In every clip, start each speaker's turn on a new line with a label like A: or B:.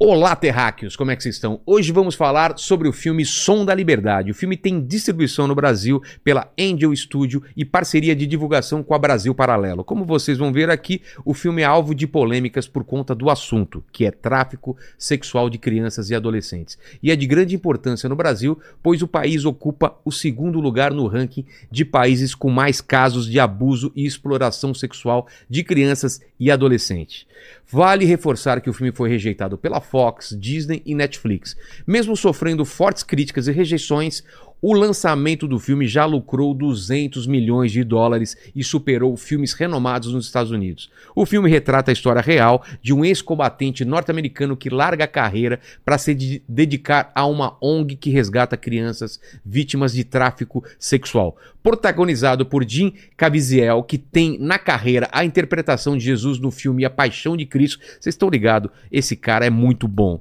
A: Olá, terráqueos, como é que vocês estão? Hoje vamos falar sobre o filme Som da Liberdade. O filme tem distribuição no Brasil pela Angel Studio e parceria de divulgação com a Brasil Paralelo. Como vocês vão ver aqui, o filme é alvo de polêmicas por conta do assunto, que é tráfico sexual de crianças e adolescentes. E é de grande importância no Brasil, pois o país ocupa o segundo lugar no ranking de países com mais casos de abuso e exploração sexual de crianças e adolescentes. Vale reforçar que o filme foi rejeitado pela Fox, Disney e Netflix. Mesmo sofrendo fortes críticas e rejeições, o lançamento do filme já lucrou 200 milhões de dólares e superou filmes renomados nos Estados Unidos. O filme retrata a história real de um ex-combatente norte-americano que larga a carreira para se de- dedicar a uma ONG que resgata crianças vítimas de tráfico sexual. Protagonizado por Jim Caviezel, que tem na carreira a interpretação de Jesus no filme A Paixão de Cristo. Vocês estão ligados? Esse cara é muito bom.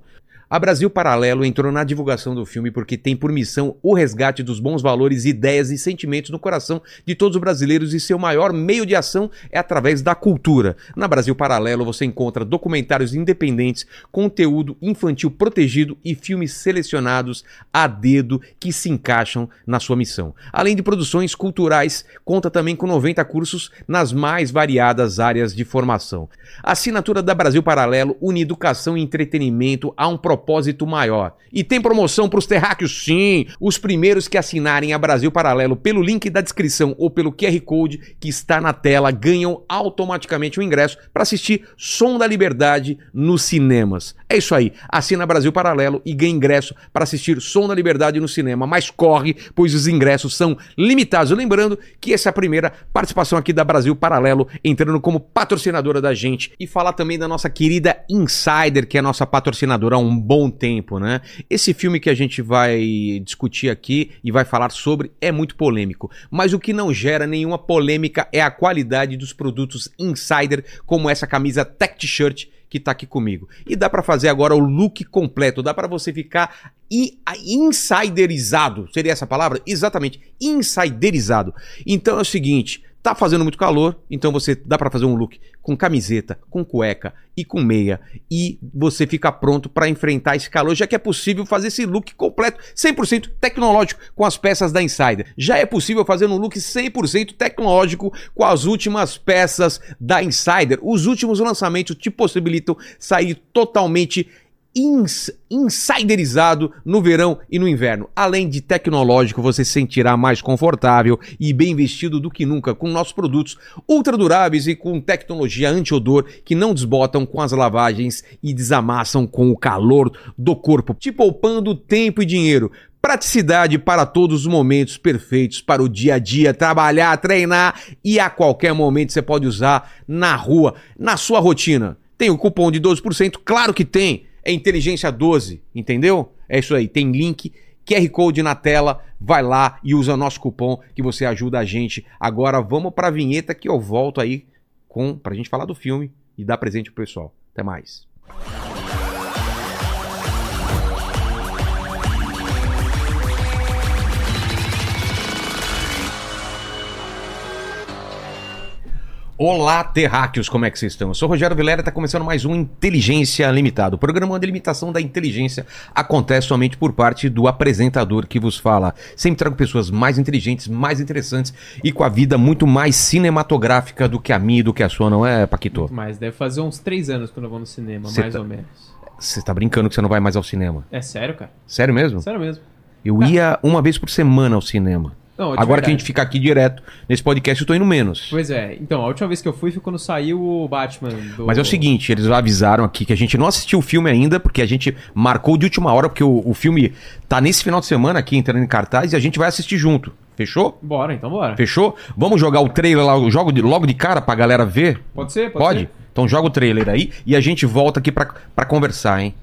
A: A Brasil Paralelo entrou na divulgação do filme porque tem por missão o resgate dos bons valores, ideias e sentimentos no coração de todos os brasileiros e seu maior meio de ação é através da cultura. Na Brasil Paralelo você encontra documentários independentes, conteúdo infantil protegido e filmes selecionados a dedo que se encaixam na sua missão. Além de produções culturais, conta também com 90 cursos nas mais variadas áreas de formação. A assinatura da Brasil Paralelo une educação e entretenimento a um propósito maior. E tem promoção para os terráqueos, sim! Os primeiros que assinarem a Brasil Paralelo pelo link da descrição ou pelo QR Code que está na tela ganham automaticamente o ingresso para assistir Som da Liberdade nos cinemas. É isso aí, assina Brasil Paralelo e ganha ingresso para assistir Som da Liberdade no cinema, mas corre, pois os ingressos são limitados. Lembrando que essa é a primeira participação aqui da Brasil Paralelo, entrando como patrocinadora da gente. E falar também da nossa querida Insider, que é a nossa patrocinadora há um bom tempo, né? Esse filme que a gente vai discutir aqui e vai falar sobre é muito polêmico. Mas o que não gera nenhuma polêmica é a qualidade dos produtos Insider, como essa camisa Tech T-shirt que tá aqui comigo. E dá pra fazer agora o look completo, dá pra você ficar i- a- insiderizado. Seria essa a palavra? Exatamente, insiderizado. Então é o seguinte, tá fazendo muito calor, então você dá pra fazer um look com camiseta, com cueca e com meia e você fica pronto pra enfrentar esse calor, já que é possível fazer esse look completo, 100% tecnológico com as peças da Insider. Já é possível fazer um look 100% tecnológico com as últimas peças da Insider. Os últimos lançamentos te possibilitam sair totalmente ins- insiderizado no verão e no inverno. Além de tecnológico, você se sentirá mais confortável e bem vestido do que nunca com nossos produtos ultraduráveis e com tecnologia anti-odor que não desbotam com as lavagens e desamassam com o calor do corpo, te poupando tempo e dinheiro. Praticidade para todos os momentos perfeitos para o dia a dia, trabalhar, treinar e a qualquer momento você pode usar na rua, na sua rotina. Tem o cupom de 12%? Claro que tem. É inteligência 12, entendeu? É isso aí, tem link, QR Code na tela, vai lá e usa nosso cupom que você ajuda a gente. Agora vamos para a vinheta que eu volto aí com pra gente falar do filme e dar presente pro pessoal. Até mais. Olá, terráqueos, como é que vocês estão? Eu sou o Rogério Vilera e está começando mais um Inteligência Limitada. O programa de limitação da inteligência acontece somente por parte do apresentador que vos fala. Sempre trago pessoas mais inteligentes, mais interessantes e com a vida muito mais cinematográfica do que a minha e do que a sua, não é, Paquito?
B: Mas deve fazer uns três anos que eu não vou no cinema,
A: Cê
B: mais
A: tá-
B: ou menos.
A: Você tá brincando que você não vai mais ao cinema.
B: É sério, cara?
A: Sério mesmo?
B: Sério mesmo.
A: Eu ia uma vez por semana ao cinema.
B: Não, de
A: Agora que a
B: verdade.
A: gente fica aqui direto nesse podcast, eu tô indo menos.
B: Pois é, então, a última vez que eu fui foi quando saiu o Batman do...
A: Mas é o seguinte, eles avisaram aqui que a gente não assistiu o filme ainda, porque a gente marcou de última hora, porque o, o filme tá nesse final de semana aqui, entrando em cartaz, e a gente vai assistir junto. Fechou?
B: Bora, então bora.
A: Fechou? Vamos jogar o trailer lá, eu jogo de- logo de cara pra galera ver?
B: Pode ser, pode,
A: Pode?
B: ser.
A: Então joga o trailer aí e a gente volta aqui pra, pra conversar, hein?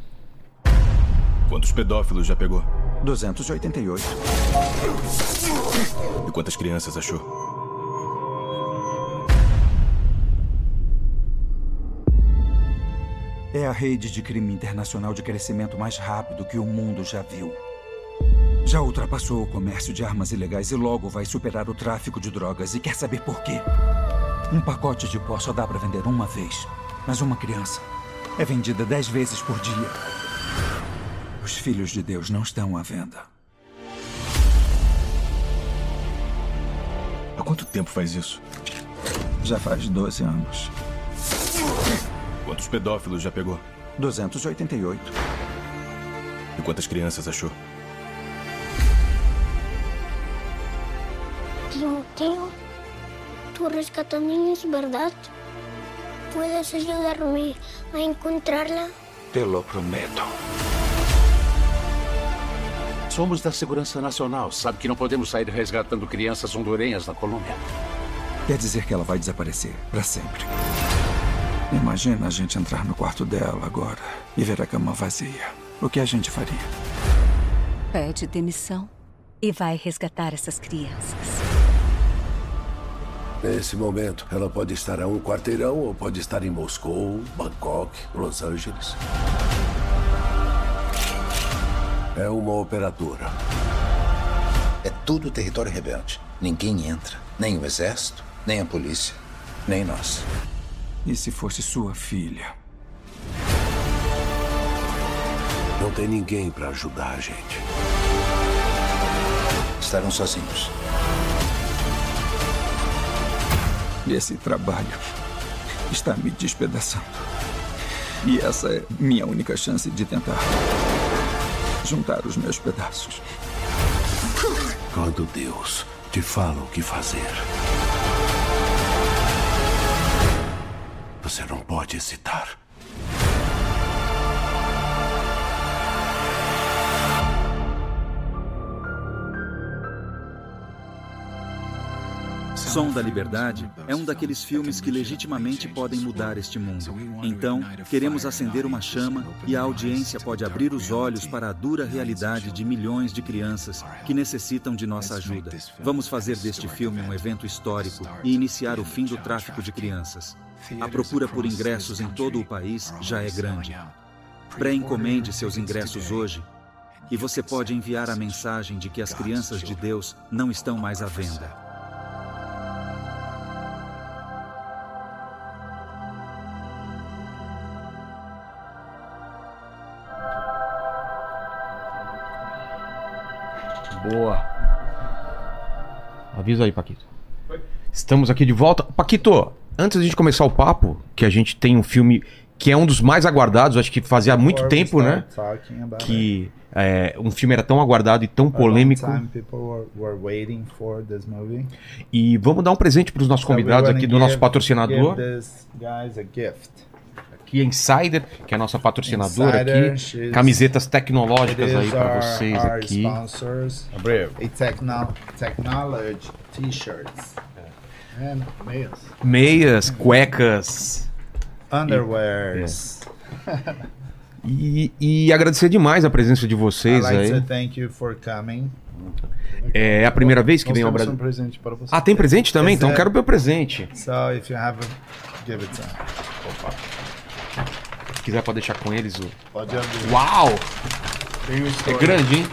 C: Quantos pedófilos já pegou?
D: 288.
C: E quantas crianças achou?
D: É a rede de crime internacional de crescimento mais rápido que o mundo já viu. Já ultrapassou o comércio de armas ilegais e logo vai superar o tráfico de drogas. E quer saber por quê? Um pacote de pó só dá pra vender uma vez, mas uma criança é vendida dez vezes por dia.
E: Os filhos de Deus não estão à venda.
C: Há quanto tempo faz isso?
E: Já faz 12 anos.
C: Quantos pedófilos já pegou?
E: 288.
C: E quantas crianças achou?
F: Timoteo, tú rescatas niños, ¿verdad? ¿Puedes ayudarme a encontrarla?
E: Te lo prometo.
G: Somos da Segurança Nacional. Sabe que não podemos sair resgatando crianças hondurenhas na Colômbia.
E: Quer dizer que ela vai desaparecer para sempre. Imagina a gente entrar no quarto dela agora e ver a cama vazia. O que a gente faria?
H: Pede demissão e vai resgatar essas crianças.
I: Nesse momento, ela pode estar a um quarteirão ou pode estar em Moscou, Bangkok, Los Angeles. É uma operadora.
J: É tudo território rebelde. Ninguém entra. Nem o exército, nem a polícia, nem nós.
E: E se fosse sua filha?
I: Não tem ninguém para ajudar a gente.
J: Estarão sozinhos.
E: E esse trabalho está me despedaçando. E essa é minha única chance de tentar juntar os meus pedaços.
I: Quando Deus te fala o que fazer, você não pode hesitar.
D: Som da Liberdade é um daqueles filmes que legitimamente podem mudar este mundo. Então, queremos acender uma chama e a audiência pode abrir os olhos para a dura realidade de milhões de crianças que necessitam de nossa ajuda. Vamos fazer deste filme um evento histórico e iniciar o fim do tráfico de crianças. A procura por ingressos em todo o país já é grande. Pré-encomende seus ingressos hoje e você pode enviar a mensagem de que as crianças de Deus não estão mais à venda.
A: Boa. Avisa aí, Paquito. Estamos aqui de volta. Paquito, antes de gente começar o papo, que a gente tem um filme que é um dos mais aguardados, acho que fazia muito tempo, né? Que é, um filme era tão aguardado e tão polêmico. E vamos dar um presente para os nossos convidados aqui do nosso patrocinador. Aqui é Insider, que é a nossa patrocinadora
K: Insider,
A: aqui.
K: she's-
A: Camisetas tecnológicas aí
K: These
A: para
K: are
A: vocês
K: our
A: aqui.
K: sponsors. A techno- technology t-shirts
A: É.
K: and males.
A: Meias, cuecas. É.
K: Underwears.
A: E, e agradecer demais a presença de
K: I'd
A: vocês
K: like to
A: aí.
K: thank you for coming.
A: É a primeira vez que
K: Nós
A: vem ao
K: temos
A: Brasil.
K: um presente para você.
A: Ah, tem presente também? Então
K: Exato.
A: quero o meu presente.
K: So if you have a, give it to him.
A: Se quiser pode deixar com eles o.
K: Pode abrir.
A: Uau!
K: Tem um
A: É
K: story.
A: grande, hein?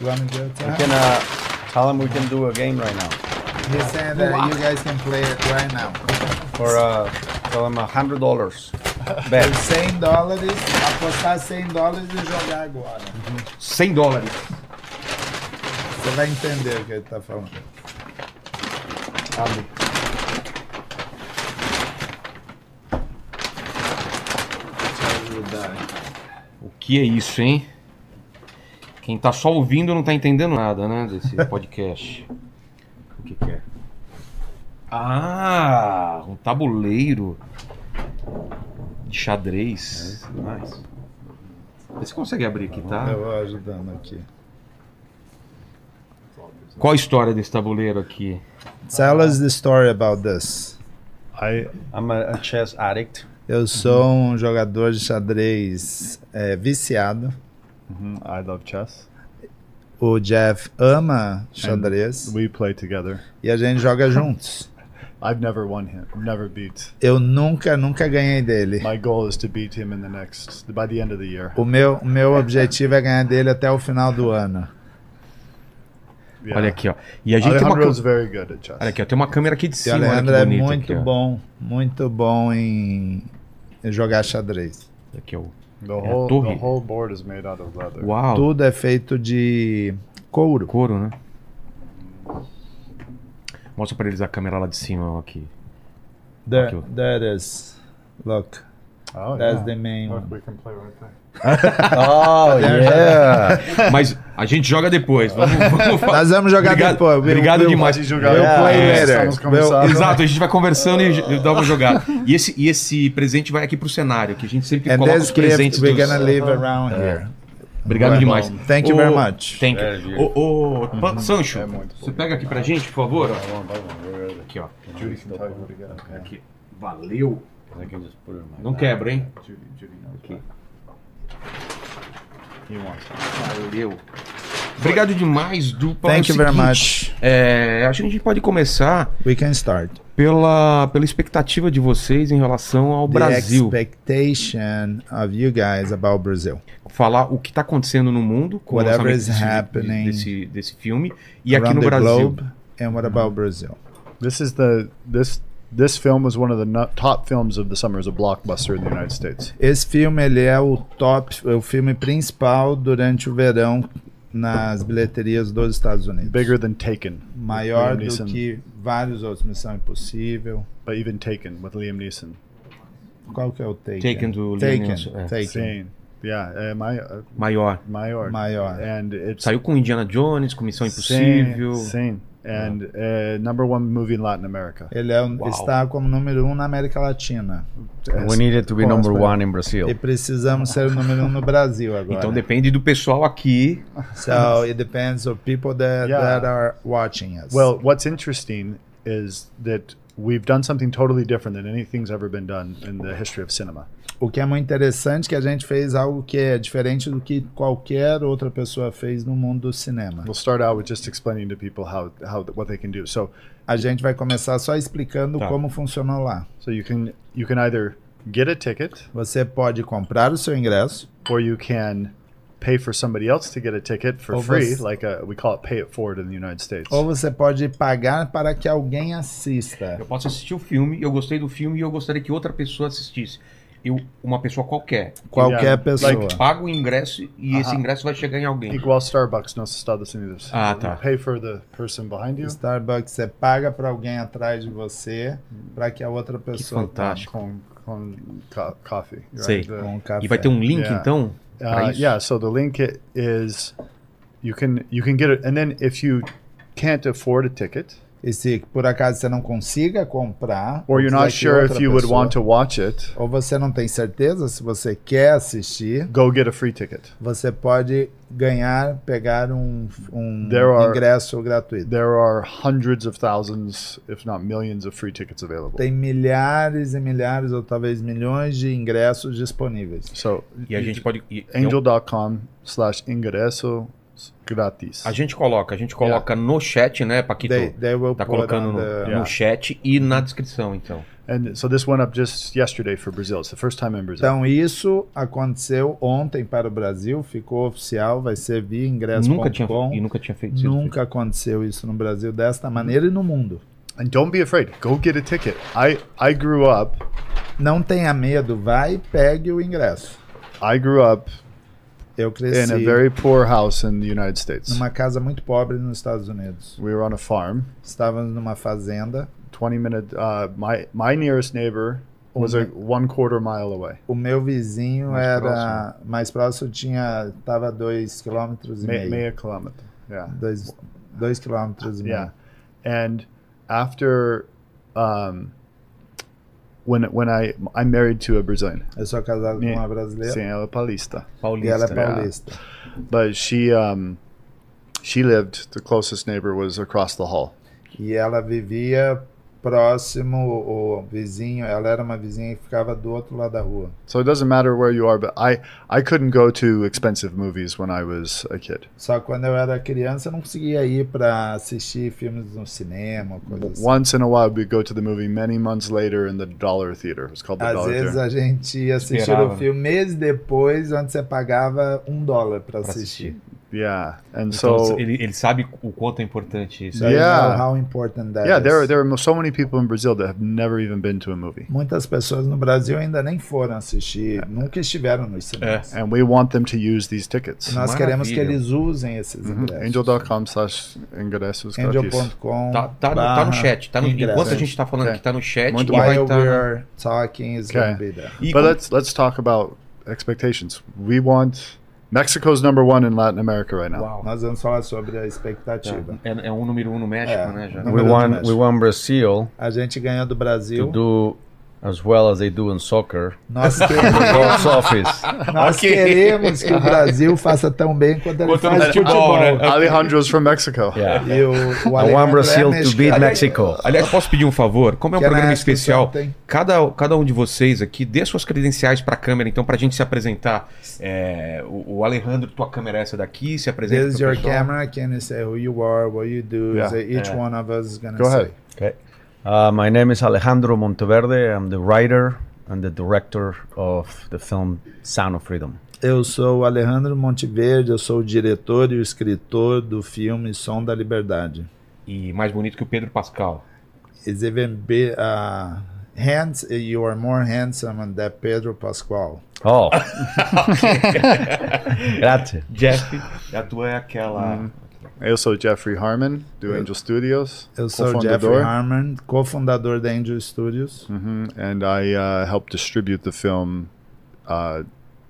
K: You want me to give it to him?
L: uh, tell him we can do a game right now.
K: He's saying that you guys can play it right now.
L: For uh, tell him a hundred dollars.
K: Por 100 dólares, apostar 100 dólares e jogar agora.
A: 100 dólares.
K: Você vai entender o que ele tá falando. Abre. Deixa eu ajudar aqui.
A: O que é isso, hein? Quem tá só ouvindo não tá entendendo nada, né? Desse podcast. o que, que é? Ah! Um tabuleiro de xadrez. Nice. Vê se consegue abrir aqui, tá?
K: Eu vou ajudando aqui.
A: Qual a história desse tabuleiro aqui?
K: Tell us the story about this.
L: I I'm a, a chess addict.
K: Eu sou um jogador de xadrez é, viciado.
L: Mm, I love chess.
K: O Jeff ama xadrez
L: We play together.
K: e a gente joga juntos.
L: I've never won him. Never beat.
K: Eu nunca, nunca ganhei dele.
L: My goal is to beat him in the next by the end of the year.
K: O meu, o meu objetivo é ganhar dele até o final do ano.
L: Yeah.
A: Olha aqui, ó. E a gente tem uma
L: Alejandro is
A: câmera.
L: very good at chess.
A: Olha aqui, ó. Tem uma câmera aqui de
K: E o
A: cima. olha que
K: Alejandro é
A: bonito
K: muito
A: aqui, ó.
K: bom, muito bom em em jogar xadrez.
A: Aqui é o É
I: The
A: a
I: whole,
A: torre.
I: the whole board is made out of leather.
A: Uau.
I: Tudo é feito de couro.
A: Couro, né? Mostra pra eles a câmera lá de cima, ó, aqui.
K: There,
A: Aqui, ó.
K: that is. Look.
I: Oh,
K: That's
I: yeah.
K: the main
I: Look,
K: one.
I: we can play right there.
K: oh, yeah.
A: Mas a gente joga depois. Vamos, vamos falar.
K: Nós vamos jogar
A: obrigado,
K: depois. We'll-
A: Obrigado
K: we'll-
A: demais.
K: we'll jogar We'll depois. play later. Estamos conversando. We'll-
A: Exato, a gente vai conversando e e dá uma jogada. E esse, e esse presente vai aqui pro cenário, que a gente sempre
K: And
A: coloca
K: this
A: os presentes
K: gift we're
A: dos-
K: gonna leave around
A: É.
K: here.
A: Obrigado
K: Vai,
A: demais.
K: bom. Thank you very
A: Ô,
K: much. Uhum. É
A: Thank
K: Very
A: you.
K: good.
A: Ô, ô, pa- Sancho, você pega aqui pra gente, por favor? ó. Aqui, ó. tá
K: tá
A: Aqui. é Valeu. Não quebra, hein? Aqui. Valeu. Obrigado demais, Dupa.
K: Thank
A: É o
K: you very
A: seguinte,
K: much.
A: É, acho que a gente pode começar
K: We can start.
A: pela, pela expectativa de vocês em relação ao
K: The
A: Brasil.
K: expectation of you guys about Brazil.
A: Falar o que está acontecendo no mundo com o
K: Whatever
A: lançamento
K: is
A: desse,
K: happening
A: desse, desse filme e aqui
K: around
A: no
K: the
A: Brasil.
K: globe. And what about Brazil?
I: This is the this this film was one of the no- top films of the summer as a blockbuster in the United States.
K: Esse filme ele é o top, é o filme principal durante o verão nas bilheterias dos Estados Unidos.
I: Bigger than Taken.
K: Maior
I: Liam
K: do
I: Neeson.
K: que vários outros Missão Impossível.
I: But even Taken with Liam Neeson.
K: Qual que é o Taken?
A: Taken do Liam
K: Taken,
A: Neeson, é.
K: Taken.
I: Same. Yeah, uh, my, uh,
A: Maior.
I: Maior.
K: Maior.
I: And it's
A: Saiu com Indiana Jones, com Missão Impossível.
I: Same. And uh, number one movie in Latin America.
K: Ele é um-
I: Uau.
K: está como número um na América Latina.
I: We needed to be
K: Bom,
I: number
K: espera.
I: one
H: in Brazil.
K: E precisamos ser o número um no Brasil agora.
A: Então depende do pessoal aqui.
K: So it depends on people that,
I: Yeah.
K: that are watching us.
I: Well, what's interesting is that we've done something totally different than anything's ever been done in the history of cinema.
K: O que é muito interessante é que a gente fez algo que é diferente do que qualquer outra pessoa fez no mundo do cinema.
I: We'll start out with just explaining to people how how what they can do. So
K: A gente vai começar só explicando
I: Tá.
K: como funcionou lá.
I: so you can you can either get a ticket
K: Você pode comprar o seu ingresso
I: or you can pay for somebody else to get a ticket for
K: Ou
I: free,
K: você-
I: like a, we call it pay it forward in the United States.
K: ou você pode pagar para que alguém assista.
A: Eu posso assistir o filme, eu gostei do filme e eu gostaria que outra pessoa assistisse. Eu, uma pessoa qualquer.
K: Qualquer
A: Eu
K: pessoa. Ah.
A: pago o ingresso e esse
I: Aham.
A: ingresso vai chegar em alguém.
I: Igual Starbucks, nós Estados Unidos.
A: Ah, tá.
I: You pay for the person behind you.
K: Starbucks, você paga para alguém atrás de você para que a outra pessoa.
A: fantástico.
I: Com, com co- coffee. right?
A: Sei.
I: The-
K: Com café.
A: E vai ter um link,
I: Yeah.
A: então, pra
I: Uh,
A: isso?
I: yeah, so the link i- is you can you can get it and then if you can't afford a ticket
K: E se por acaso você não consiga comprar,
I: or you're
K: quiser
I: not
K: que
I: sure if
K: outra
I: you would
K: pessoa-
I: want to watch it,
K: ou você não tem certeza se você quer assistir,
I: go get a free ticket.
K: você pode ganhar, pegar um, um
I: There are-
K: ingresso gratuito.
I: There are hundreds of thousands, if not millions of free tickets available.
K: Tem milhares e milhares ou talvez milhões de ingressos disponíveis.
I: So
A: E a gente pode. e-
I: angel.com slash ingreso gratis.
A: A gente coloca, a gente coloca no chat, né, Paquito?
K: They- they will
A: tá
K: put
A: colocando
K: on
A: no,
K: the-
A: no
I: Yeah.
A: chat e na descrição, então.
I: And so this went up just yesterday for Brazil. It's the first time in Brazil.
K: Então isso aconteceu ontem para o Brasil, ficou oficial, vai ser via ingresso.com.
A: Nunca tinha, e nunca tinha feito isso.
K: Nunca aconteceu isso no Brasil desta maneira e no mundo.
I: And don't be afraid. Go get a ticket. I I grew up.
K: Não tenha medo, vai e pegue o ingresso.
I: I grew up
K: Eu
I: in
K: cresci
I: a very poor house in the United States.
K: numa casa muito pobre nos Estados Unidos.
I: We were on a farm.
K: Estávamos numa fazenda.
I: 20 minute. Uh, my my nearest neighbor was a one quarter mile away.
K: O meu vizinho
I: Mais
K: era mais próximo, tinha tava dois quilômetros e
I: Me,
K: meio.
I: Mea kilometer. Yeah.
K: Dois, dois quilômetros e
I: Yeah.
K: meio.
I: And after, um, when when I I'm married to a Brazilian.
K: Eu sou casado
I: Me-
K: com uma brasileira
I: Sim, ela é paulista.
K: e ela é
A: Paulista.
I: Yeah.
K: paulista.
I: But she um, she lived. The closest neighbor was across the hall.
K: E ela vivia próximo, o vizinho, ela era uma vizinha que ficava do outro lado da rua.
I: So it doesn't matter where you are, but I I couldn't go to expensive movies when I was a kid.
K: Só que quando eu era criança eu não conseguia ir para assistir filmes no cinema, coisas assim.
I: Once in a while, we'd go to the movie many months later in the dollar theater. It was called the
K: Às
I: dollar
K: vezes
I: theater.
K: a gente ia assistir
A: Esperava,
K: o
A: né?
K: filme meses depois, onde você pagava um dólar para
A: Pra
K: assistir.
I: Yeah, and
A: Então,
I: so
A: ele, ele sabe o quanto é importante isso.
I: Doesn't Yeah. know
K: How important that
I: yeah,
K: is.
I: there are, there are so many people in Brazil that have never even been to a movie,
K: Muitas pessoas no Brasil ainda nem foram assistir, nunca estiveram nos cinemas.
I: and we want them to use these tickets.
K: Nós queremos que eles usem esses ingressos.
I: Angel.com/ingressos grátis.
K: Angel.com
A: Tá, tá, no- tá
K: Ah,
A: no chat. Tá no, enquanto a gente tá
K: É.
A: falando que tá no chat, e
I: Muito bom.
A: vai
I: While
A: tá-
K: we're talking is gonna be there.
A: E
I: But
A: como-
I: let's let's talk about expectations. We want Mexico's number one in Latin America right now.
K: Nós vamos falar sobre a expectativa.
A: É, é um número um no México, né? Já.
H: We want we want Brazil
K: A gente ganhou do
H: to
K: Brasil.
H: do as well as they do in soccer.
K: Nós
H: in the box office.
K: Nós
I: Ok.
K: queremos que o Brasil faça tão bem quanto ele faz futebol.
A: é
I: Alejandro's from Mexico.
H: Yeah.
K: E o, o Alejandro é mexicano.
A: Aliás, posso pedir um favor? Como é um
K: Que na
A: programa
K: descrição
A: especial,
K: tem.
A: cada, cada um de vocês aqui dê suas credenciais para a câmera, então, para a gente se apresentar. É, o, o Alejandro, tua câmera é essa daqui, se apresenta.
K: This is
A: pro
K: your
A: pessoal.
K: camera. Can you say who you are, what you do?
A: Yeah.
K: So Each
A: Yeah.
K: one of us is gonna
H: Go
K: say.
H: ahead. Okay. Uh, my name is Alejandro Monteverde. I'm the writer and the director of the film Sound of Freedom.
K: Eu sou o Alejandro Monteverde, eu sou o diretor e o escritor do filme Som da Liberdade.
A: E mais bonito que o Pedro Pascal.
K: Is even be, uh, hands, you are more handsome than Pedro Pascal.
H: Oh.
A: Grazie. Jeff, a tua é aquela.
I: Eu sou Jeffrey Harmon do
K: Eu-
I: Angel Studios.
K: Eu sou o
I: cofundador.
K: Jeffrey Harmon, cofundador da Angel Studios.
I: Mhm, And I uh, help distribute the film uh,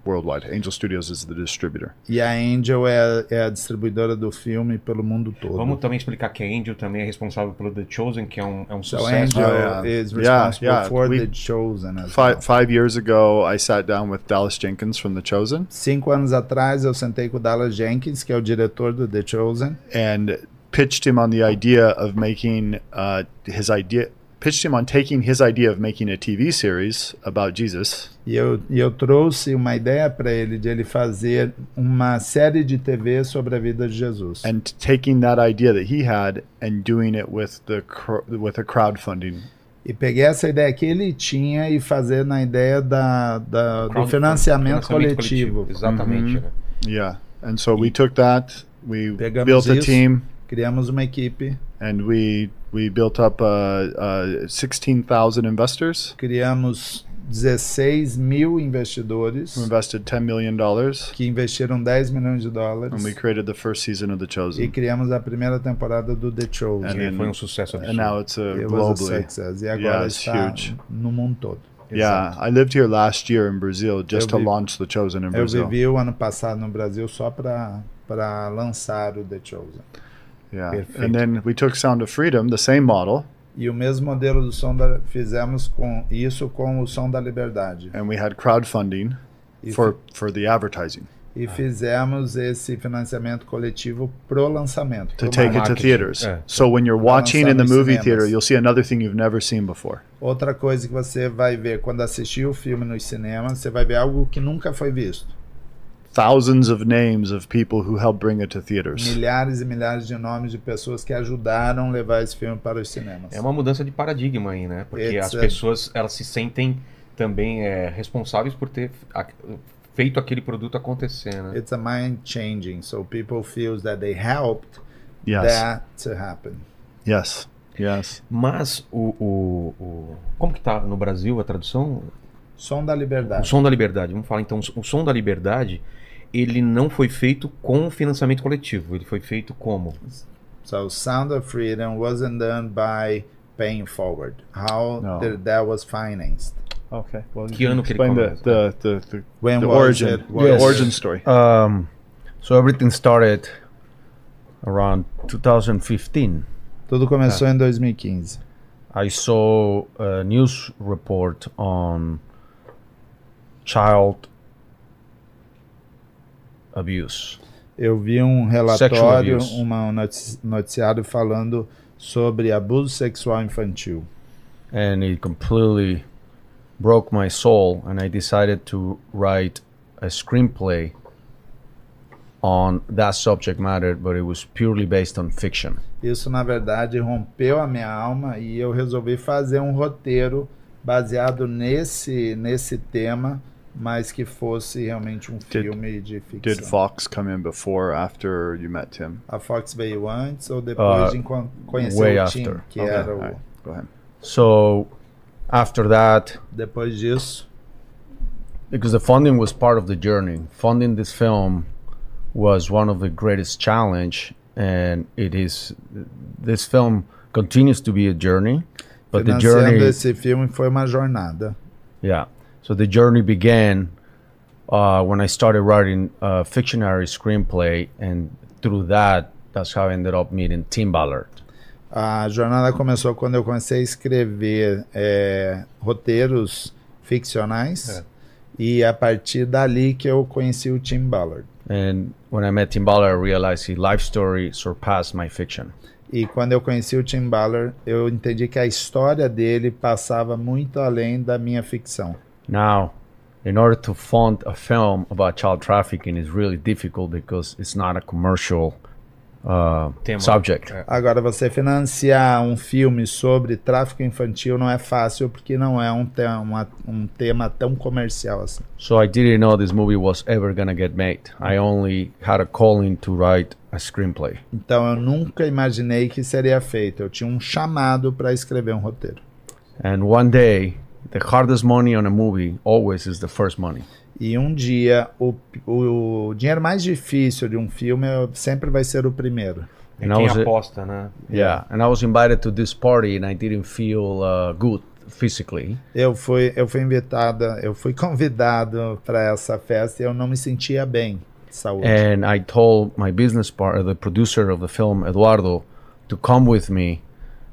I: worldwide. Angel Studios is the distributor.
K: E a Angel é, é a distribuidora do filme pelo mundo todo.
A: Vamos também explicar que a Angel também é responsável pelo The Chosen, que é um, é um
K: So
A: sucesso.
I: Oh,
K: Angel is responsible for The Chosen. as well.
I: Five, five years ago, I sat down with Dallas Jenkins from The Chosen,
K: Cinco anos atrás eu sentei com o Dallas Jenkins, que é o diretor do The Chosen.
I: and pitched him on the idea of making uh, his idea. Pitched him on taking his idea of making a TV series about Jesus.
K: E eu, e eu trouxe uma ideia para ele de ele fazer uma série de TV sobre a vida de Jesus.
I: and t- taking that idea that he had and doing it with the cr- with a crowdfunding.
K: E peguei essa ideia que ele tinha e fazer na ideia da, da- do
I: Crowdfunding,
K: financiamento,
I: financiamento
K: coletivo.
I: coletivo, exatamente,
A: Uhum.
I: né? Yeah, and so we took that, we
K: Pegamos
I: built a
K: isso,
I: team,
K: criamos uma equipe,
I: and we we built up uh, uh, sixteen thousand investors.
K: criamos 16 mil investidores.
I: Who invested $10 million.
K: Que investiram 10 milhões de dólares.
I: And we created the first season of The Chosen.
K: E criamos a primeira temporada do The Chosen.
I: And then- Foi um sucesso and absurdo. now it's a
K: It was
I: globally.
K: success. E
I: Yeah,
K: agora
I: it's
K: está
I: huge.
K: no mundo todo.
I: Yeah, I lived here last year in Brazil just to
K: Eu vi-
I: launch The Chosen in
K: Eu
I: Brazil.
K: vivi o ano passado no Brasil só para para lançar o The Chosen.
I: Yeah,
K: Perfeito.
I: and then we took Sound of Freedom, the same model,
K: E o mesmo modelo do som da, fizemos com isso com o som da liberdade.
I: and we had crowdfunding
K: Isso.
I: for for the advertising.
K: E fizemos esse financiamento coletivo pro lançamento.
I: to
K: pro
I: take it to
K: marketing.
I: theaters. So when you're
K: Pra
I: watching
K: lançar
I: in the
K: nos
I: movie
K: cinemas.
I: theater, you'll see another thing you've never seen before.
K: Outra coisa que você vai ver quando assistir o filme nos cinemas, você vai ver algo que nunca foi visto.
I: Thousands of names of people who helped bring it to theaters.
K: Milhares e milhares de nomes de pessoas que ajudaram levar esse filme para os cinemas.
A: É uma mudança de paradigma aí, né? Porque
K: It's
A: as
K: a-
A: pessoas elas se sentem também é, responsáveis por ter a- feito aquele produto acontecer, né?
K: It's a mind changing, so people feels that they helped
A: Yes.
K: that to happen.
I: Yes. Yes.
A: Mas o, o- o- Como que tá no Brasil a tradução?
K: Som da liberdade.
A: O Som da Liberdade. Vamos falar então. O Som da Liberdade, ele não foi feito com financiamento coletivo. Ele foi feito como?
K: So Sound of Freedom wasn't done by paying forward. How
A: No.
K: th- that was financed.
I: Okay. Well,
A: Que ano que ele
I: Explain the
A: começa?
I: the the, the,
K: When
I: the
K: was
I: origin
K: it?
I: the
K: Yes.
I: origin story.
H: Um, so everything started around 2015.
K: Tudo começou
H: Ah.
K: em 2015.
H: I saw a news report on child abuse.
K: Eu vi um
H: Sexual
K: relatório,
H: abuse.
K: uma- um noti- noticiário falando sobre abuso sexual infantil.
H: and it completely broke my soul and i decided to write a screenplay on that subject matter but it was purely based on fiction
K: Isso, na verdade, rompeu a minha alma e eu resolvi fazer um roteiro baseado nesse, nesse tema, mas que fosse realmente um filme de ficção.
I: Did Fox come in before or after you met Tim?
K: A Fox veio antes ou depois
H: Uh,
K: de enco- conhecer
H: way
K: o Tim,
H: after.
K: que
H: Okay,
K: era o...
H: alright, So after that,
K: depois disso,
H: because the funding was part of the journey, funding this film was one of the greatest challenge, and it is. This film continues to be a journey, but the
K: financiando
H: journey
K: esse filme foi uma jornada.
H: Yeah. So the journey began uh, when I started writing a fictionary screenplay, and through that, that's how I ended up meeting Tim Ballard.
K: A jornada começou quando eu comecei a escrever é, roteiros ficcionais e a partir dali que eu conheci o Tim Ballard.
H: And when I met Tim Ballard, I realized his life story surpassed my fiction.
K: E quando eu conheci o Tim Ballard, eu entendi que a história dele passava muito além da minha ficção.
H: Now, in order to fund a film about child trafficking is really difficult because it's not a commercial uh, subject.
K: É.
A: É.
K: Agora, você financiar um filme sobre tráfico infantil não é fácil porque não é um, te uma- um tema tão comercial assim.
H: So I didn't know this movie was ever gonna get made. I only had a calling to write a screenplay.
K: Então, eu nunca imaginei que seria feito. Eu tinha um chamado para escrever um roteiro.
H: And one day, the hardest money on a movie always is the first money.
K: E um dia, o, o dinheiro mais difícil de um filme é- sempre vai ser o primeiro.
A: É
H: And I was-
A: né?
H: Yeah, and I was invited to this party, and I didn't feel uh, good physically.
K: Eu fui, eu fui invitada, eu fui convidado para essa festa e eu não me sentia bem de saúde.
H: And I told my business partner, the producer of the film, Eduardo, to come with me.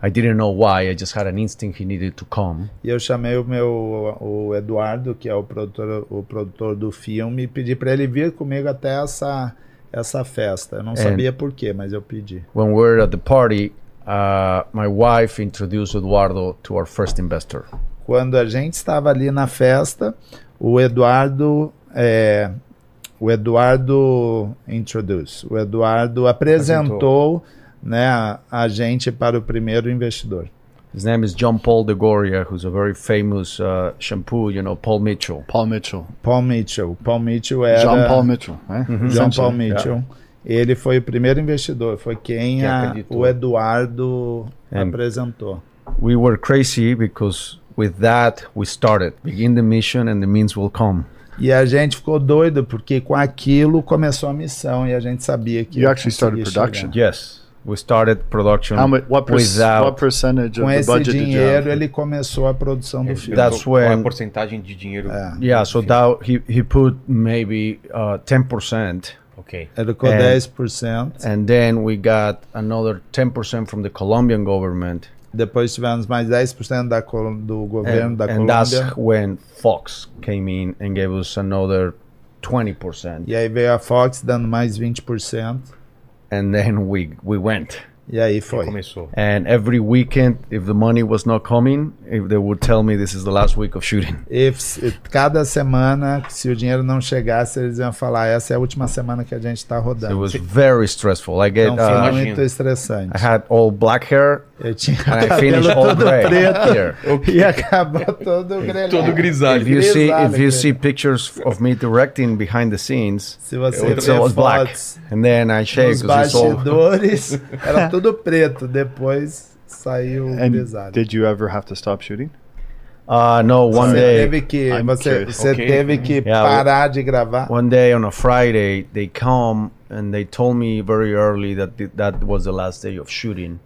H: I didn't know why. I just had an instinct he needed to come.
K: E eu chamei o meu o Eduardo, que é o produtor, o produtor do filme, e pedi para ele vir comigo até essa essa festa. Eu não
H: É.
K: sabia por quê, mas eu pedi.
H: When we were at the party, uh, my wife introduced Eduardo to our first investor.
K: Quando a gente estava ali na festa, o Eduardo é, o Eduardo introduce, o Eduardo apresentou, né, a- a gente para o primeiro investidor.
H: His name is John Paul de Goria, who's a very famous uh, shampoo, you know, Paul Mitchell.
I: Paul Mitchell.
K: Paul Mitchell. Paul Mitchell era.
I: John Paul é. Mitchell, né?
K: Uhum. John
I: Essentially,
K: Paul Mitchell. Ele foi o primeiro investidor, foi quem
H: Que
K: a-
H: acreditou.
K: o Eduardo
H: É.
K: apresentou.
H: We were crazy because with that we started. Begin the mission and the means will come.
K: E a gente ficou doido porque com aquilo começou a missão e a gente sabia que.
I: You actually started
K: conseguia
I: production.
K: chegar.
H: Yes, we started production
I: How much? What, per- what
H: without.
I: percentage of
K: Com
I: the
K: esse
I: budget did you have?
K: dinheiro ele começou a produção do filme.
H: That's
A: Qual é a
H: when-
A: porcentagem de dinheiro?
H: yeah, so that he, he put maybe uh, 10%.
A: Okay.
K: Ele ficou
H: And-
K: 10%.
H: And then we got another 10% from the Colombian government.
K: Depois tivemos mais 10% da colo- do
H: And,
K: governo da
H: and
K: Colômbia.
H: that's when Fox came in and gave us another 20%.
K: E aí veio a Fox dando mais 20%.
H: And then we, we went.
K: E aí foi.
A: Começou.
H: And every weekend, if the money was not coming, if they would tell me this is the last week of shooting.
K: E se- cada semana, se o dinheiro não chegasse, eles iam falar: essa é a última semana que a gente está
H: It
K: rodando.
H: was very stressful. I get
K: Então foi muito
H: uh,
K: estressante.
H: I had all black hair
K: Eu tinha
H: and I
K: cabelo
H: finished all
K: todo
H: gray
K: preto
H: here.
K: e acabou todo grelhado.
H: If you see if you
K: Grisalho,
H: see pictures of me directing behind the scenes,
K: Se você
H: it's
K: vê
H: all black.
K: fotos
H: And then I shave
K: Nos
H: 'cause it's all
K: bastidores, era tudo preto. Depois saiu
I: And
K: grisalho.
I: did you ever have to stop shooting?
H: uh no, one
K: Você
H: day
K: teve que,
I: I'm
K: você,
I: curious.
K: você
I: Okay.
K: teve que
H: Yeah, we-
K: parar de gravar.
H: one day on a Friday they come and they told me very early that th- that was the last day of shooting.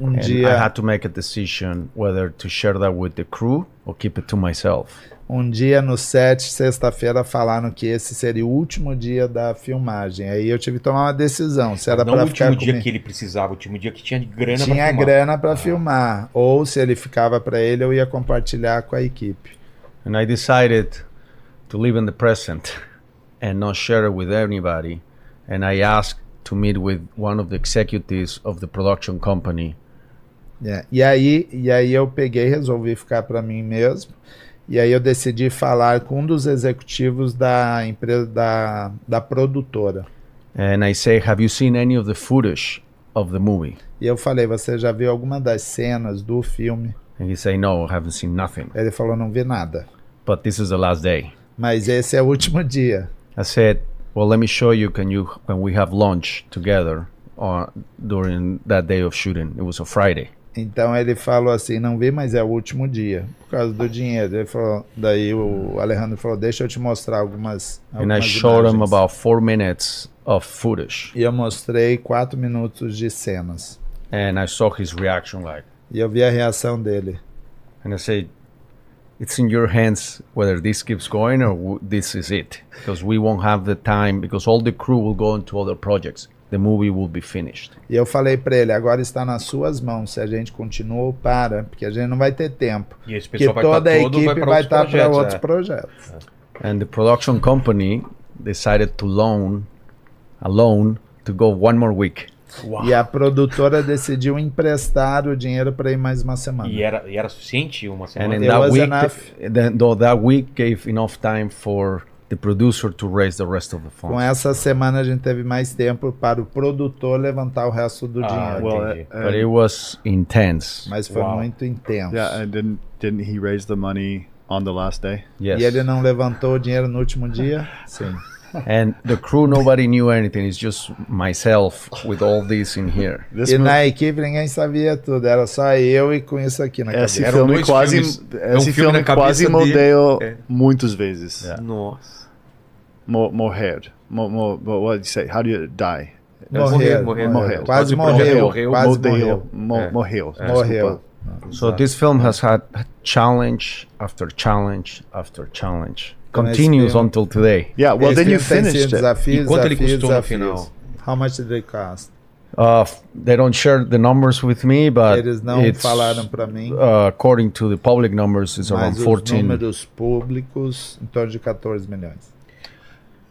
K: Um
H: and I
K: dia-
H: had to make a decision whether to share that with the crew or keep it to myself.
K: Um dia no set, sexta-feira, falaram que esse seria o último dia da filmagem. Aí eu tive que tomar uma decisão. Se era
A: Não o
K: pra ficar
A: último dia
K: comigo.
A: que ele precisava, o último dia que tinha grana pra
K: Tinha
A: filmar. Ah.
K: grana pra filmar. Ou se ele ficava pra ele, eu ia compartilhar com a equipe.
H: And I decided to live in the present and not share it with anybody. And I asked to meet with one of the executives of the production company.
K: É. E aí, e aí eu peguei, resolvi ficar pra mim mesmo. E aí eu decidi falar com um dos executivos da empresa da, da produtora.
H: And I say, Have you seen any of the footage of the movie?
K: E eu falei: "Você já viu alguma das cenas do filme?"
H: And he say, No, I haven't seen nothing.
K: Ele falou: "Não vi nada,
H: But this is the last day.
K: Mas esse é o último dia.
H: I said, "Well, let me show you. Can you when we have lunch together uh, during that day of shooting? It was a Friday."
K: Então ele falou assim, não vi, mas é o último dia, por causa do dinheiro. Ele falou, daí o Alejandro falou, deixa eu te mostrar algumas,
H: and I
K: algumas
H: showed him
K: imagens.
H: about four minutes of footage,
K: E eu mostrei quatro minutos de cenas.
H: and I saw his reaction like,
K: E eu vi a reação dele.
H: and I said, "It's in your hands whether this keeps going or w- this is it, because we won't have the time because all the crew will go into other projects. The movie will be finished."
K: E eu falei pra ele, agora está nas suas mãos se a gente continua ou para, porque a gente não vai ter tempo.
A: E esse
K: Porque
A: pessoal vai tá
K: toda a
A: todo, vai
K: equipe
A: pra
K: vai
A: outros
K: estar para
A: projetos,
K: outros
A: é.
K: projetos.
H: And the production company decided to loan a loan to go one more week.
K: E a produtora decidiu emprestar o dinheiro para ir mais uma semana.
A: E era, e era suficiente uma
H: And
A: semana?
H: in
K: It
H: that
K: was
H: week,
K: enough.
H: th- then though that week gave enough time for the producer to raise the rest of the
K: Com
H: funds.
K: essa semana a gente teve mais tempo para o produtor levantar o resto
H: Ah,
K: do dinheiro.
H: but it was intense.
K: Mas foi muito intenso.
I: Yeah, and didn't didn't he raise the money on the last day?
H: Yes.
K: E ele não levantou o dinheiro no último dia? Sim.
H: and the crew, nobody knew anything. It's just myself with all this in here.
K: e na equipe ninguém sabia tudo, era só eu e com isso aqui na
H: É,
I: Esse
K: cabeça.
I: filme quase
K: um
I: esse filme, quase modelo muitas vezes.
A: É. Nossa.
I: Mo morrer. Mo mo mo- what do you say? How do you die?
K: Morrer, Morrer, morrer. morrer. Quase morreu, quase
I: Modelo.
K: morreu.
I: Mo-
K: É.
I: Morreu.
K: É. Morreu.
I: desculpa.
H: So this film has had challenge after challenge after challenge.
K: Então, esse
H: Continues
K: filme-
H: until today.
K: Esse filme tem sido Desafios,
A: E quanto ele
K: desafios,
A: custou no
K: desafios.
A: final?
K: How much did it cost?
H: Uh, f- they don't share the numbers with me, but
K: Eles não
H: it's,
K: falaram pra mim.
H: uh, according to the public numbers, it's around
K: Mas os
H: 14.
K: números públicos, em torno de 14 milhões.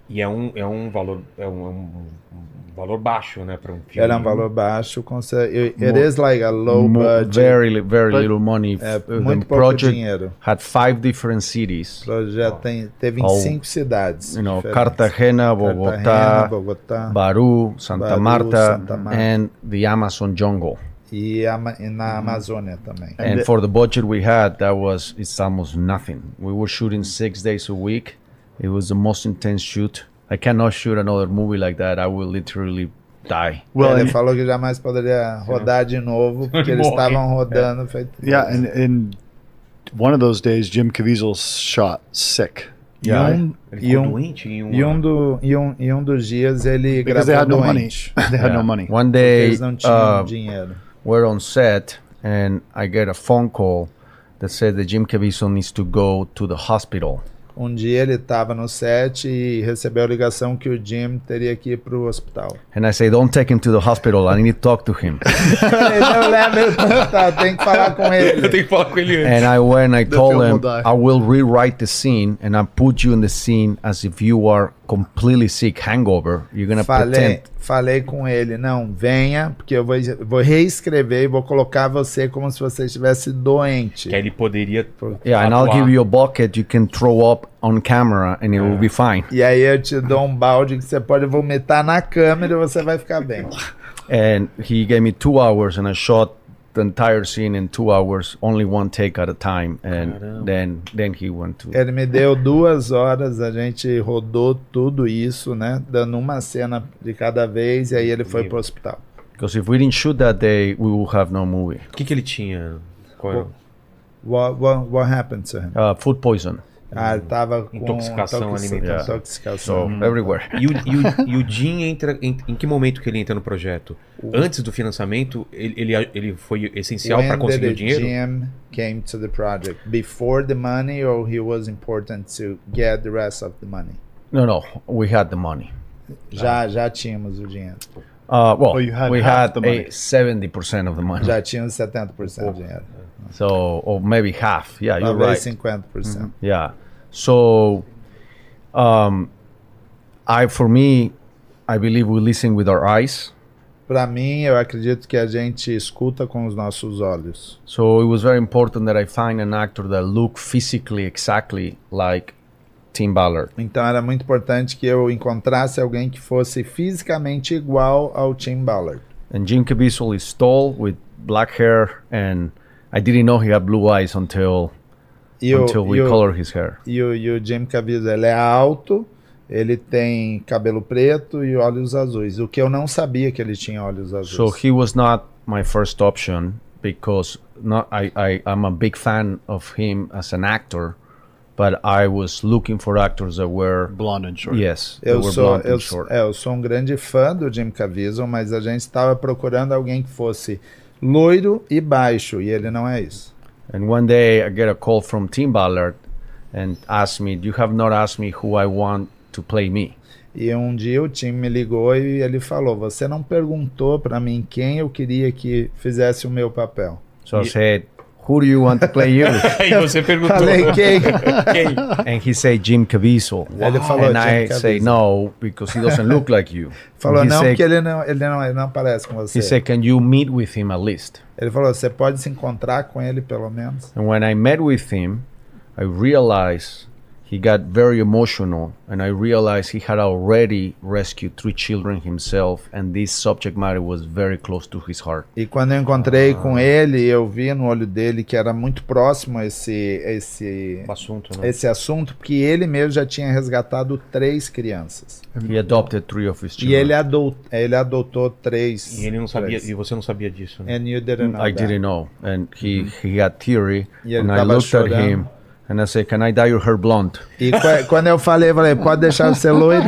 A: E é um, é um valor é um, é um- um valor baixo, né, para um filme.
K: Era um valor baixo. com cer- It it
H: Mo-
K: is like a low
H: mo-
K: budget.
H: very, li- very
K: but-
H: little money.
K: É,
H: F- the
K: muito pouco dinheiro.
H: project had five different cities.
K: Projeto tem, teve em
H: Ao-
K: cinco cidades.
H: You know,
K: diferentes.
H: Cartagena, Bogotá,
K: Cartagena, Bogotá,
H: Baru, Santa,
K: Baru,
H: Marta,
K: Santa Marta.
H: and the Amazon jungle.
K: e, ama- e na Amazônia também.
H: Uhum. And, for the budget we had, that was it's almost nothing. We were shooting six days a week. It was the most intense shoot. I cannot shoot another movie like that. I will literally die.
K: ele falou que jamais poderia rodar de novo, porque eles
H: Morre.
K: estavam rodando. Feito
I: Yeah, and and one of those days, Jim Caviezel shot sick.
K: E um, e, um, e, um do, e, um, e um dos dias ele
I: Because
K: gravou
I: they had no
K: doente.
I: money. They had no money.
H: One day,
K: Eles não tinham
H: uh,
K: dinheiro.
H: we're on set, and I get a phone call that said that Jim Caviezel needs to go to the hospital.
K: Um dia ele estava no set e recebeu a ligação que o Jim teria que ir para o hospital.
H: And I say, don't take him to the hospital. I need to talk to him.
K: ele não leva ele pro hospital, tem que falar com ele.
A: Eu tenho que falar com ele antes.
H: and I went. I
K: The
H: told
K: film
H: him,
K: will die.
H: I will rewrite the scene, and I put you in the scene as if you are completely sick, hangover. You're gonna
K: Falei,
H: pretend.
K: falei com ele, não, venha, porque eu vou, vou reescrever e vou colocar você como se você estivesse doente.
A: Que aí ele poderia
H: Yeah, and I'll
A: atuar.
H: give you a bucket. You can throw up on camera, and it will be fine.
K: E aí eu te dou um balde que você pode vomitar na câmera e você vai ficar bem.
H: And he gave me two hours, and I shot the entire scene in two hours, only one take at a time. And then, then he went to.
K: Ele me deu duas horas, a gente rodou tudo isso, né? Dando uma cena de cada vez e aí ele foi pro hospital.
H: Because if we didn't shoot that day, we would have no movie.
A: O que que ele tinha? Qual é? era?
K: What, what, what happened to him?
H: Uh, food poison.
K: Ah, ele tava com
A: Intoxicação
K: toxi-
A: alimentar.
K: Intoxicação.
H: So, everywhere.
A: E o, e o, e o Jim entra. Em, em que momento que ele entra no projeto? Antes do financiamento, ele, ele, ele foi essencial para
K: When
A: conseguir
K: did
A: o dinheiro?
K: Jim came to the project before the money, or he was important to get the rest of the money.
H: No, no, we had the money.
K: Já, já tínhamos o dinheiro.
H: Uh, well,
K: Oh, you had
H: we
K: half
H: had
K: the money.
H: a seventy percent of the money. Um
K: Já tínhamos 70% do dinheiro.
H: So, or maybe half. Yeah, you're
K: Talvez
H: right. Mm-hmm.
K: 50%.
H: Yeah. So, um, I for me, I believe we listen with our eyes.
K: Para mim, eu acredito que a gente escuta com os nossos olhos.
H: So it was very important that I find an actor that look physically exactly like Tim Ballard.
K: Então era muito importante que eu encontrasse alguém que fosse fisicamente igual ao Tim Ballard.
H: And Jim Caviezel is tall with black hair, and I didn't know he had blue eyes until
K: E o-
H: until we
K: e o-
H: color his hair.
K: E o, e o Jim Caviezel, ele é alto, ele tem cabelo preto e olhos azuis. O que eu não sabia que ele tinha olhos azuis.
H: So he was not my first option because not I, I I'm a big fan of him as an actor, but I was looking for actors that were
I: blonde and short.
H: Yes, that
K: Eu
H: were
K: sou,
H: blonde
K: eu,
H: and short.
K: é, eu sou um grande fã do Jim Caviezel, mas a gente estava procurando alguém que fosse loiro e baixo, e ele não é isso.
H: And one day I get a call from Tim Ballard and asked me, "You have not asked me who I want to play me."
K: E um dia o time me ligou e ele falou: Você não perguntou para mim quem eu queria que fizesse o meu papel.
H: So I said, "Who do you want to play you?"
K: E você perguntou. Falei quem? Quem?
H: And he said Jim Caviezel.
K: Ele falou
H: and
K: Jim
H: I say
K: Caviezel.
H: no because he doesn't look like you.
K: Falou:
H: And he
K: Não,
H: said-
K: porque ele não, ele, não, ele não parece com
H: He
K: você.
H: said, "Can you meet with him at least?"
K: Ele falou: Você pode se encontrar com ele pelo menos.
H: And when I met with him, I realized he got very emotional, and I realized he had already rescued three children himself, and this subject matter was very close to his heart.
K: E quando eu encontrei com ele, eu vi no olho dele que era muito próximo esse esse
H: assunto,
A: né?
K: esse assunto, porque ele mesmo já tinha resgatado três crianças.
H: He adopted three of his
K: E
H: children.
K: ele adotou, ele adotou três.
A: E ele não sabia-
K: três.
A: e você não sabia disso, né?
K: And you didn't know
H: I
K: that. Mm-hmm.
H: didn't know, and he he got teary,
K: Y él
H: and I
K: estaba
H: looked at him,
K: llorando.
H: and I said, "Can I dye your hair blonde?"
K: E qu- quando eu falei, eu falei, pode deixar de ser loiro.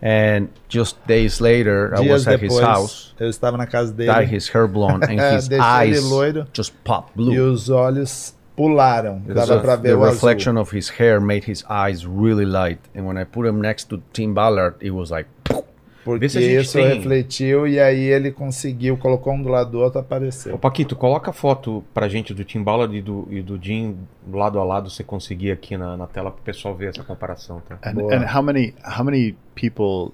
H: and just days later, I
K: Dias
H: was at his
K: depois,
H: house.
K: eu estava na casa dele.
H: Dye his hair blonde and his
K: Deixei ele
H: eyes
K: loiro.
H: just pop blue.
K: E os olhos pularam.
H: Because
K: Dava
H: of
K: pra ver
H: the
K: o azul.
H: reflection of his hair made his eyes really light, and when I put him next to Tim Ballard, it was like.
K: Porque
A: se a gente
K: isso
A: tem-
K: refletiu e aí ele conseguiu, colocou um do lado do outro, apareceu.
A: Ô Paquito, coloca a foto pra gente do Tim Ballard e do, e do Jim lado a lado, se você conseguir aqui na, na tela pro pessoal ver essa comparação, tá?
I: And, and how many how many people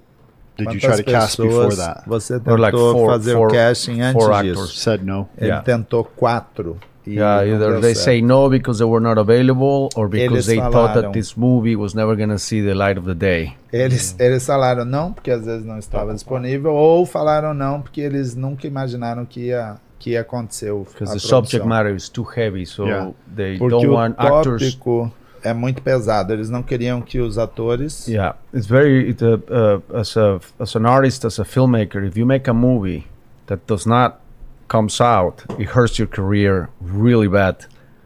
I: did you try to
K: Quantas
I: cast before
K: pessoas
I: that?
K: Você tentou fazer o casting antes disso.
I: Said no.
K: Ele
H: Yeah.
K: tentou quatro. e
H: yeah,
K: não
H: either
K: deu
H: they
K: certo.
H: say no because they were not available, or
K: Eles
H: because they thought
K: falaram.
H: that this movie was never gonna see the light of the day.
K: Eles, eles falaram não, porque às vezes não estava disponível, ou falaram não, porque eles nunca imaginaram que ia, que ia acontecer o
H: Because
K: a
H: the subject
K: produção.
H: matter is too heavy, so
K: Yeah.
H: they
K: Porque
H: don't
K: o
H: want actors
K: tópico é muito pesado. Eles não queriam que os atores.
H: Yeah, it's very it, uh, uh, as a as an artist, as a filmmaker. If you make a movie that does not comes out, it hurts your career really bad.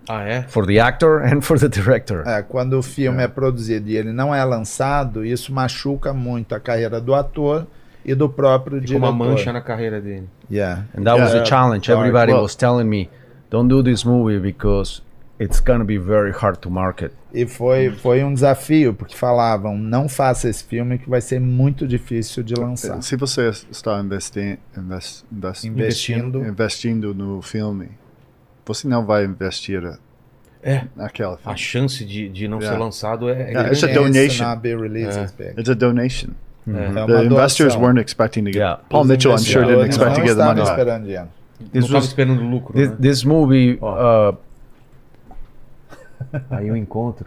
A: Ah, é?
H: For the actor and for the director.
K: É, quando o filme é. produzido e ele não é lançado, isso machuca muito a carreira do ator e do próprio
A: Ficou
K: diretor.
A: uma mancha na carreira dele.
K: Yeah.
H: and that was
K: Yeah.
H: a challenge.
K: Dark.
H: Everybody
K: Well-
H: was telling me, "Don't do this movie because it's gonna be very hard to market."
K: E foi, foi um desafio, porque falavam, não faça esse filme que vai ser muito difícil de lançar.
I: Se você está investi invest, invest,
K: Investindo.
I: investindo no filme, você não vai investir
A: É.
I: naquela filme.
A: A chance de, de não
I: Yeah.
A: ser lançado é.
I: Yeah, it's a
A: grande.
I: donation.
K: not be released is big.
I: It's a donation.
A: É.
K: É
I: The
K: uma
I: investors
K: doação.
I: weren't expecting to get.
H: Uhum. Yeah.
I: Paul
K: Os
I: Mitchell, I'm sure, didn't
K: investidores
I: expect to
K: não
I: get the money
K: estavam
I: back.
K: esperando dinheiro.
A: Não tava esperando lucro,
H: This,
A: né?
H: this movie. Uh,
A: Aí eu encontro.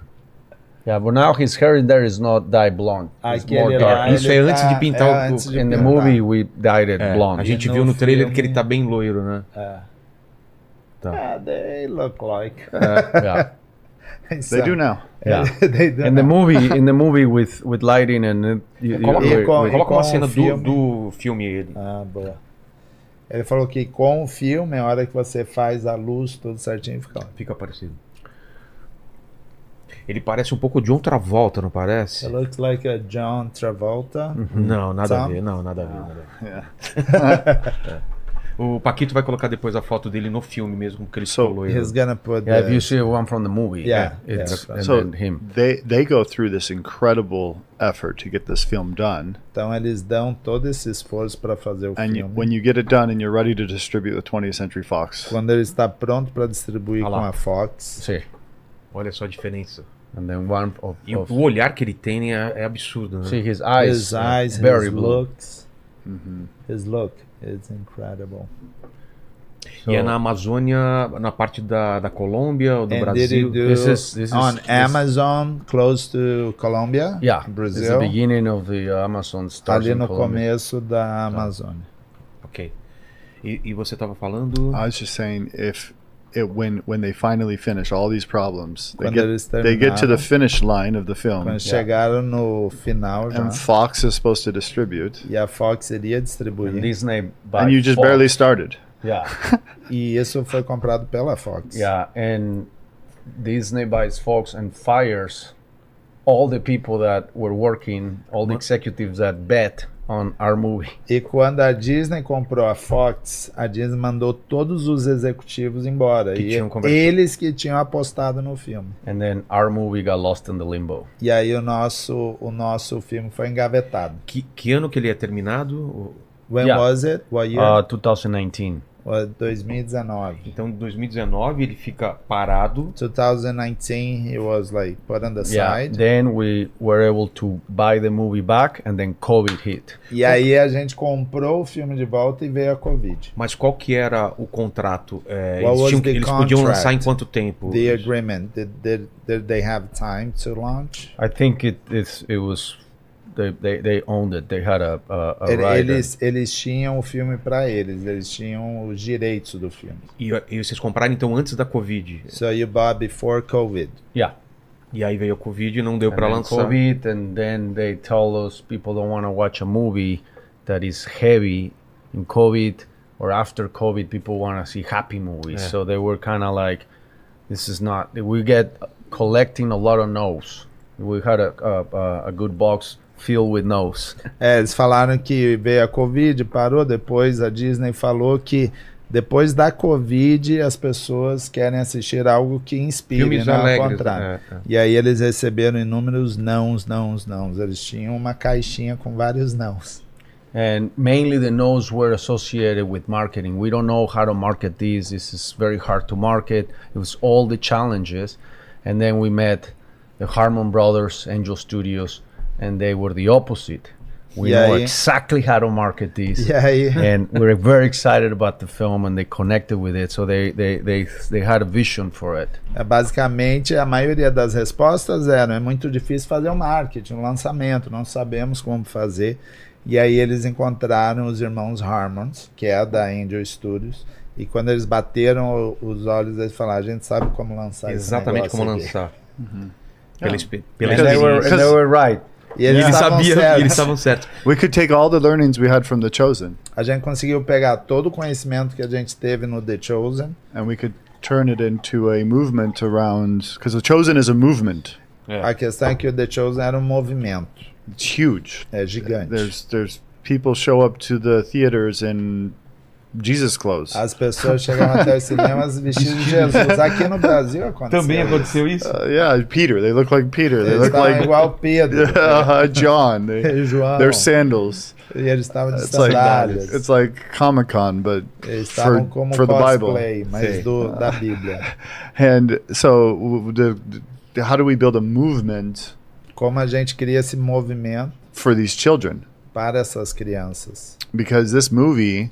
H: yeah, but now his hair there is not dyed blonde. It's
A: Aquele
H: more
A: lá,
H: dark.
A: ele Isso é antes tá- de pintar é o- antes de
H: In the
A: pintar.
H: movie we dyed it blonde.
A: É, A gente viu no trailer que ele tá bem loiro, né?
K: É.
A: Tá.
K: Ah, they look like.
I: uh,
H: yeah.
K: Isso é-
H: Yeah.
K: They do
H: in the movie, in the movie with with lighting and uh, you- you-
A: Coloca,
H: with- with-
A: coloca uma cena do,
K: filme.
A: do filme ele.
K: Ah, boa. Ele falou que com o filme, a hora que você faz a luz, tudo certinho fica.
A: Fica parecido. Ele parece um pouco de outra volta, não parece?
K: It looks like a John Travolta.
H: Uhum.
A: Não, nada a
K: Some-
A: ver, não, nada
K: Ah,
A: a ver. nada a ver.
I: Yeah.
A: É. O Paquito vai colocar depois a foto dele no filme mesmo, que ele falou. né?
K: He's gonna put
H: Yeah, if
K: the-
H: you see one from the movie,
K: Yeah,
H: yeah, it's
K: yeah.
H: and
I: So
H: then him.
I: they they go through this incredible effort to get this film done,
K: Então eles dão todo esse esforço para fazer o
I: and you,
K: filme.
I: when you get it done and you're ready to distribute with 20th Century Fox,
K: Quando ele está pronto para distribuir
A: Ah
K: com
A: lá.
K: a Fox.
H: See,
A: Olha só a diferença.
H: and then one of,
A: E
H: of
A: o olhar que ele tem é, é absurdo, né?
H: see his eyes,
K: his
H: are
K: eyes,
H: very
K: his
H: blue. Uhum.
K: looks, his look, it's incredible.
A: E é na Amazônia, na parte da, da Colômbia, ou do
K: And did
A: Brasil.
K: you É, do é on Amazon, close to Colombia,
H: Yeah, it's the
K: Brazil,
H: beginning of the uh, Amazon stars
K: ali
H: in
K: no
H: Colombia. Tá.
K: começo da Amazônia.
A: Ok. E, e você estava falando.
I: I was just saying if it, when when they finally finish all these problems, they
K: Quando eles
I: get, they get to the
K: terminaram.
I: finish line of the film.
K: Quando chegaram no final já.
I: And Fox is supposed to distribute.
K: E a Fox iria distribuir.
I: And Disney buys And you just Fox. barely started.
H: Yeah.
K: e isso foi comprado pela Fox.
H: Yeah, and Disney buys Fox and fires all the people that were working, all the executives that bet on our movie.
K: E quando a Disney comprou a Fox, a Disney mandou todos os executivos embora.
H: Que
K: e
H: tinham convertido.
K: eles que tinham apostado no filme.
H: And then our movie got lost in the limbo.
K: E aí o nosso, o nosso filme foi engavetado.
A: Que, que ano que ele é terminado?
K: When
H: Yeah.
K: was it? What year?
H: Uh, 2019.
K: Foi 2019.
A: Então, 2019 ele fica parado.
K: 2019 he was like put on the
H: Yeah.
K: side.
H: Then we were able to buy the movie back and then COVID hit.
K: E aí a gente comprou o filme de volta e veio a Covid.
A: Mas qual que era o contrato? É,
K: What
A: eles
K: was
A: tinham, que-
K: the
A: eles podiam
K: contract?
A: lançar em quanto tempo?
K: The agreement. Did, did, did they have time to launch?
H: I think it it's, it was they, they, they owned it. They had a a, a
K: Ele-
H: right and-
K: Eles, eles tinham o filme pra eles, eles tinham os direitos do filme.
A: E, e vocês compraram então antes da Covid?
K: So you bought before COVID.
H: Yeah.
A: E aí veio a Covid e não deu
H: and
A: pra
H: then
A: lançar.
H: COVID, and then they tell us people don't want to watch a movie that is heavy in COVID or after COVID. People want to see happy movies,
A: Yeah.
H: so they were kind of like, "This is not." We get collecting a lot of no's. We had a a, a- a good box filled with no's.
K: É, eles falaram que veio a Covid, parou, depois a Disney falou que depois da Covid as pessoas querem assistir algo que inspire,
A: Filmes
K: não ao
A: alegres,
K: contrário.
A: é, é.
K: E aí eles receberam inúmeros nãos, nãos, nãos. Eles tinham uma caixinha com vários nãos.
H: And mainly the no's were associated with marketing. We don't know how to market these. This is very hard to market. It was all the challenges. And then we met the Harmon Brothers, Angel Studios, and they were the opposite. We
K: Yeah,
H: know
K: yeah.
H: exactly how to market these.
K: Yeah, yeah.
H: And we were very excited about the film and they connected with it. So they, they, they, they had a vision for it.
K: É, basicamente, a maioria das respostas eram: é muito difícil fazer o marketing, o lançamento, não sabemos como fazer. E aí eles encontraram os irmãos Harmons, que é da Angel Studios, e quando eles bateram o- os olhos, eles falaram: a gente sabe como lançar Tá esse
A: Exatamente
K: negócio
A: como
K: aqui."
A: lançar.
K: Uhum.
A: Pela,
K: Yeah.
A: expe- pela
K: And they were-
A: experiência.
K: and they were right. E eles
A: Ele
K: Ah. estavam
A: sabia,
K: certos.
A: eles estavam certos.
I: We could take all the learnings we had from The Chosen
K: A gente conseguiu pegar todo o conhecimento que a gente teve no The Chosen.
I: and we could turn it into a movement around because The Chosen is a movement.
K: A questão é que o The Chosen era um movimento.
I: It's huge.
K: É gigante.
I: There's there's people show up to the theaters in Jesus clothes.
K: As pessoas chegavam até os cinemas vestidas de Jesus. Aqui no Brasil aconteceu.
A: isso.
I: Uh, yeah, Peter. They look like Peter. They
K: Eles
I: look
K: estavam
I: like
K: igual Pedro.
I: Yeah, John. They,
K: João.
I: Their sandals.
K: E eles estavam de
I: It's like
K: sandálias.
I: it's like Comic Con, but
K: Eles
I: for,
K: estavam como
I: for the Bible.
K: cosplay, mas do, da Bíblia.
I: And so, w- w- the, the, how do we build a movement
K: Como a gente cria esse movimento
I: for these children?
K: para essas crianças.
I: Because this movie,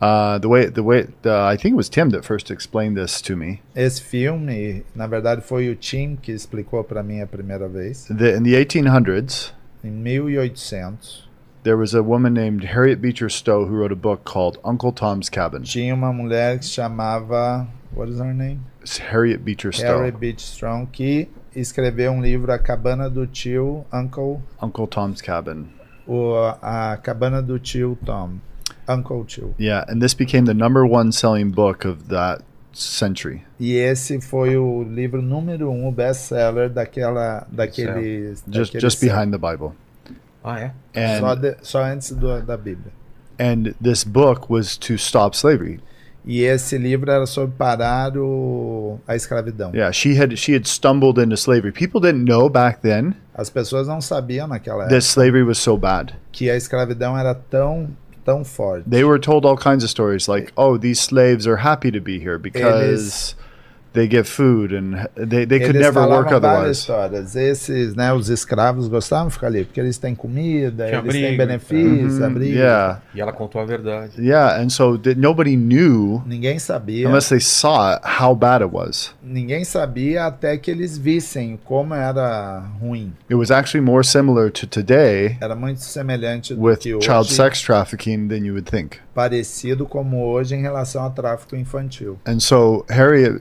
I: uh, the way the way the, I think it was Tim that first explained this to me.
K: Esse filme, na verdade, foi o Tim que explicou para mim a primeira vez.
I: The, in the 1800s,
K: Em 1800,
I: there was a woman named Harriet Beecher Stowe who wrote a book called Uncle Tom's Cabin.
K: tinha uma mulher que se chamava... What is her name?
I: It's Harriet Beecher Stowe,
K: Harry Beechstrong, que escreveu um livro A Cabana do Tio Uncle...
I: Uncle Tom's Cabin.
K: O, a Cabana do Tio Tom. Uncle Tio.
I: Yeah, and this became the number one selling book of that century.
K: E esse foi o livro número um, o best-seller daquela, daquele,
I: Just
K: daquele
I: just
K: século.
I: behind the Bible.
A: Ah, é?
I: And
K: Só, de- só antes do- da Bíblia.
I: and this book was to stop slavery.
K: E esse livro era sobre parar o, a escravidão.
I: Yeah, she had she had stumbled into slavery. People didn't know back then
K: As pessoas não sabiam naquela época
I: that slavery was so bad.
K: que a escravidão era tão, tão forte.
I: They were told all kinds of stories like, "Oh, these slaves are happy to be here because
K: they get food and they, they could
D: Eles
K: never
D: falavam
K: work
D: várias
K: otherwise.
D: histórias. Esses, né, os escravos gostavam de ficar ali, porque eles têm comida,
A: Tinha
D: eles têm
A: abrigo,
D: benefícios,
K: Uhum,
D: abrigo.
K: yeah.
A: E ela contou a verdade.
K: Yeah, and so that nobody knew
D: Ninguém sabia.
K: unless they saw it how bad it was.
D: Ninguém sabia até que eles vissem como era ruim.
K: It was actually more similar to today
D: Era muito semelhante do
K: with
D: que hoje,
K: child sex trafficking than you would think.
D: parecido como hoje em relação ao tráfico infantil.
K: And so Harriet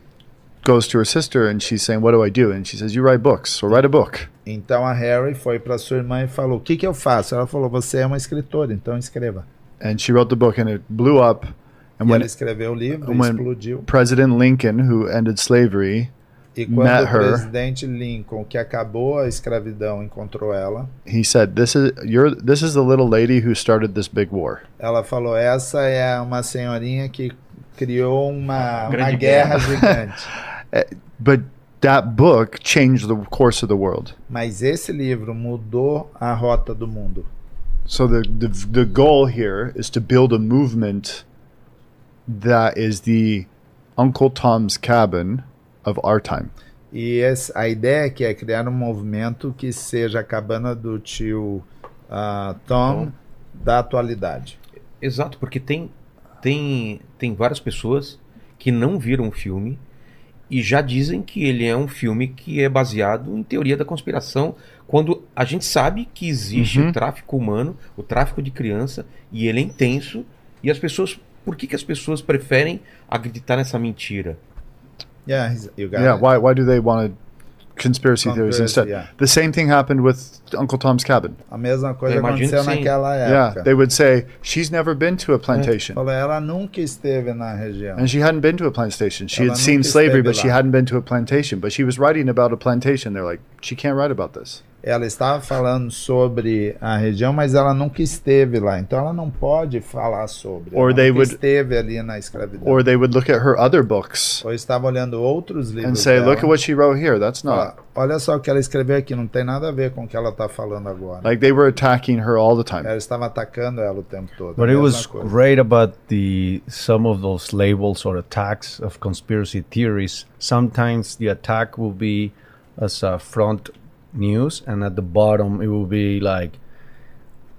K: goes to her sister and she's saying, "What do I do?" And she says, "You write books, so write a book."
D: Então a Harry foi para sua irmã e falou: O que, que eu faço? Ela falou: Você é uma escritora, então escreva.
K: And she wrote the book, and it blew up. And
D: E
K: when
D: ela escreveu o livro e
K: when
D: explodiu.
K: President Lincoln, who ended slavery,
D: E quando
K: met
D: o
K: her,
D: presidente Lincoln, que acabou a escravidão, encontrou ela,
K: he said, "This is you're this is the little lady who started this big war."
D: ela falou: Essa é uma senhorinha que criou uma, uma
K: Grande
D: guerra
K: guerra."
D: gigante.
K: Eh, But that book changed the course of the world.
D: Mas esse livro mudou a rota do mundo.
K: So the, the the goal here is to build a movement that is the Uncle Tom's Cabin of our time.
D: E esse- a ideia que é criar um movimento que seja a cabana do tio ah, Tom da atualidade.
A: Exato, porque tem, tem, tem várias pessoas que não viram o filme e já dizem que ele é um filme que é baseado em teoria da conspiração, quando a gente sabe que existe
K: Uhum.
A: o tráfico humano, o tráfico de criança, e ele é intenso, e as pessoas. Por que, que as pessoas preferem acreditar nessa mentira?
D: Yeah, he's- you got
K: yeah,
D: it.
K: why why do they want to conspiracy theories
D: Conspiracy,
K: instead?
D: yeah.
K: The same thing happened with Uncle Tom's Cabin.
D: A mesma coisa Ah,
A: Eu imagino que
D: aconteceu
A: sim.
D: naquela
K: Yeah,
D: época.
K: they would say she's never been to a plantation.
D: Falou, ela nunca esteve na região.
K: And she hadn't been to a plantation. She
D: Ela
K: had seen
D: nunca
K: slavery,
D: esteve
K: but she
D: lá.
K: hadn't been to a plantation. But she was writing about a plantation. They're like, she can't write about this.
D: Ela estava falando sobre a região, mas ela nunca esteve lá. Então ela não pode falar sobre.
K: Or
D: ela
K: they
D: nunca
K: would-
D: esteve ali na escravidão.
K: Or they would look at her other books
D: Ou estava olhando outros livros.
K: and say,
D: dela. Ah,
K: look at what she wrote here. That's not.
D: Fala, Olha só o que ela escreveu aqui, não tem nada a ver com o que ela está falando agora.
K: Like they were attacking her all the time.
D: Ela estava atacando ela o tempo todo.
M: But it
D: a mesma
M: was
D: coisa.
M: great about the some of those labels or attacks of conspiracy theories. Sometimes the attack will be as a front news, and at the bottom it will be like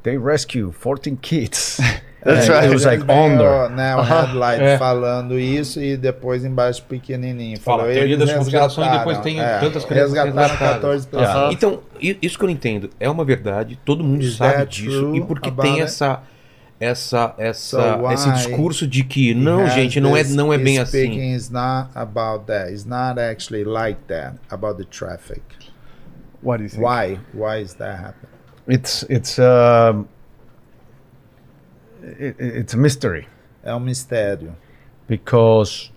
M: they rescue 14 kids.
K: That's
M: And
K: right.
M: It was like
D: Ganhou,
M: under.
D: né, o
M: Uh-huh.
D: headline
M: É.
D: falando isso e depois embaixo pequenininho. Falou,
A: Fala, teoria
D: eles
A: das conspirações
D: resgataram,
A: depois tem
D: é,
A: tantas crianças
D: Resgataram 14 pessoas.
K: Ah.
A: Yeah. Então, i- isso que eu não entendo, é uma verdade, todo mundo
D: Is
A: sabe
D: that
A: disso,
D: true
A: e porque
D: about
A: tem
D: it?
A: essa essa essa
D: So
A: esse
D: why
A: discurso de que não,
D: has
A: gente, não é
D: this
A: não é bem assim.
D: speaking is not about that. It's not actually like that about the traffic.
K: Why do you think?
D: Why? Why is that happening?
M: It's it's um, it, it's a mystery.
D: É um mistério.
M: because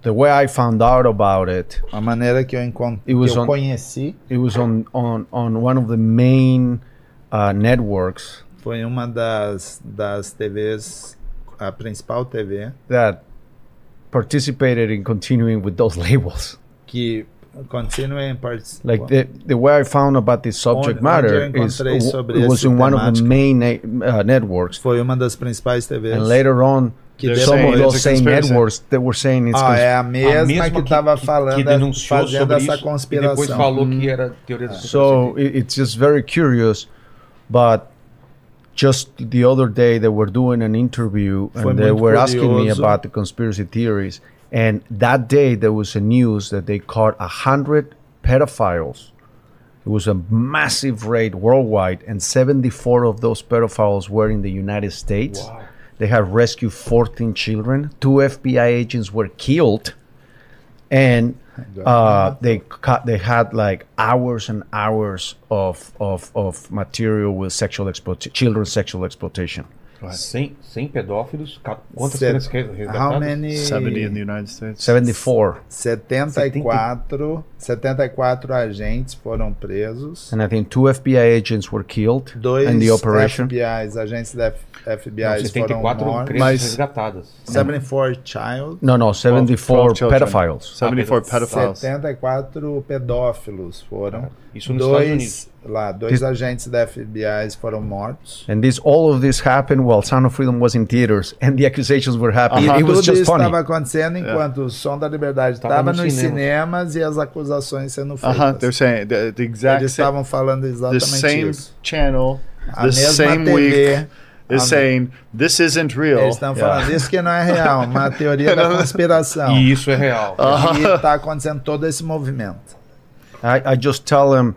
M: the way I found out about it,
D: A maneira que eu encontrei,
M: It was
D: eu
M: on-
D: conheci
M: it was on on on one of the main uh, networks
D: foi uma das das TVs, a principal TV
M: that participated in continuing with those labels.
D: que continua em partes
M: Like the the way I found about this subject
D: Onde-
M: matter
D: onde eu
M: is
D: encontrei
M: it
D: sobre
M: was
D: essa
M: in one of the
D: temática?
M: main na- uh, networks,
D: foi uma das principais TVs.
M: and later on.
D: Que
M: Some
D: depois-
M: of
D: It's
M: those
D: a
M: same
D: conspiracy.
M: networks they were saying it's
D: ah,
M: cons-
D: é a mesma,
A: mesma
D: que
A: que-
D: estava falando,
A: que denunciou
D: fazendo
A: sobre
D: essa
A: isso e
D: conspiração. Hum.
A: depois falou que era teoria da
M: So it, it's just very curious, but just the other day they were doing an interview
D: Fue
M: and they
D: muy
M: were asking me
D: curioso.
M: about the conspiracy theories, and that day there was a news that they caught a hundred pedophiles. It was a massive raid worldwide, and 74 of those pedophiles were in the United States. They have rescued 14 children. Two FBI agents were killed, and uh, they cut, they had like hours and hours of of, of material with sexual exploit children sexual exploitation.
A: Sem, sem pedófilos, ca- quantas
D: Se-
A: crianças que- resgatadas?
D: How many?
K: 70 in the United States.
M: 74,
D: 74, 74 agentes foram presos.
M: and I think two FBI agents were killed
D: Dois
M: in the operation.
D: FBIs, agentes da F-
A: Não,
D: FBI foram
A: 74
D: mortos.
A: crianças resgatadas.
D: 74 child.
M: No, no, 74
K: 12 children.
M: pedophiles.
K: 74 pedophiles.
D: 74 pedófilos foram.
A: Isso nos Estados
D: dois
A: Unidos.
D: lá, dois
M: This-
D: agentes da FBI foram mortos.
M: And this, all of this happened well, Sound of Freedom was in theaters and the accusations were happening.
D: E
M: It was
D: tudo
M: just
D: isso
M: funny.
D: estava acontecendo enquanto o Som da Liberdade
M: Tava
D: estava
M: no
D: nos
M: cinema.
D: cinemas e as acusações sendo feitas.
K: Uh-huh, they're saying the, the exact
D: Eles
K: sa-
D: estavam falando
K: the
D: exatamente
K: same
D: isso.
K: channel,
D: A
K: the
D: mesma
K: same
D: TV,
K: week
D: a
K: is
D: me-
K: saying this isn't real.
D: Eles estão falando isso que não é real, uma teoria da conspiração.
M: E isso é real.
D: E
M: Aham.
D: está acontecendo todo esse movimento.
M: I, I just tell him,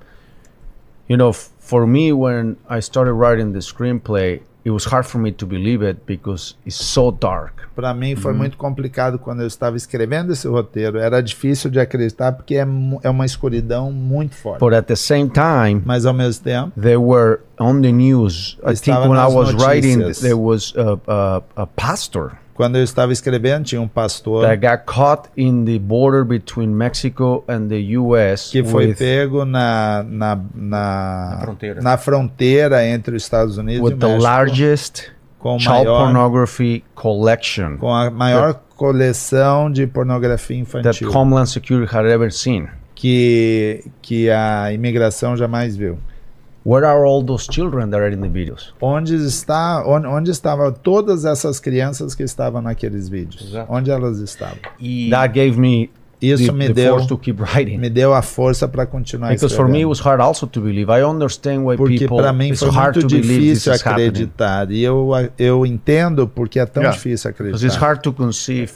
M: you know, f- for me, when I started writing the screenplay, it was hard for me to believe it because it's so dark.
D: Para mim foi
M: Uhum.
D: muito complicado quando eu estava escrevendo esse roteiro. Era difícil de acreditar porque é, mu- é uma escuridão muito forte.
M: But at the same time,
D: Mas ao mesmo tempo,
M: they were on the news. I think
D: Estava
M: when I
D: nas
M: was writing,
D: notícias.
M: there was a, a, a pastor
D: Quando eu estava escrevendo, tinha um pastor
M: that got caught in the border between Mexico and the U.S.
D: que foi
M: with,
D: pego na, na, na, na,
M: fronteira.
D: fronteira entre os Estados Unidos e
M: with
D: o
M: the
D: México,
M: largest
D: com o
M: child
D: maior-
M: pornography collection
D: com a maior coleção de pornografia
M: that
D: infantil
M: Homeland Security had ever seen.
D: que, que a imigração jamais viu.
M: Where are all those children that are in the videos?
D: Onde está onde, onde estavam todas essas crianças que estavam naqueles vídeos? Onde elas estavam?
M: that gave me
D: Isso
M: the,
D: me
M: the
D: deu-
M: force to keep writing.
D: Me deu a força para continuar
M: Because for me it
D: escrevendo.
M: was hard also to believe. I understand why
D: Porque
M: people
D: para mim
M: it's
D: foi
M: hard
D: muito
M: to believe this
D: difícil
M: is happening.
D: acreditar. E eu, eu entendo porque é tão
M: Yeah.
D: difícil
M: Because it's
D: acreditar.
M: hard to conceive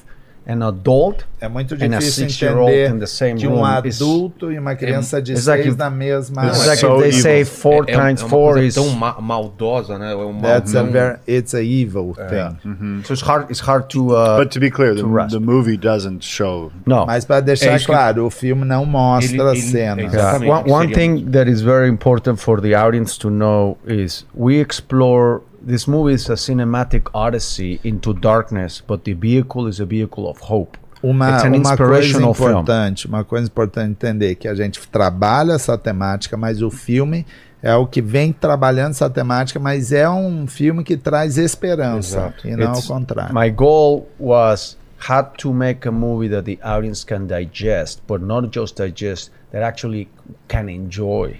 M: an adult
D: É muito
M: and a
D: difícil
M: six-year-old
D: entender
M: in the same
D: que
M: room.
D: um
M: It's-
D: adulto e uma criança de
M: it's
D: seis
M: like if- uh,
D: na mesma
K: Ah, é
M: it's like if they say four
A: é,
M: times
A: é uma
M: four
A: coisa
M: is
A: tão ma- maldosa, né? É um mal-
D: That's a
A: não-
D: very, it's a evil
A: É.
D: thing.
M: So it's hard. It's hard to. Uh,
K: but to be clear, the,
D: to rest.
K: the movie doesn't show.
D: Mas para deixar
K: É isso que-
D: claro, o filme não mostra
K: Ele-
D: a
K: ele-
D: cena.
M: Yeah. One, one thing that is very important for the audience to know is we explore this movie is a cinematic odyssey into darkness, but the vehicle is a vehicle of hope.
D: Uma,
M: it's an
D: uma coisa
M: inspirational film.
D: importante, uma coisa importante entender que a gente trabalha essa temática, mas o filme é o que vem trabalhando essa temática, mas é um filme que traz esperança e não
M: It's-
D: ao contrário.
M: My goal was had to make a movie that the audience can digest, but not just digest, that actually can enjoy.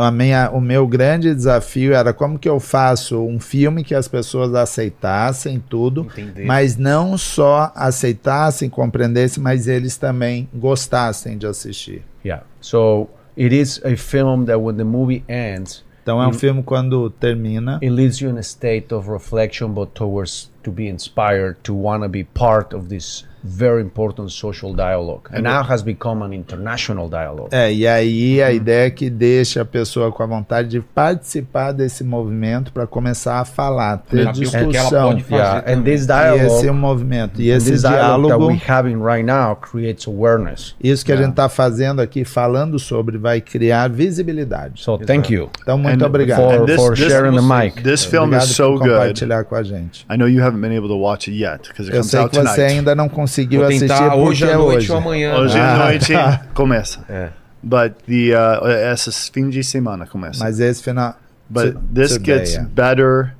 D: a minha, o meu grande desafio era como que eu faço um filme que as pessoas aceitassem tudo, mas não só aceitassem, compreendessem, mas eles também gostassem de assistir.
M: Yeah. So it is a film that when the movie ends,
D: Então é um
M: it-
D: filme quando termina,
M: it leaves you in a state of reflection but towards to be inspired to want to be part of this very important social dialogue and
D: And
M: now has become an international dialogue
D: é, e aí
K: Uhum.
D: a ideia é que deixa a pessoa com a vontade de participar desse movimento para começar a falar,
K: Uhum.
D: ter
M: Saber o que ela
D: discussão.
M: pode fazer Yeah, and também. this dialogue-
D: e esse é o movimento, e
M: And
D: esse
M: this dialogue that
D: diálogo
M: we're having right now creates awareness
D: Isso que a
M: Yeah.
D: gente tá está fazendo aqui, falando sobre, vai criar visibilidade.
M: So, thank you.
D: Então, muito
K: And
D: obrigado.
K: for- And this- for this- sharing the mic. this film is
D: Obrigado
K: so
D: por
K: good.
D: compartilhar com a gente.
K: I know you haven't been able to watch it yet because it
D: Eu
K: comes
D: sei
K: out
D: que você
K: tonight.
D: ainda não conseguiu Ah.
K: Vou
D: assistir
K: tentar
D: porque
K: hoje à
D: é
K: noite
D: hoje.
K: ou amanhã. Hoje à noite começa.
D: É.
K: But the uh, essa fim de semana começa.
D: Mas é esse final...
K: But
D: to-
K: this
D: today,
K: gets
D: é.
K: better.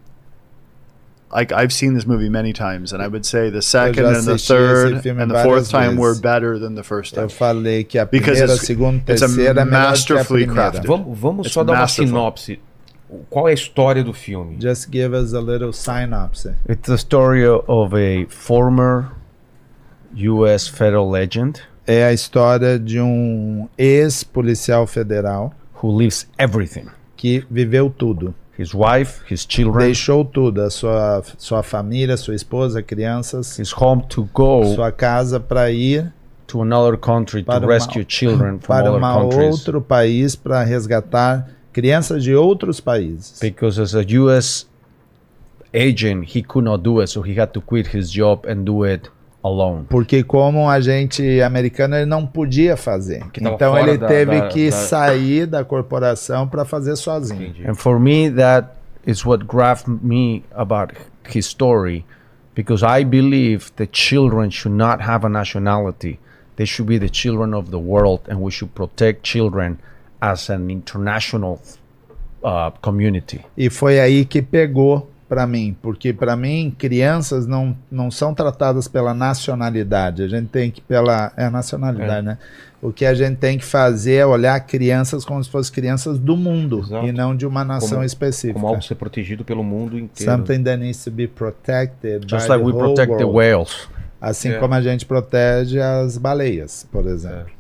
K: Like I've seen this movie many times, and I would say the second
D: já
K: and the
D: assisti esse
K: third
D: filme
K: and the fourth
D: várias
K: time
D: vezes.
K: were better than the first time.
D: Eu falei que a
K: Because
D: primeira, a
K: it's-
D: segunda,
K: it's a
D: terceira é melhor que a
K: masterfully
D: primeira.
K: crafted.
A: Vamos, vamos
K: It's
A: só dar uma
K: masterful.
A: sinopse. Qual é a história do filme?
D: Just give us a little synopsis.
M: it's the story of a former u.s federal agent
D: É a história de um ex-policial federal
M: who leaves everything
D: que viveu tudo.
M: his wife his children
D: Deixou tudo, a sua, sua família, sua esposa, crianças,
M: his home to go
D: sua casa para ir
M: to another country to
D: Para uma-
M: rescue children from
D: para
M: other
D: uma
M: countries
D: outro país para resgatar crianças de outros países.
M: because as a U.S. agent, he could not do it, so he had to quit his job and do it alone.
D: Porque como um agente americano ele não podia fazer.
M: tava
D: Então
M: fora
D: ele
M: da-
D: teve
M: da-
D: que
M: da-
D: sair da corporação para fazer sozinho.
M: And for me, that is what grabbed me about his story, because I believe the children should not have a nationality. They should be the children of the world, and we should protect children as an international uh, community.
D: E foi aí que pegou
K: para mim, porque para mim crianças não, não são tratadas pela nacionalidade. A gente tem que pela é nacionalidade, né? O que a gente tem que fazer é olhar crianças como se fossem crianças do mundo um e não de uma nação
A: Como-
K: específica.
A: Como algo ser protegido pelo mundo inteiro. É.
K: Something that needs to be protected.
A: Just
K: by
A: like we
K: the whole
A: protect the
K: world.
A: whales.
K: Assim
A: É.
K: como a gente protege as baleias, por exemplo.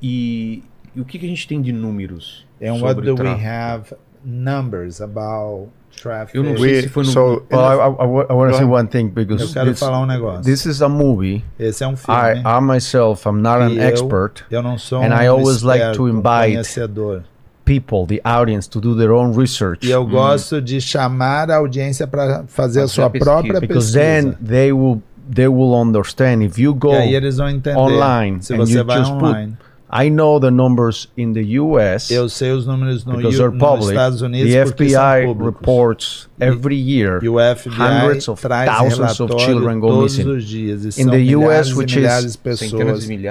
A: E, e o que, que a gente tem de números
K: And what
A: sobre
K: do we
A: tráfico?
K: have numbers about traffic?
H: We- So, well, I, want to say one thing because
K: Eu quero
H: this-
K: falar um negócio.
H: This is a movie.
K: Esse é um
H: I,
K: filme.
H: I myself, I'm not an
K: E eu-
H: expert,
K: eu não sou
H: and
K: um
H: I always like
K: experto,
H: to
K: um
H: invite
K: conhecedor.
H: people, the audience, to do their own research.
K: E eu gosto de chamar a audiência para fazer a
H: Fazer
K: sua
H: a pesquisa.
K: própria
H: Because
K: pesquisa.
H: then they will they will understand if you go
K: E aí eles vão entender
H: online
K: se
H: and
K: você
H: you
K: vai
H: just put-
K: online.
H: I know the numbers in the US.
K: Eu sei os números no
H: because
K: U-
H: they're
K: nos
H: public.
K: Estados Unidos
H: the
K: porque são
H: FBI
K: públicos.
H: reports every year
K: E o FBI
H: hundreds of
K: traz
H: thousands of
K: relatório
H: children go
K: todos
H: missing.
K: os dias, e
H: in
K: são
H: the
K: milhares
H: US
K: e
H: which
K: milhares
H: is
K: de pessoas,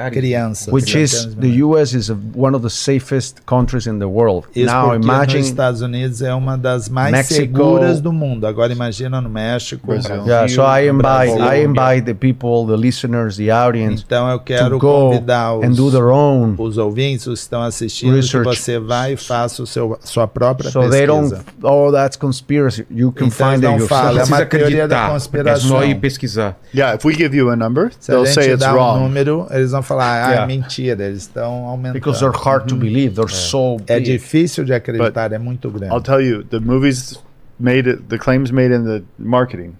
K: crianças,
H: which
K: centenas
H: is
K: de
H: the US is a- one of the safest countries in the world.
K: Isso
H: now
K: porque
H: imagine
K: nos Estados Unidos é uma das mais
H: Mexico-
K: seguras do mundo. Agora imagina no México.
H: Brazil. Yeah, so I invite
K: Brasil.
H: I invite the people, the listeners, the audience
K: Então eu
H: to
K: quero
H: go
K: convidar os,
H: and do their own
K: os ouvintes os que estão assistindo
H: research.
K: que você vai e faça o seu, sua própria
H: so they
K: pesquisa.
H: don't oh that's conspiracy. You can
K: Então
H: find it
K: eles não
H: yourself.
K: falam, é uma teoria da
I: é só
K: conspiração.
I: ir Yeah, if we give you a number,
K: Se a
I: they'll say
K: gente
I: it's
K: dá um
I: wrong.
K: número, eles vão falar, ah,
I: Yeah.
K: é mentira, eles estão aumentando.
I: Because they're hard to
K: Uhum.
I: believe, they're
K: é.
I: so
K: É
I: big.
K: difícil de acreditar, é muito grande.
I: I'll tell you, the movies made it, the claims made in the marketing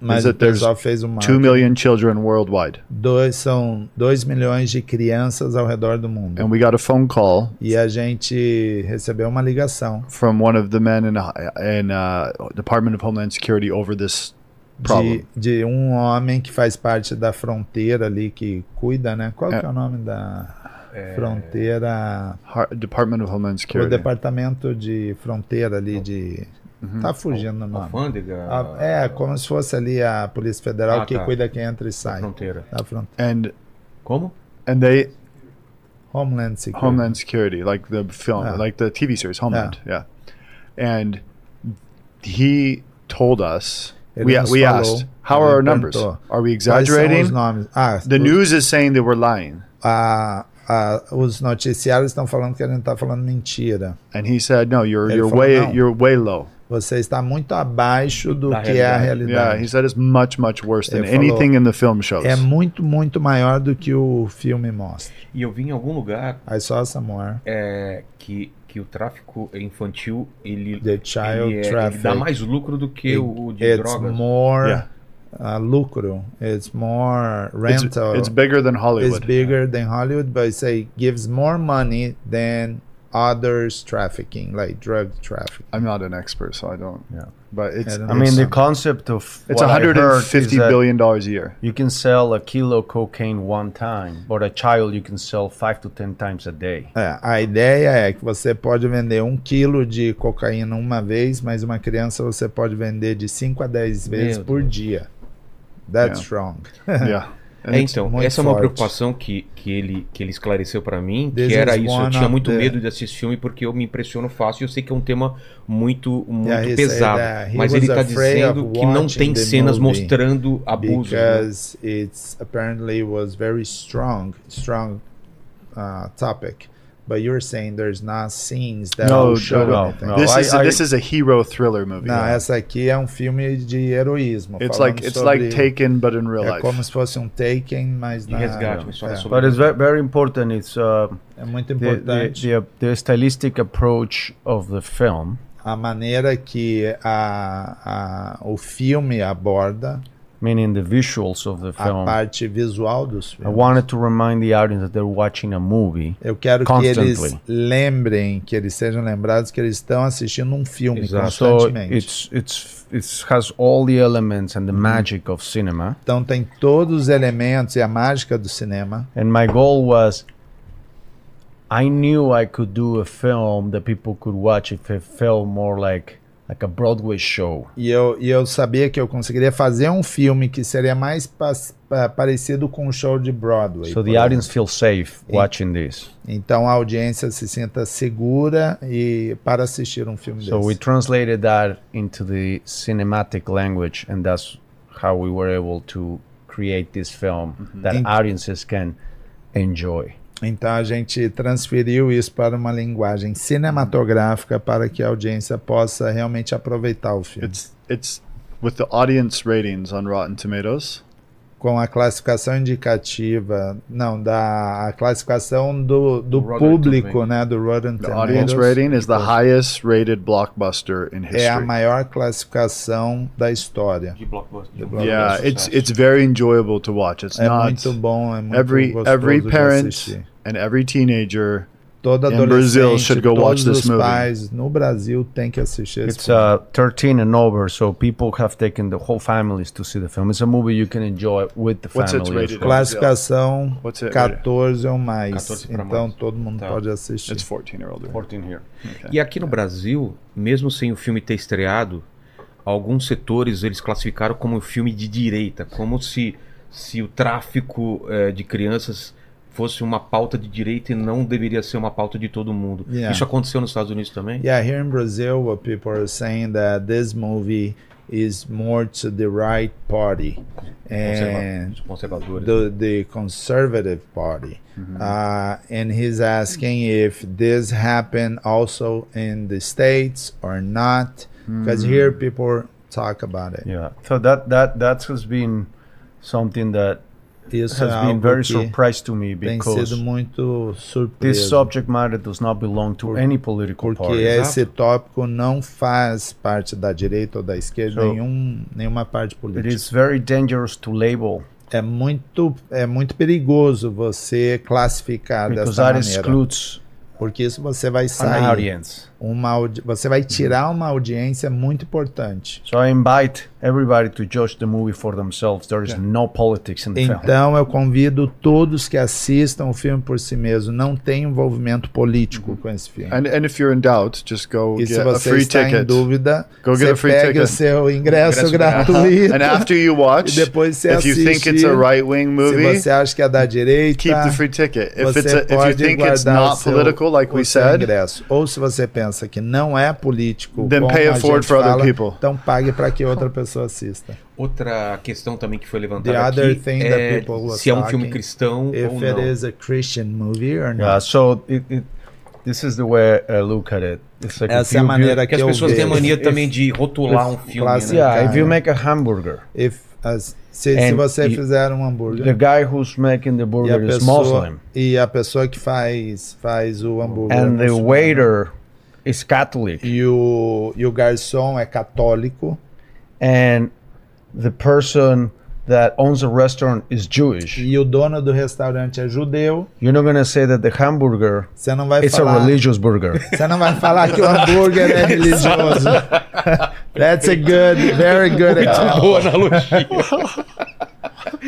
K: Mas
I: is
K: o
I: that there's
K: pessoal fez o marketing.
I: two million children worldwide.
K: Dois, são 2 milhões de crianças ao redor do mundo.
I: And we got a phone call
K: E a gente recebeu uma ligação
I: from one of the men in in uh, Department of Homeland Security over this
K: de,
I: problem.
K: de um homem que faz parte da fronteira ali, que cuida, né? Qual que é
I: É.
K: o nome da fronteira?
I: Har- Department of Homeland
K: O
I: Security.
K: departamento de fronteira ali de...
I: Uhum.
K: Tá fugindo o nome.
A: Alfândega?
K: A- é, como se fosse ali a Polícia Federal
A: Ah,
K: que
A: tá.
K: cuida quem entra e sai.
A: Fronteira.
K: Da fronteira.
I: and
A: Como?
I: And they
K: Homeland Security.
I: Homeland Security, like the film,
K: Yeah.
I: like the TV series Homeland. Yeah. And he told us
K: Ele
I: we
K: nos
I: we
K: falou,
I: asked, how
K: ele
I: are our numbers?
K: perguntou,
I: Are we
K: "Quais são os
I: exaggerating?
K: nomes?" Ah,
I: the
K: os-
I: news is saying that we're lying.
K: A- a- Uh, os noticiários estão falando que a gente está falando mentira.
I: And he said, no, you're
K: Ele
I: you're
K: falou,
I: way
K: "Não."
I: you're way low.
K: Você está muito abaixo do que é a
I: Yeah,
K: realidade.
I: he said it's much much worse than
K: Ele falou,
I: anything in the film shows.
K: É muito, muito maior do que o filme mostra.
A: E eu vi em algum lugar
K: Aí só Samuel.
A: é, que, que o tráfico infantil ele,
K: The child
A: ele, é- ele
K: traffic.
A: dá mais lucro do que o o de
K: It's
A: drogas.
K: more
A: Yeah.
K: uh, lucro. It's more
I: It's-
K: rental.
I: it's bigger than Hollywood.
K: It's bigger than Hollywood, but it's, it gives more money than others trafficking, like drug trafficking.
I: I'm not an expert, so I don't.
H: Yeah.
I: But it's.
H: I mean, the concept of
I: It's
H: what I heard
I: $150
H: is that
I: billion dollars a year.
H: You can sell a kilo of cocaine one time, but a child you can sell five to ten times a day.
K: É, a ideia é que você pode vender um quilo de cocaína uma vez, mas uma criança você pode vender de 5 a 10 vezes
A: Meu
K: por dia. That's
A: Yeah.
K: wrong.
A: É, então,
K: Muito
A: essa é uma
K: forte.
A: preocupação que, que, ele, que ele esclareceu pra mim,
K: This
A: que era
K: is
A: isso. Eu
K: one
A: tinha
K: of
A: muito
K: the-
A: medo de assistir filme porque eu me impressiono fácil e eu sei que é um tema muito, muito
K: Yeah, he said
A: pesado.
K: that he
A: Mas ele
K: was
A: tá
K: afraid
A: dizendo
K: of
A: que não tem
K: watching the
A: cenas
K: movie
A: mostrando abusos. né?
K: Because it's apparently was very strong, strong uh, topic. But you're saying there's not scenes that
I: No,
K: will show
I: no,
K: anything.
I: no. This is this is a hero thriller movie.
K: Não, essa aqui é um filme de heroísmo.
I: It's
K: falando
I: like- it's
K: sobre-
I: like Taken, but in real
K: é
I: life.
K: como se fosse um Taken, mas na... é.
H: But it's very, very important. It's uh,
K: É muito
H: the-
K: importante.
H: The, the, the stylistic approach of the film.
K: a maneira que a, a, o filme aborda
H: Meaning the visuals of the
K: a
H: film.
K: parte visual dos
H: I
K: filmes.
H: wanted to remind the audience that they're watching a movie
K: Eu quero que eles
H: constantly.
K: lembrem, que eles sejam lembrados que eles estão assistindo um filme
H: So
K: constantemente. Uhum.
H: it's it's it has all the elements and the magic of cinema.
K: Então tem todos os elementos e a mágica do cinema.
H: And my goal was I knew I could do a film that people could watch if it felt more like like a Broadway show.
K: E eu, e eu sabia que eu conseguiria fazer um filme que seria mais pa- pa- parecido com um show de Broadway.
H: So
K: por
H: the audience feels safe
K: E-
H: watching this.
K: Então a audiência se sinta segura e para assistir um filme
H: So we
K: desse.
H: translated that into the cinematic language, and that's how we were able to create this film that
K: Ent-
H: audiences can enjoy.
K: Então a gente transferiu isso para uma linguagem cinematográfica para que a audiência possa realmente aproveitar o filme.
I: It's with the audience ratings on Rotten Tomatoes.
K: Com a classificação indicativa, não, da a classificação do, do
I: Rotten
K: público,
I: Tomatoes.
K: né, do Rotten
I: The audience
K: Tomatoes.
I: rating is the highest rated blockbuster in history.
K: é a maior classificação da história.
B: De blockbuster.
I: yeah, it's it's very enjoyable to watch. It's
K: É
I: not
K: muito bom, é muito
I: every
K: gostoso
I: every
K: de
I: parent
K: assistir.
I: and every teenager
K: Todo
I: in Brazil
K: adolescente,
I: should go watch
K: todos
I: this
K: os
I: movie.
K: pais no Brasil têm que assistir esse
H: It's uh, 13 and over, so people have taken the whole families to see the film. It's a movie you can enjoy with the
K: What's
H: family. as well.
K: Classificação
I: What's it rated?
K: 14 ou mais.
I: 14 pra
K: então
I: mais.
K: todo mundo
I: Tá.
K: pode assistir.
I: It's 14 year old.
H: 14 here.
A: E aqui no Brasil, mesmo sem o filme ter estreado, alguns setores eles classificaram como um filme de direita, como se, se o tráfico eh, de crianças fosse uma pauta de direita e não deveria ser uma pauta de todo mundo.
K: Yeah.
A: Isso aconteceu nos Estados Unidos também?
K: Yeah, here in Brazil, what people are saying that this movie is more to the right party and
A: conservadores.
K: É. the, the conservative party.
H: Mm-hmm.
K: Uh, and he's asking if this happened also in the States or not, because
H: Mhm.
K: here people talk about it.
H: Yeah. So that that that has been something that
K: Isso
H: has
K: é
H: been
K: algo
H: very
K: que
H: surprised to me
K: tem
H: because
K: sido muito surpreso.
H: this subject matter does not belong to any political
K: porque
H: party.
K: esse tópico não faz parte da direita ou da esquerda,
H: So,
K: nenhum, nenhuma parte política.
H: It is very dangerous to label
K: É muito, é muito perigoso você classificar
H: because
K: dessa
H: that
K: maneira.
H: excludes
K: Porque isso você vai
H: an
K: sair
H: audience.
K: uma audi- você vai tirar uma audiência muito importante.
H: So I invite everybody to judge the movie for themselves. There is no politics in the film.
K: Então eu convido todos que assistam o filme por si mesmo, não tem envolvimento político com esse filme.
I: Uhum. And and if you're in doubt, just go
K: E se
I: get a
K: você
I: free
K: está em
I: ticket.
K: dúvida,
I: uh, Go get
K: tá? você
I: a free
K: pega
I: ticket.
K: o seu ingresso,
I: Ingresso grátis.
K: gratuito.
I: And after you watch,
K: e depois você
I: if you
K: assiste,
I: think it's a right-wing movie,
K: se você acha que é da direita,
I: Keep the free ticket. If
K: você
I: it's a, if you
K: pode
I: think it's
K: guardar o
I: not
K: seu-
I: political, like
K: o
I: we
K: seu
I: said,
K: ingresso. Ou se você pensa que não é político,
I: Then
K: como
I: pay it
K: a
I: forward
K: gente
I: for other
K: fala,
I: people.
K: então pague para que outra pessoa assista.
A: Outra questão também que foi
K: The
A: levantada
K: other
A: aqui
K: thing that
A: é
K: people were
A: se é um
K: talking,
A: filme cristão
K: if
A: ou
K: it
A: não.
K: is a Christian movie or not.
H: Yeah, so it, it, this is the way I uh, look at it. It's like if
K: Essa é a
H: you view-
K: maneira que,
A: que as
K: eu
A: pessoas têm
K: vejo.
A: a mania também de rotular um filme, né?
H: Yeah, if you make a hamburger,
K: If, as- se, se
H: And
K: você
H: you-
K: fizer um hambúrguer
H: the guy who's making the
K: e a,
H: burger is
K: pessoa,
H: Muslim,
K: e a pessoa que faz, faz o hambúrguer
H: and
K: é
H: the
K: muçulmano,
H: waiter is Catholic,
K: e o, e o garçom é católico
H: and the person that owns the restaurant is Jewish,
K: e o dono do restaurante é judeu,
H: you're not gonna say that the hamburger
K: você não vai
H: it's a
K: falar.
H: religious burger.
K: Você não vai falar que o hambúrguer é religioso. That's a good, very good
A: Muito boa analogia.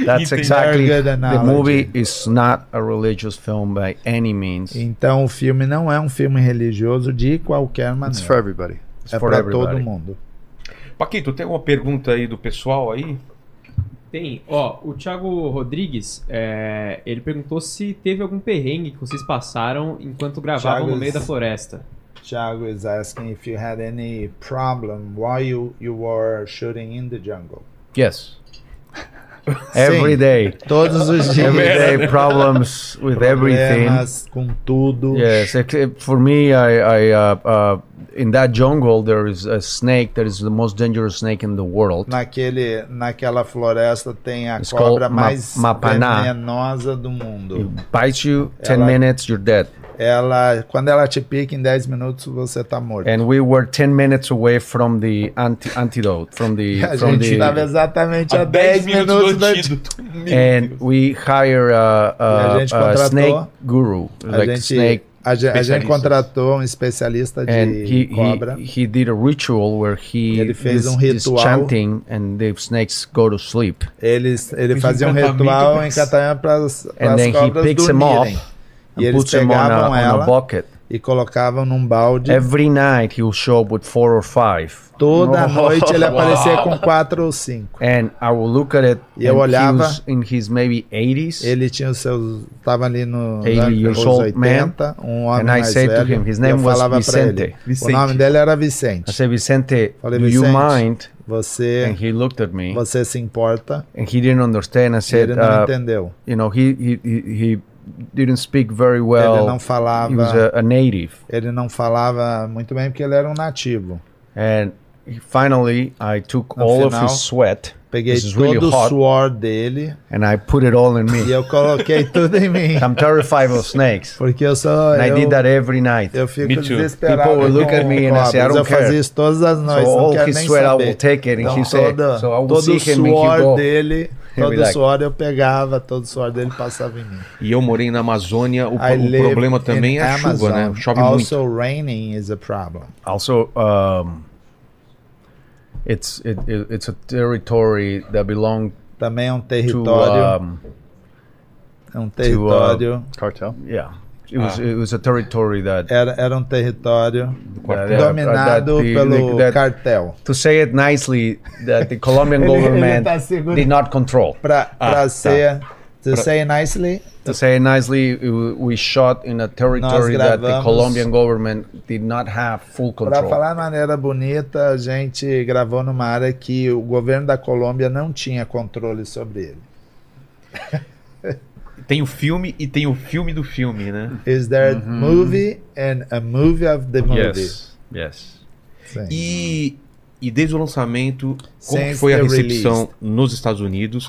H: That's
K: Entendi.
H: exactly
K: Very good
H: the
K: analogy.
H: movie is not a religious film by any means.
K: Então o filme não é um filme religioso de qualquer maneira.
I: for everybody.
K: É
H: for
K: para
H: everybody.
K: todo mundo.
A: Paquito, tem alguma pergunta aí do pessoal aí?
B: Tem, ó, o Thiago Rodrigues, é, ele perguntou se teve algum perrengue que vocês passaram enquanto gravavam
K: Thiago,
B: no meio da
K: esse-
B: floresta.
K: Thiago is asking if you had any problem while you, you were shooting in the jungle.
H: Yes. Every
K: Sim.
H: day.
K: Todos os dias.
H: Every day problems with everything.
K: Problemas com tudo.
H: Yes, except for me, I, I uh, uh, in that jungle there is a snake that is the most dangerous snake in the world.
K: Naquele, naquela floresta tem a
H: It's
K: cobra
H: called ma-
K: mais
H: Mapaná.
K: venenosa do mundo.
H: It bites you, ten
K: Ela-
H: minutes, you're dead.
K: Ela, quando ela te pica em 10 minutos, você tá morto.
H: And we were ten minutes away from the anti- antidote, from the
K: a
H: from
K: gente
H: the.
K: estava exatamente a 10 minutos do antídoto.
A: É,
H: and we hire a,
K: E a
H: a,
K: gente
H: a
K: contratou-
H: snake guru,
K: A
H: like
K: gente,
H: snake.
K: a, ge- a gente
H: specialist.
K: contratou um especialista de
H: and he,
K: cobra.
H: he he did a ritual where he
K: Ele fez
H: is-
K: um
H: is
K: ritual.
H: chanting and the snakes go to sleep.
K: Eles, ele
H: Fez
K: fazia um
H: encantamento,
K: ritual
H: mas-
K: em Catanha para as
H: and then he
K: cobras
H: picks them up
K: dormirem.
H: and
K: E eles
H: puts them on a,
K: pegavam
H: on a
K: ela
H: bucket
K: e colocavam num balde.
H: Every night he'll show up with four or five.
K: Toda noite ele aparecia com quatro ou cinco.
H: And I will look at it.
K: E eu
H: and
K: olhava.
H: he was in his maybe 80s.
K: Ele tinha os seus. Estava ali no.
H: 80 years
K: nos
H: old man.
K: 80, um homem
H: And I
K: mais
H: said to
K: velho.
H: him, his
K: e
H: name
K: eu
H: was
K: falava pra
H: Vicente.
K: ele.
H: Vicente.
K: O nome dele era Vicente.
H: I said, Vicente,
K: Falei,
H: do you
K: Vicente,
H: mind?
K: Você,
H: and he looked at me.
K: você se importa?
H: And he didn't understand. I said,
K: ele não
H: uh,
K: entendeu.
H: you know, he, he, he, he didn't speak very well.
K: ele não falava.
H: He was a, a native.
K: Ele não falava muito bem porque ele era um nativo.
H: And he- finally, I took
K: No
H: all of
K: final,
H: his sweat.
K: Peguei
H: This is
K: todo
H: really
K: o
H: hot.
K: suor dele
H: And I put it all in
K: e
H: me.
K: eu coloquei tudo em mim.
H: I'm terrified of snakes.
K: Porque eu sou.
H: And I
K: eu-
H: did that every night.
K: Eu fico desesperado.
H: People would look
K: com
H: at me and I say, I
K: cobras.
H: don't
K: eu
H: care.
K: fazia isso todas as noites.
H: so
K: não
H: all
K: quero
H: his
K: nem
H: sweat, I
K: saber.
H: will take it. And
K: Então,
H: he said,
K: toda-
H: so I will
K: todo
H: see
K: o
H: him and he
K: suor
H: go.
K: dele,
H: He'll
K: todo
H: be
K: o
H: like-
K: suor eu pegava, todo o suor dele passava em mim.
A: E eu morei na Amazônia, o,
K: I
A: o
K: live
A: problema
K: in
A: também é a chuva,
K: Amazon.
A: né? Chove muito.
K: also raining is a problem.
H: also um, it's it, it, it's a territory that belong
K: também é um
H: to,
K: território,
H: um,
K: é um
H: to uh,
K: território,
I: cartel.
H: yeah it was
K: Ah.
H: it was a territory that
K: era, era um território
H: that- that-
K: dominado
H: that the-
K: pelo
H: that-
K: cartel.
H: to say it nicely that the Colombian
K: Ele- ele
H: government
K: tá segurando.
H: did not control
K: Pra,
H: Ah,
K: pra
H: tá.
K: ser, to
H: Pra-
K: say nicely,
H: to say it nicely w- we shot in a territory that the
K: gravamos-
H: Colombian government did not have full
K: Para
H: control
K: falar de maneira bonita, a gente gravou numa área que o governo da Colômbia não tinha controle sobre ele.
A: Tem o filme e tem o filme do filme, né?
K: Is there a movie and a movie of the movie?
A: Yes,
H: yes.
K: Sim.
A: E, e desde o lançamento, como que
K: Since
A: foi a
K: the
A: recepção
K: release.
A: nos Estados Unidos?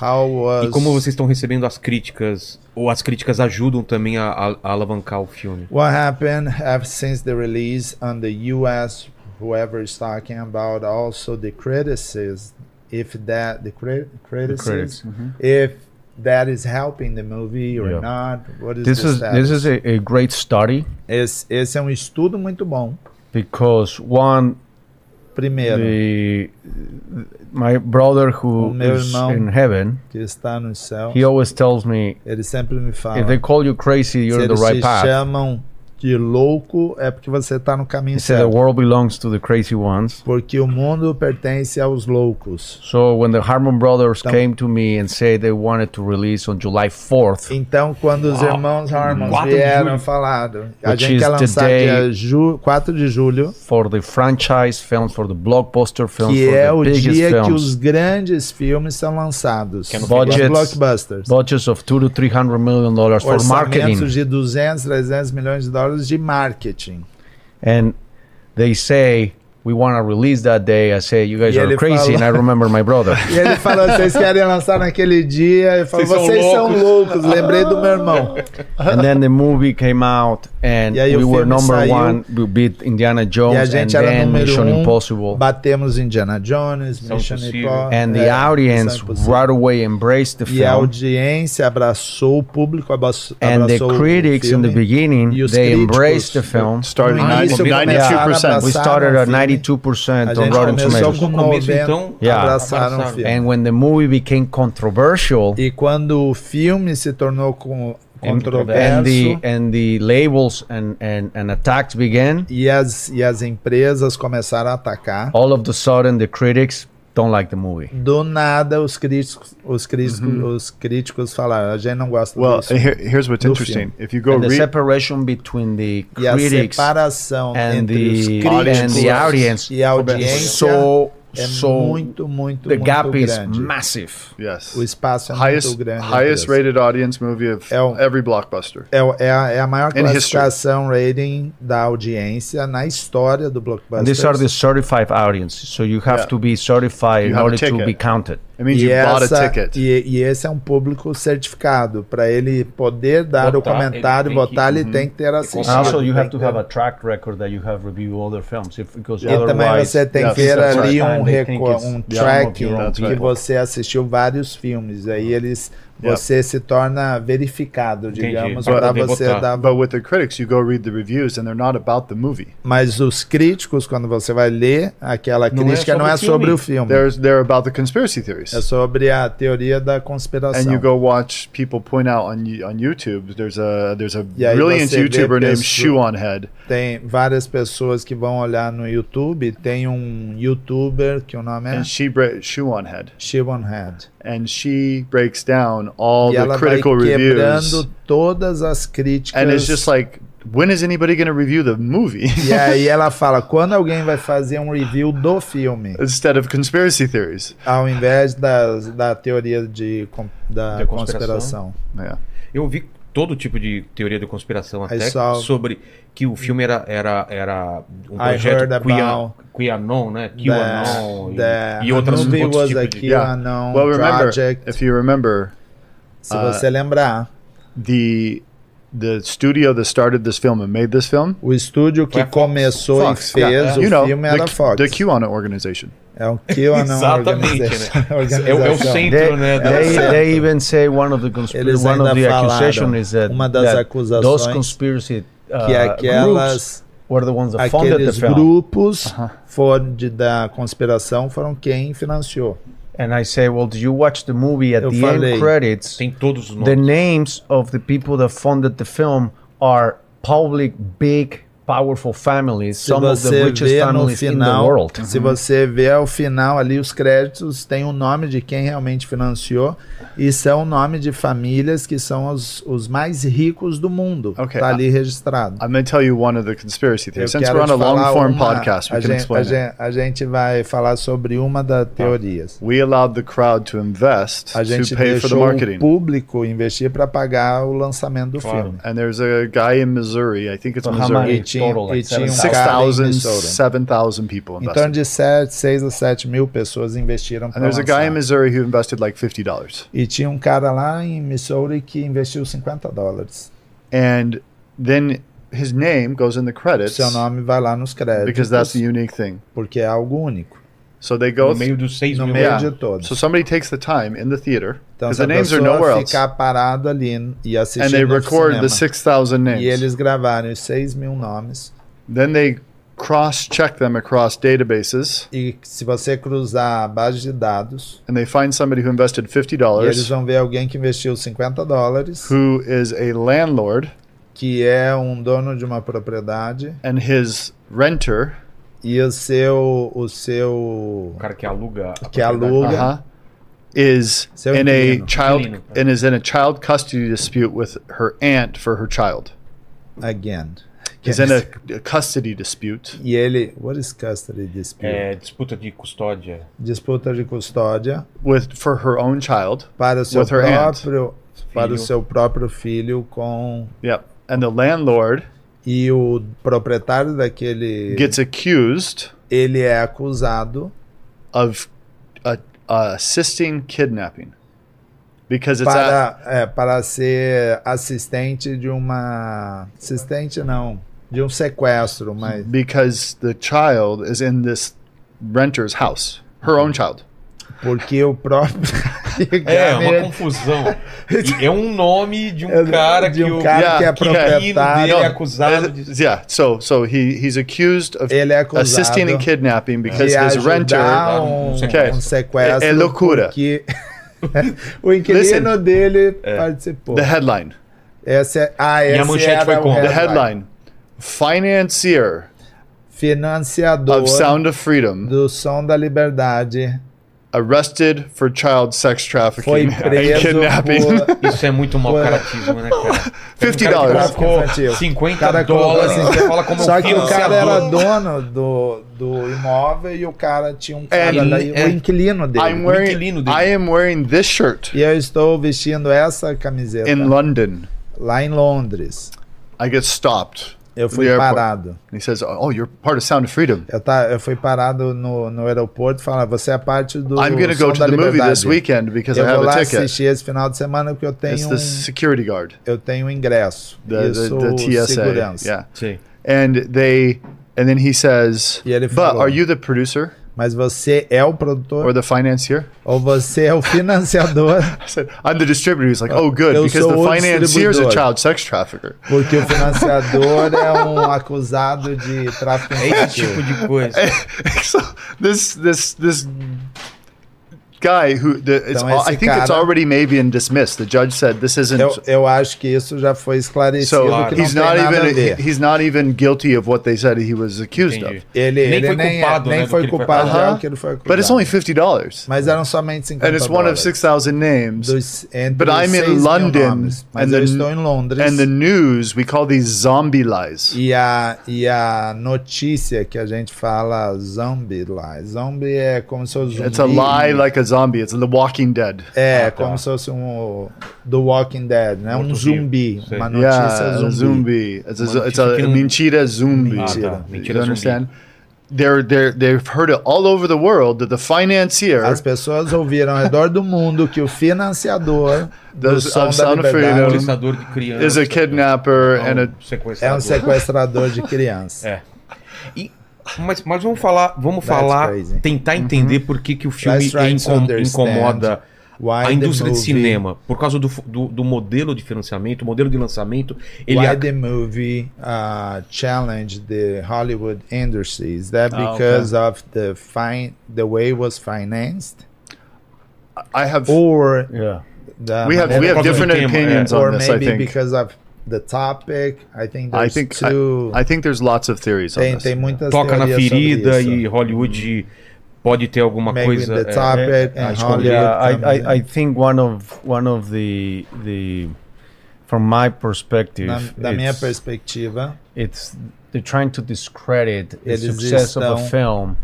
A: E
K: was-
A: como vocês estão recebendo as críticas? Ou as críticas ajudam também a, a- a alavancar o filme?
K: What happened ever since the release on the U.S. Whoever is talking about also the criticism, if that the, cri-
H: critics,
K: criticism,
H: mhm.
K: if that is helping the movie or
H: Yeah.
K: not, what is
H: this
K: the
H: is this
K: status?
H: is a, a great study
K: Esse, esse é um estudo muito bom.
H: because one
K: Primeiro.
H: the, my brother
K: O
H: who
K: meu
H: is
K: irmão
H: in heaven
K: que está no céu,
H: he always tells me
K: ele sempre me fala.
H: if they call you crazy
K: se
H: you're on the
K: eles
H: right
K: te
H: path
K: chamam de louco, é porque você está no
H: he
K: caminho
H: said the
K: certo.
H: world belongs to the crazy ones
K: Porque o mundo pertence aos loucos.
H: so when the harmon brothers
K: Então-
H: came to me and said they wanted to release on july 4th
K: Então, quando os irmãos Harmon
H: 4 de
K: vieram
H: julho.
K: falar, a
H: Which
K: gente
H: is
K: quer
H: the
K: lançar
H: day-
K: dia ju 4 de julho,
H: for the franchise films for the blockbuster films
K: que
H: for
K: é
H: the
K: o
H: biggest
K: dia que os
H: films
K: grandes filmes são lançados. Os
H: budgets,
K: blockbusters
H: budgets of two to three hundred million dollars for marketing
K: orçamentos de 200, 300 milhões de dólares de marketing.
H: and they say we want to release that day. I say you guys
K: E
H: are
K: ele
H: crazy, and I
K: falou-
H: remember my brother.
K: E ele falou, vocês querem lançar naquele dia? Eu falo,
N: Vocês são
K: vocês são
N: loucos."
K: loucos, lembrei do meu irmão.
H: and then the movie came out, and
K: E aí o
H: we were
K: filme
H: number
K: saiu.
H: one. We beat Indiana
K: E a
H: Jones, and
K: gente era
H: then
K: número
H: Mission
K: um,
H: Impossible.
K: batemos Indiana Jones, Mission
H: Impossível.
K: Impossible.
H: And the
K: é,
H: audience
K: Missão Impossível.
H: right away embraced the
K: E a
H: film.
K: audiência abraçou, o público abraçou,
H: And the
K: abraçou o
H: critics in the
K: filme.
H: beginning,
K: E os
H: they
K: críticos
H: embraced the film.
I: Started
K: No início
I: 90
K: começaram a
I: 92%.
H: Ah, We
K: abraçar
H: started
K: o
H: at 92%
K: filme.
A: Então,
K: A
H: on
K: gente
H: Rotten
K: começou
H: Tomatoes.
K: com
A: um
K: um
A: começo,
K: 90,
A: então,
K: abraçaram o filme.
H: And when the movie became controversial,
K: E quando o filme se tornou com,
H: and the
K: controverso
H: and the labels and and, and attacks began
K: e as, e as empresas começaram a atacar,
H: all of the sudden the critics don't like the movie Uhum.
K: do nada os críticos, os críticos, os críticos falaram, a gente não gosta
I: Well,
K: disso.
I: and here, here's what's
K: do
I: interesting.
K: filme.
I: If you go
H: and the
I: read,
H: separation between the
K: E a
H: critics
K: separação
H: and
K: entre os
H: the
K: críticos
H: and the audience
K: e a audiência
H: so
K: é
H: so
K: muito, muito,
H: the
K: muito
H: gap is
K: grande.
H: massive
I: yes,
K: O espaço é muito
I: highest
K: grande.
I: highest
K: mesmo.
I: rated audience movie of every blockbuster.
K: É, o- é a, é a maior
I: In history.
K: classificação rating da audiência na história do blockbuster.
H: and these are the certified audience so you have
K: Yeah.
H: to be certified
I: You
H: in
I: have a
H: order to
I: ticket.
H: be counted
I: It means
K: e,
I: you bought a
K: essa,
I: ticket.
K: e, e esse é um público certificado. Para ele poder dar
A: Votar,
K: o um comentário,
A: ele tem
K: votar,
A: que-
K: ele tem que ter
H: And
K: assistido.
H: also, you
K: tem
H: have to
K: que
H: have
K: ter-
H: a track record that you have reviewed other films. If, because
K: E também
H: otherwise-
K: você tem que ter
H: Sometimes
K: ali um,
H: they think
K: reco-
H: it's
K: um
H: the arm of
K: tracking
H: your own
K: que
H: people.
K: você assistiu vários filmes. Aí eles você se torna verificado, digamos, para você dar
I: but with the critics, you go read the reviews, and they're not about the movie.
K: Mas os críticos, quando você vai ler, aquela
I: Não é
K: crítica não
I: sobre
K: é
I: o
K: sobre o
I: filme.
K: filme.
I: There's- they're about the conspiracy theories.
K: É sobre a teoria da
I: And you
K: conspiração.
I: go watch people point out on you- on YouTube. There's a there's a
K: E aí
I: brilliant
K: você vê
I: YouTuber named
K: pessoa-
I: Shoe on Head.
K: Tem várias pessoas que vão olhar no YouTube. Tem um YouTuber que o nome é
I: And she bre- Shoe on Head.
K: Shoe on Head.
I: And she breaks down all
K: E
I: the
K: ela vai
I: critical
K: quebrando
I: reviews.
K: todas
I: And it's
K: as críticas.
I: just like, when is anybody going to review the movie?
K: E aí ela fala, quando alguém vai fazer um review do filme,
I: Instead of conspiracy theories.
K: ao invés das, da teoria de, con- da
I: Da
K: conspiração.
I: conspiração.
A: Eu ouvi todo tipo de teoria da conspiração até
K: saw-
A: sobre que o filme era, era, era um
K: I
A: projeto
K: heard
A: Quia-
K: about-
A: Quianon, né? QAnon e-
K: the-
A: e outras
K: the movie
A: outros
K: was
A: tipos
K: a
A: de...
K: QAnon
I: Well, remember,
K: project.
I: if you remember,
K: Se
I: Ah.
K: você lembrar,
I: the the studio that started this film and made this film,
K: o estúdio que começou e fez o
I: you know,
K: filme
I: the,
K: era Fox.
I: the QAnon organization.
K: É o QAnon
I: Exatamente,
K: Organization.
I: né? É o- é o
K: Organização.
I: centro,
K: They-
I: né, do-
K: they-
H: They,
K: they-
H: they even say one of the
K: Eles
H: conspiracy one of
K: ainda
H: the
K: falaram,
H: accusation is that,
K: uma das
H: that
K: acusações
H: those conspiracy uh,
K: que aquelas-
H: groups were the ones that funded the
K: Aqueles
H: film.
K: grupos foram de, da conspiração foram quem financiou.
H: And I say, well, do you watch the movie at
K: Eu
H: the
K: falei.
H: end credits? Tem
A: todos os
H: The
A: nomes.
H: names of the people that funded the film are public, big, powerful families,
K: Se
H: some of the
K: você
H: richest
K: vê no
H: families in the
K: final,
H: world.
I: Uhum.
K: se você vê ao final ali os créditos tem o nome de quem realmente financiou e são o nome de famílias que são os, os mais ricos do mundo.
I: Okay,
K: Tá ali
I: I-
K: registrado.
I: I'm going to tell you one of the conspiracy
K: Eu
I: theories. Since
K: quero
I: we're on
K: te
I: a long
K: falar
I: form
K: uma-
I: podcast, we
K: a
I: can
K: gente, a,
I: explain it.
K: gente, a gente vai falar sobre uma das teorias.
I: We allowed the crowd to invest
K: A
I: to
K: gente
I: pay for the
K: deixou o
I: marketing.
K: público investir para pagar o lançamento do
I: Claro.
K: filme.
I: And there's a guy in Missouri, I think it's
K: So how
I: Missouri.
K: many total, like 18 seven
I: 6,000,
K: thousand? Minnesota.
I: 7,000 people
K: Em
I: invested.
K: torno de 6 a 7 mil pessoas investiram
I: and
K: para
I: there's a guy in
K: lançar.
I: Missouri who invested like $50.
K: E tinha um cara lá em Missouri que investiu 50 dólares.
I: And then his name goes in the credits
K: Seu nome vai lá nos créditos.
I: because that's the unique thing.
K: Porque é algo único.
I: So they go
K: No meio dos seis No mil. meio de todos.
I: So somebody takes the time in the theater
K: Então,
I: because
K: se
I: the
K: a
I: names are
K: pessoa
I: nowhere else.
K: ficar parado ali e assistir
I: And they
K: no
I: record
K: cinema,
I: the 6,000 names.
K: E eles gravaram os 6 mil nomes.
I: Then they cross-check them across databases.
K: E se você cruzar a base de dados,
I: and they find somebody who invested
K: e eles
I: $50
K: vão ver alguém que investiu 50 dólares,
I: who is a landlord
K: que é um dono de uma propriedade,
I: and his renter
K: e o seu o seu
A: o cara que aluga a
K: que
A: propriedade.
K: aluga
I: uh-huh, is
K: Seu
I: in a
K: inquilino.
A: é
I: child
K: Inquilino.
I: and is in a child custody dispute with her aunt for her child.
K: again.
I: Is in a, a custody dispute.
K: E ele, what is custody dispute?
A: É, disputa de custódia.
K: Disputa de custódia
I: with for her own child
K: para o seu
I: with her aunt.
K: próprio para o
I: Filho.
K: seu próprio filho com
I: Yep. And the landlord
K: e o proprietário daquele
I: gets accused
K: ele é acusado
I: of uh, uh, assisting kidnapping because it's at,
K: para é, para ser assistente de uma assistente não de um sequestro, mas
I: because the child is in this renter's house, her own child.
K: porque o próprio
A: É, uma confusão. E é um nome de um cara que é o filho dele é acusado de...
I: Yeah, so so he he's accused of
K: Ele é acusado
I: assisting in kidnapping because
K: de
I: his renter
A: Ah,
K: ajudar um, um sequestro
I: É, é loucura.
K: porque o inquilino
I: Listen. É.
K: dele participou.
I: The headline.
K: Essa é, ah,
I: E a
K: essa
I: manchete
K: era
I: foi
K: o
I: como? The
K: headline.
I: headline. Financier
K: Financiador
I: of Sound of Freedom
K: do Som da Liberdade
I: arrested for child sex
K: foi
I: trafficking and
K: preso
I: kidnapping.
K: por...
A: Isso é muito mau caratismo, né, cara?
I: 50
A: Tem um cara
I: dólares.
A: que colocou 50 dólares
K: assim,
A: e você fala como
K: Só que o cara era
A: financiador.
K: dono do, do imóvel e o cara tinha
I: É,
K: um cara
I: And-
K: daí, o
I: and-
K: inquilino dele.
I: I'm wearing- I am wearing this shirt
K: E eu estou vestindo essa camiseta
I: in London.
K: lá em Londres.
I: I get stopped. in
K: Eu fui
I: the airport.
K: parado.
I: And he says, "Oh, you're part of Sound of Freedom."
K: Eu, tá, eu fui parado no, no aeroporto e falaram, você é parte do
I: I'm gonna
K: Som
I: go to
K: da
I: the movie
K: Liberdade.
I: this weekend because
K: eu
I: I have
K: vou
I: a
K: lá
I: ticket.
K: assistir esse final de semana porque eu
I: It's
K: tenho
I: the
K: um,
I: security guard.
K: eu tenho um ingresso.
I: the, the,
K: Isso,
I: the TSA.
K: segurança.
I: Yeah. And they and then he says,
K: ele
I: "But
K: falou.
I: are you the producer?"
K: mas você é o produtor.
I: Or the financier.
K: Ou você é o financiador.
I: I'm the distributor. He's like, oh, good,
K: Eu
I: because
K: sou
I: the
K: o
I: financier is a
K: distribuidor.
I: child sex trafficker.
K: Porque o financiador é um acusado de tráfico infantil.
I: so this this this guy who the, it's
K: Então,
I: al-
K: esse
I: I think it's
K: cara-
I: already maybe in dismissed. The judge said this isn't.
K: Então, Eu, eu acho que isso já foi esclarecido.
I: so
K: que não
I: he's
K: tem
I: not
K: nada a
I: even
K: ver.
I: he- he's not even guilty of what they said he was accused of.
K: Ele, ele nem, é- nem foi culpado, é o que ele foi acusado.
I: But it's only fifty dollars,
K: Mas eram somente 50
I: and it's one of
K: dólares.
I: six thousand names.
K: entre
I: but I'm
K: 6 mil
I: in London,
K: nomes, mas
I: and
K: eu
I: the,
K: estou em Londres.
I: and the news we call these zombie lies.
K: E a, e a notícia que a gente fala zombie lá. Zombie é como se fosse
I: It's a lie like a zombie. It's The Walking Dead.
A: Ah,
K: É,
A: tá.
K: como se fosse um do Walking Dead, né? um
I: Morto-vivo,
K: zumbi,
I: sei.
K: uma notícia
I: Yeah, a
K: zumbi.
I: zumbi. It's a,
K: Uma
I: it's a,
K: notícia que não-
I: mentira zumbi.
K: Mentira.
I: You
K: Ah, tá. Mentira zumbi.
I: understand? They're, they're, they've heard it all over the world that the financier
K: As pessoas ouviram ao redor do mundo que o financiador do
I: does,
K: Som
I: of
K: da
I: Sound of Freedom
K: Liberdade
I: is a kidnapper and a...
K: é um sequestrador de criança.
A: É. E- mas, mas vamos falar, vamos
K: That's
A: falar,
K: crazy. Uhum.
A: tentar entender por que, que o filme
K: Let's try to
A: incom-
K: understand
A: incomoda
K: why
A: a indústria
K: the
A: de
K: movie-
A: cinema. Por causa do, f- do, do modelo de financiamento, o modelo de lançamento. Ele
K: Why
A: ac-
K: the movie uh, challenged the Hollywood industry? Is that
A: Ah, okay.
K: because of the fin- the way it was financed?
I: I have
H: Oh,
K: or
H: yeah.
K: the
I: We have- we have different opinions on
K: or
I: this, I
K: maybe
I: think.
K: because of the topic. I think
I: I
K: there's
I: think, I,
K: two.
I: I think there's lots of theories on
K: Tem-
I: this.
K: tem muitas
A: toca na
K: teorias sobre
A: ferida
K: isso.
A: e Hollywood pode ter alguma
K: Making
A: coisa. é,
K: the topic and
A: escondida.
K: Hollywood
H: yeah, I, I,
K: company.
H: I think one of one of the the from my perspective,
K: Na, da minha
H: it's-
K: perspectiva,
H: it's they're trying to discredit the
K: Eles
H: success of a
K: estão-
H: film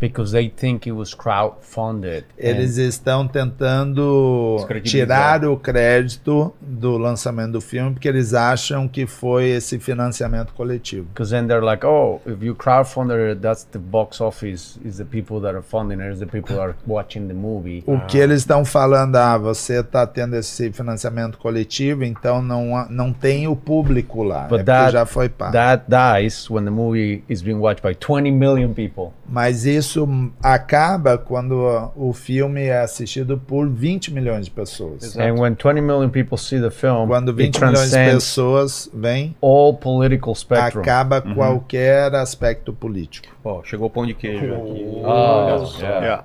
H: because they think it was crowdfunded.
K: eles estão tentando
H: Descredibilizar.
K: tirar o crédito do lançamento do filme porque eles acham que foi esse financiamento coletivo.
H: because then they're like, oh, if you crowdfunded it, that's the box office is the people that are funding it, is the people that are watching the movie.
K: O que eles estão falando, ah, você está tendo esse financiamento coletivo, então não, há- não tem o público lá, é
H: But
K: porque
H: that,
K: já foi pago.
H: that dies when the movie is being watched by 20 million people.
K: Mas isso acaba quando o filme é assistido por 20 milhões de pessoas.
H: And when 20 million people see the film,
K: Quando
H: it
K: 20 milhões de
H: transcends
K: pessoas vêm,
H: all political spectrum. Uhum.
K: acaba qualquer aspecto político.
A: Ó, chegou o pão de queijo aqui.
H: Ah,
B: Oh,
H: yeah.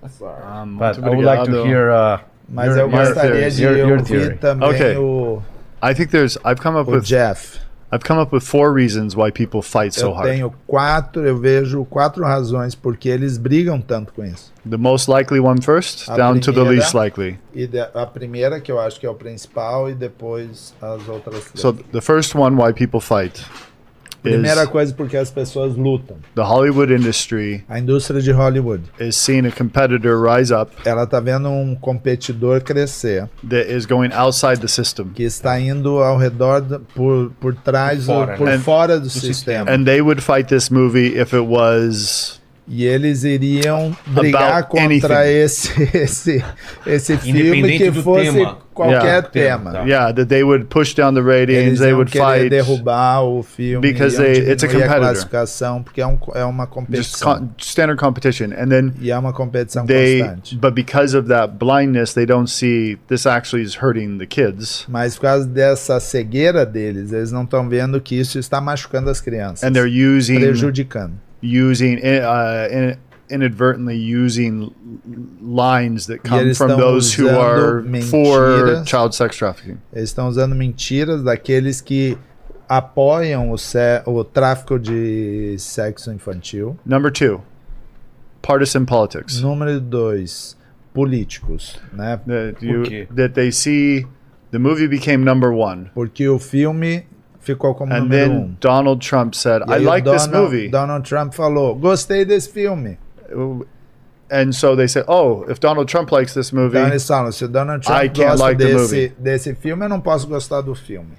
H: But I would like to hear uh,
K: Mas
H: your-
K: eu
H: your
K: gostaria
H: theories,
K: de
H: your- your
K: ouvir
H: theory.
K: também
I: Okay.
K: o...
I: I think there's... I've come up
K: o
I: with...
K: Jeff.
I: I've come up with four reasons why people fight so
K: Eu
I: hard.
K: tenho quatro, eu vejo quatro razões porque eles brigam tanto com isso.
I: The most likely one first,
K: A
I: down to the
K: primeira-
I: least likely.
K: E de- a primeira, que eu acho que é o principal, e depois as outras três.
I: So the first one why people fight is
K: Primeira coisa, porque as pessoas lutam.
I: the Hollywood industry
K: A indústria de Hollywood.
I: is seeing a competitor rise up
K: Ela tá vendo um competidor crescer
I: that is going outside the system.
K: que está indo ao redor, do- por, por trás, do-
I: Fora,
K: por
I: né?
K: fora do, sistema.
I: And they would fight this movie if it was
K: E eles iriam brigar
I: About
K: contra
I: anything.
K: esse, esse, esse filme
A: Independente
K: que
A: do
K: fosse
A: tema.
K: qualquer
I: Yeah.
K: tema.
I: Yeah, that they would push down the ratings,
K: Eles
I: they
K: iam
I: would
K: querer
I: fight
K: derrubar o filme,
I: because
K: iam
I: they- it's a
K: diminuir a
I: competitor.
K: classificação, porque é, um, é uma
I: just
K: competição.
I: con- standard competition. And then
K: e é uma competição
I: they
K: constante.
I: but because of that blindness, they don't see this actually is hurting the kids.
K: Mas por causa dessa cegueira deles, eles não estão vendo que isso está machucando as crianças.
I: And they're using
K: prejudicando.
I: using uh, in- inadvertently using lines that come
K: eles
I: from
K: estão
I: those who
K: usando
I: are for
K: mentiras.
I: child sex trafficking.
K: Eles estão usando mentiras daqueles que apoiam o, se- o tráfico de sexo infantil.
I: Number two, partisan politics.
K: Número dois, políticos, né?
I: That, you, that they see the movie became number one,
K: Porque o filme ficou como
I: and
K: número
I: then
K: um.
I: Donald Trump said,
K: E
I: "I
K: aí o
I: like this
K: Donald-
I: movie,"
K: Donald Trump falou: gostei desse filme.
I: and so they said, "Oh, if Donald Trump likes this movie,
K: Então eles falam: se o
I: I
K: Donald Trump
I: can't
K: gosta
I: like the
K: desse,
I: movie.
K: desse filme, eu não posso gostar do filme.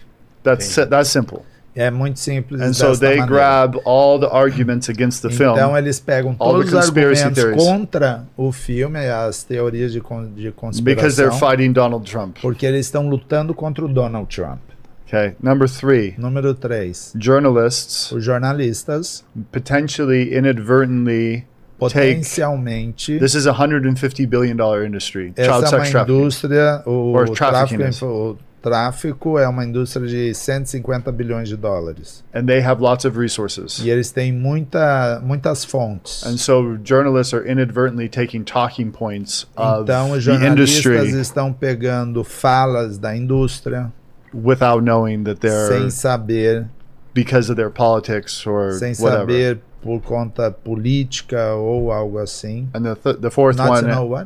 I: that's si- that's simple."
K: É muito simples.
I: And so
K: desta
I: they
K: maneira.
I: grab all the arguments against the film.
K: Então eles pegam
I: all the
K: todos os
I: conspiracy
K: argumentos
I: theories.
K: contra o filme, as teorias de, con de
I: because they're
K: conspiração,
I: fighting Donald Trump.
K: porque eles estão lutando contra o Donald Trump.
I: Okay, number three.
K: Número 3.
I: Journalists
K: Os jornalistas
I: potentially inadvertently
K: potencialmente.
I: This is a hundred and fifty billion dollar industry. Child
K: Essa é
I: sex
K: uma
I: trafficking.
K: indústria, o,
I: Or
K: o
I: trafficking is.
K: tráfico, o tráfico é uma indústria de 150 bilhões de dólares.
I: And they have lots of resources.
K: E eles têm muita, muitas fontes.
I: And so journalists are inadvertently taking talking points of
K: Então, os
I: the
K: jornalistas
I: industry
K: estão pegando falas da indústria
I: without knowing that they're
K: sem saber,
I: because of their politics or
K: sem
I: whatever.
K: saber por conta política ou algo assim.
I: And the, th- the fourth
K: Not
I: one,
K: to know what?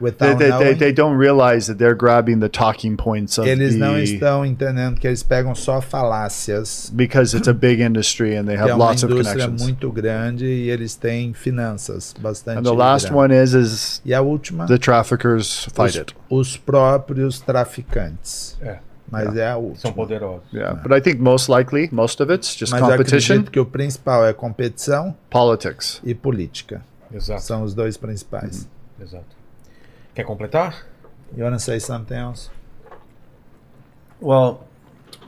I: they,
K: Without
I: they, they,
K: knowing.
I: they don't realize that they're grabbing the talking points of
K: Eles não
I: the,
K: estão entendendo que eles pegam só falácias.
I: because it's a big industry and they
K: que
I: have
K: é uma
I: lots of
K: indústria
I: connections.
K: muito grande e eles têm finanças bastante
I: And the last
K: grandes.
I: one is is
K: e a última
I: the traffickers fight
K: os,
I: it.
K: os próprios traficantes
H: É.
K: mas é a última
H: São poderosos.
I: Yeah, but I think most likely most of it's just
K: mas eu
I: competition,
K: acredito que o principal é competição
I: politics. Uhum.
K: e política
H: Exato.
K: são os dois principais
H: Exato. Quer completar?
K: you wanna say something else
H: Well,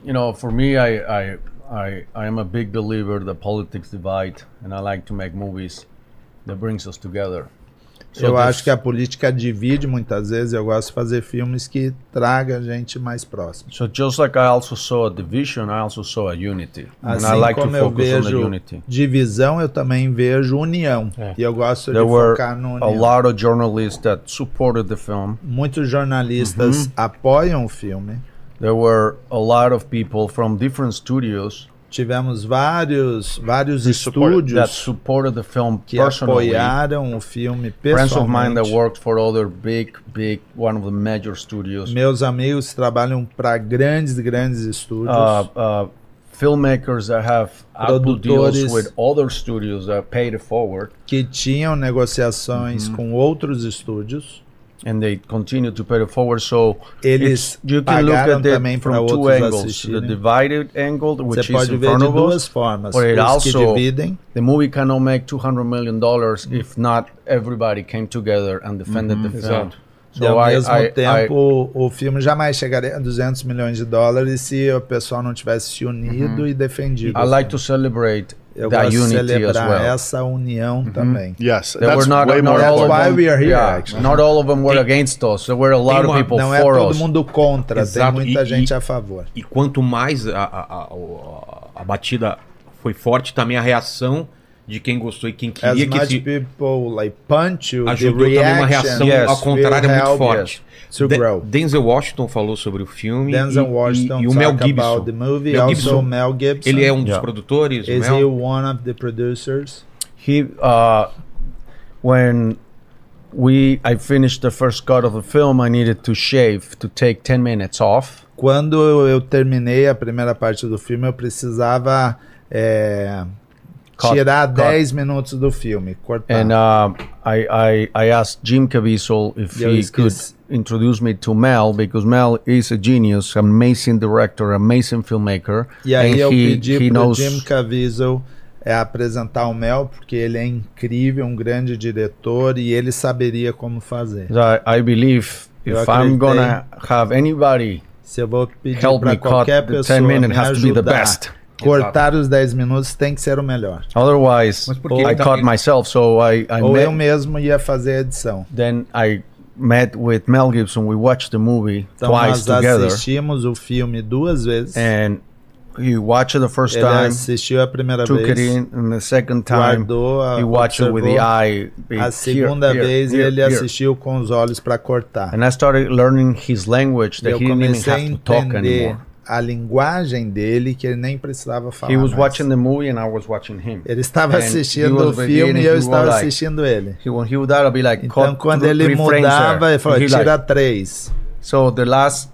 H: you know, for me, I, I, I, I am a big believer that politics divide, and I like to make movies that brings us together. So
K: eu
H: there's-
K: acho que a política divide muitas vezes eu gosto de fazer filmes que traga a gente mais próximo
H: So just like I also saw a division, I also saw a unity, and I
K: Assim
H: like to
K: como eu
H: focus on the
K: vejo
H: unity. É.
K: divisão, eu também vejo união. E eu gosto de
H: There were
K: focar no
H: a
K: união.
H: lot of journalists that supported the film.
K: Muitos jornalistas
H: Uhum.
K: apoiam o filme.
H: There were a lot of people from different studios
K: Tivemos vários, vários
H: that
K: estúdios
H: supported the film
K: que
H: personally.
K: apoiaram o filme
H: Friends of mine that
K: pessoalmente.
H: worked for other big, big, one of the major studios.
K: Meus amigos trabalham para grandes, grandes estúdios.
H: uh, uh, filmmakers that have Apple
K: Productores.
H: deals with other studios that paid it forward, Mm-hmm.
K: que tinham negociações com outros estúdios.
H: and they continue to pay it forward. So
K: Eles
H: it's- you can look
K: pagaram
H: at
K: também
H: it
K: pra
H: from two
K: outros
H: angles: the
K: assistirem.
H: divided angle, which is
K: pode
H: in
K: ver
H: front
K: de
H: of
K: duas
H: us,
K: formas.
H: but it
K: Os que
H: also
K: dividem.
H: the movie cannot make 200 million dollars if not everybody came together and defended the film.
K: Exato. E ao
H: I-
K: mesmo
H: I- I-
K: tempo, o filme jamais chegaria a 200 milhões de dólares se o pessoal não tivesse se unido
H: Uhum.
K: e defendido.
H: I like to celebrate
K: Eu
H: that
K: gosto
H: unity
K: de
H: as
K: celebrar
H: well.
K: essa união também.
I: Yes,
H: They were not, not all of them, yeah, Not all of them were against us. There were a lot of people
K: não é
H: for
K: todo
H: us.
K: mundo contra,
A: Exato,
K: tem muita
A: e-
K: gente
A: e-
K: a favor.
A: E quanto mais a, a- a- o- a batida foi forte, também a reação de quem gostou e quem
K: As
H: é
A: queria que
K: much
A: esse
K: people like punch you, the
A: ajudou também uma
K: reaction
A: reação ao contrário é muito
K: will help
A: forte.
K: to
A: De-
K: grow.
A: Denzel Washington falou sobre o filme
K: Denzel
A: e,
K: Washington
A: e, e o Mel
K: talk
A: Gibson.
K: about the movie,
A: Mel
K: also
A: Gibson,
K: Mel Gibson.
A: Ele é um dos
K: Yeah.
A: produtores, o
K: Is
A: Mel.
K: he one of the producers?
H: He, uh, when we, I finished the first cut of the film, I needed to shave to take 10 minutes off.
K: Quando eu- eu terminei a primeira parte do filme, eu precisava é,
H: Cut,
K: tirar
H: cut.
K: 10 minutos do filme, cortar.
H: And uh, I, I, I asked Jim Caviezel if
K: Yeah,
H: he
K: it's
H: could
K: good.
H: introduce me to Mel because Mel is a genius, amazing director, amazing filmmaker,
K: e aí
H: and
K: eu
H: he,
K: pedi
H: he
K: pro
H: knows
K: Jim Caviezel é, apresentar o Mel, porque ele é incrível, um grande diretor e ele saberia como fazer.
H: I, I believe
K: Eu
H: if I'm
K: acreditei.
H: gonna have anybody
K: Se eu vou pedir
H: help
K: para
H: me cut
K: qualquer
H: the 10
K: pessoa me
H: minutes, has to be the
K: ajudar,
H: best.
K: cortar os 10 minutos tem que ser o melhor.
H: Otherwise,
K: que
H: I
K: ele tá-
H: caught myself. So I, I
K: Ou eu
H: met,
K: mesmo ia fazer a edição.
H: then I met with Mel Gibson. We watched the movie
K: Então
H: twice
K: nós
H: together,
K: assistimos o filme duas vezes.
H: and he watched it the first
K: Ele
H: time,
K: assistiu a primeira
H: took it
K: vez,
H: in, and the second time
K: guardou, a-
H: he watched it with the
K: observou.
H: eye. big
K: a
H: here,
K: segunda
H: here,
K: vez
H: here,
K: ele
H: here.
K: assistiu com os olhos para cortar.
H: And I started learning his language
K: E
H: that
K: eu
H: he didn't even
K: comecei a
H: have to talk
K: entender
H: anymore.
K: a linguagem dele que ele nem precisava falar.
H: He was
K: mais.
H: watching the movie and I was watching him.
K: Ele estava
H: And he
K: assistindo
H: was
K: o filme
H: beginning,
K: e eu
H: he was
K: estava
H: like-
K: assistindo ele.
H: He, when he would that, I'd be like,
K: Então
H: cut
K: quando
H: th-
K: ele
H: three frames
K: mudava,
H: there.
K: ele falou,
H: He'd like-
K: tira três.
H: So the last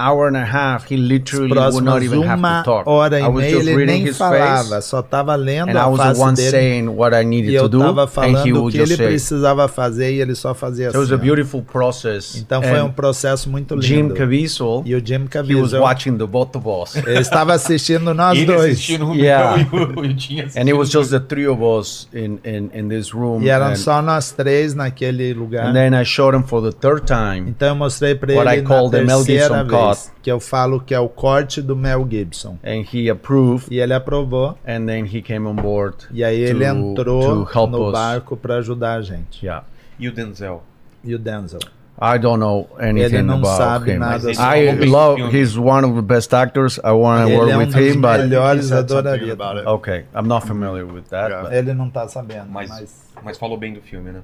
H: hour and a half, he literally would not
K: Próximas
H: even have
K: uma
H: to talk.
K: hora
H: I
K: e
H: was
K: meia
H: just
K: ele
H: reading
K: nem
H: his
K: falava,
H: face,
K: só estava lendo
H: and I
K: a
H: was the
K: face
H: one
K: dele.
H: saying what I
K: E
H: needed
K: eu
H: to do,
K: estava
H: and he
K: falando o
H: would
K: que ele
H: just say.
K: precisava fazer e ele só fazia
H: So it was
K: assim.
H: a
K: ó.
H: beautiful process.
K: Então foi um
H: and
K: processo muito
H: Jim
K: lindo.
H: Caviezel,
K: e o Jim
H: he was
K: Caviezel,
H: watching the both of us.
K: ele estava assistindo nós
A: Ele
K: dois.
A: assistiu no
H: Yeah.
A: Mel e o- e o Tim assistiu
H: and it was
A: no-
H: just the three of us in, in, in this room.
K: E eram
H: and,
K: só nós três naquele lugar.
H: and then I showed him for the third time
K: Então eu mostrei pra
H: what I
K: ele na
H: call the Mel
K: terceira
H: Gibson lot.
K: vez que eu falo que é o corte do Mel Gibson.
H: And he approved.
K: E ele aprovou.
H: And then he came on board.
K: E aí ele
H: to-
K: entrou
H: to help
K: no
H: us.
K: barco para ajudar a gente.
H: Yeah. E o Denzel?
K: E o Denzel.
H: I don't know
K: Ele
H: anything
K: não
H: about
K: sabe
H: him.
K: nada
A: é um
H: I
K: sobre
H: love
K: filme.
H: he's one of the best actors. I want to
K: Ele
H: work
K: é um
H: with
K: dos
H: him, but
K: melhores, adoraria.
H: Okay, I'm not familiar with that. but-
K: Ele não tá sabendo,
A: Mas,
K: mas,
A: mas falou bem do filme, né?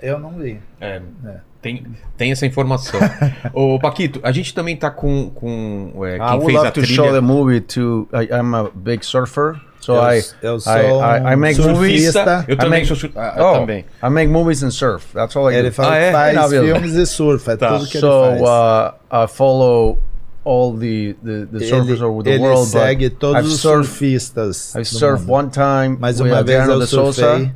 K: eu não vi.
A: É,
K: É.
A: Tem, tem essa informação. Ô, Paquito, a gente também tá com, com é, quem
H: I would
A: fez a
H: love to
A: trilha.
H: show the movie to. I, I'm a big surfer, so
A: Eu-
H: I,
A: eu sou
H: I, I, I
A: um
H: make movies.
A: surfista. Eu
H: I
A: também
H: make,
A: sou sur-
H: I-
A: eu
H: oh,
A: também.
H: I make movies and surf. That's all I
K: Ele
H: do. Ah,
K: fala que faz filmes e surfa, é
H: Tá.
K: tudo que ele
H: so,
K: faz.
H: uh, I follow all the the, the surfers
K: ele,
H: over the
K: ele
H: world. but
K: segue todos
H: I've
K: os
H: surfed-
K: surfistas.
H: I
K: do
H: surfed
K: mundo.
H: one time
K: Mais
H: with
K: uma vez
H: Adriano
K: eu
H: de Souza.
K: surfei.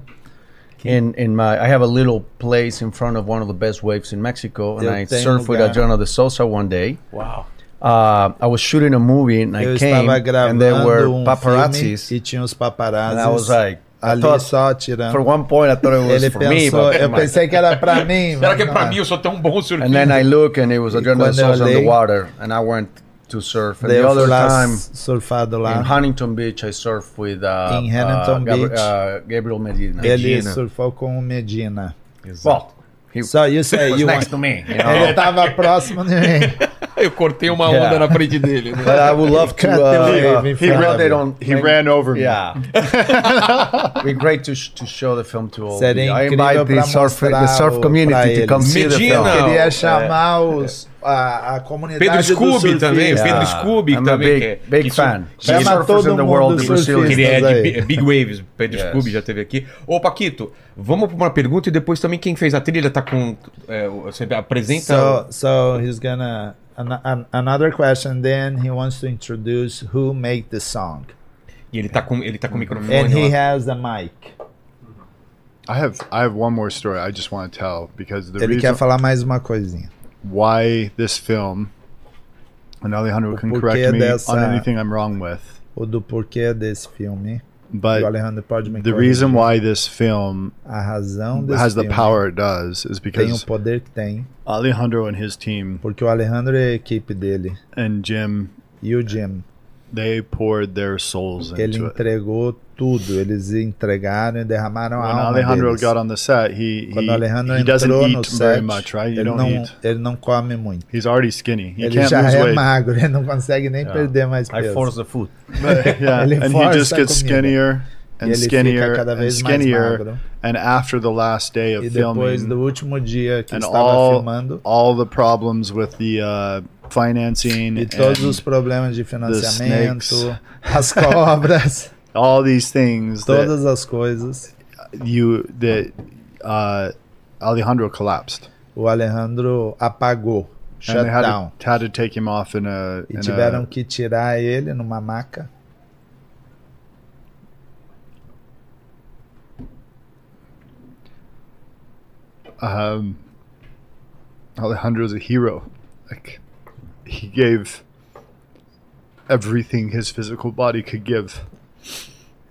H: In, in my, I have a little place in front of one of the best waves in Mexico, and
K: Eu
H: I
K: tenho
H: surfed with
K: lugar.
H: Adriano de Sosa one day.
K: Wow.
H: Uh, I was shooting a movie, and I
K: eu
H: came,
K: estava
H: and
K: gravando
H: there were
K: um
H: paparazzis.
K: filme e tinha os paparazzis.
H: And I was like, I
K: ali
H: thought-
K: só tirando.
H: For one point, I thought it was
K: Ele
H: for me,
K: pensou,
H: but
K: eu pensei que era pra mim.
A: Será
K: mas
A: que é né, pra
K: não
A: mim? Eu sou tão bom
H: And then I
A: surfista.
H: look, and it was Adriano de
K: quando eu
H: Sosa in the
K: olhei-
H: water, and I went to surf. And
K: Daí
H: the
K: eu
H: other
K: fui lá
H: time,
K: surfado lá.
H: in Huntington Beach, I surfed with uh,
K: Em Huntington
H: uh, Gabri-
K: Beach.
H: uh, Gabriel Medina.
K: Ele surfou com o Medina.
H: Exato.
K: Só isso aí.
A: was
K: you
A: next
K: want-
A: to me, you know?
K: Ele estava próximo de mim.
A: Eu cortei uma onda
H: Yeah.
A: na frente dele. né?
H: But I would love to.
K: Cut the
H: Uh,
K: wave
H: uh,
K: in
H: he
K: front
H: ran,
K: of
H: they
K: you.
H: don't,
K: He
H: make-
K: ran over me.
H: Yeah. Be great to, sh- to show the film to all.
K: Seria
H: the- I
K: incrível
H: invite the
K: pra
H: surf, the
K: mostrar
H: surf
K: o- pra
H: community to
K: eles.
H: come see the film.
K: Eu queria chamar os, uh, a, a comunidade
A: Pedro
K: dos
A: Scooby
K: surfistas.
A: também, Pedro Scooby
H: I'm a
A: também.
H: big-
A: que é-
H: big
A: que
H: fan.
A: que
K: Chama
A: surfers
K: todo
A: in the
K: mundo
A: world,
K: dos
A: que ele
K: surfistas
A: é de
K: aí.
A: bi- Big Waves, Pedro
H: Yes.
A: Scooby já teve aqui. Ô, Paquito, vamos pra uma pergunta e depois também quem fez a trilha tá com... é, você apresenta...
K: So, so he's gonna an, an, another question. Then he wants to introduce who made the song,
A: E ele tá com, ele tá com o microfone
K: and he
A: lá.
K: has the mic.
I: I have I have one more story I just want to tell because the
K: Ele
I: reason
K: quer falar mais uma coisinha.
I: why this film and Alejandro can
K: porquê
I: correct me
K: dessa-
I: on anything I'm wrong with.
K: O do porquê desse filme.
I: But
K: e o Alejandro pode me
I: The
K: corrigir.
I: reason why this film
K: A razão desse
I: has the
K: filme
I: power it does is
K: tem o
I: because
K: poder que tem,
I: Alejandro and his team
K: porque o Alejandro e a equipe dele
I: and Jim
K: e o Jim,
I: they poured their souls
K: ele
I: into it.
K: entregou tudo. Eles entregaram e derramaram
H: Oh,
I: When
K: a alma
I: Alejandro
K: deles.
I: got on the set, he he,
K: Quando o Alejandro
I: he doesn't
K: entrou no
I: eat very
K: set,
I: much, right? You
K: ele
I: don't
K: não,
I: eat.
K: ele não come muito.
I: He's already skinny. He
K: Ele
I: can't
K: já
I: lose
K: é
I: weight.
K: magro, ele não consegue nem perder mais
H: é- I
K: peso.
H: force the food.
I: But, yeah,
K: Ele
I: and he
K: força
I: just
K: a
I: gets
K: comida.
I: skinnier
K: E
I: and
K: ele fica
I: skinnier
K: cada
I: and
K: vez mais
I: skinnier.
K: magro.
I: And after the last day
K: E
I: of
K: depois
I: filming,
K: do último dia que
I: and
K: estava
I: all
K: filmando,
I: all the problems with the uh, financing
K: e
I: and
K: todos os problemas de
I: snakes.
K: financiamento, as cobras,
I: all these things that
K: todas as coisas,
I: you that uh, Alejandro collapsed.
K: o Alejandro apagou,
I: And they had
K: shutdown.
I: to, had to take him off in a,
K: E
I: in
K: tiveram
I: a
K: que tirar ele numa maca.
I: um, Alejandro's a hero. Like he gave everything his physical body could give.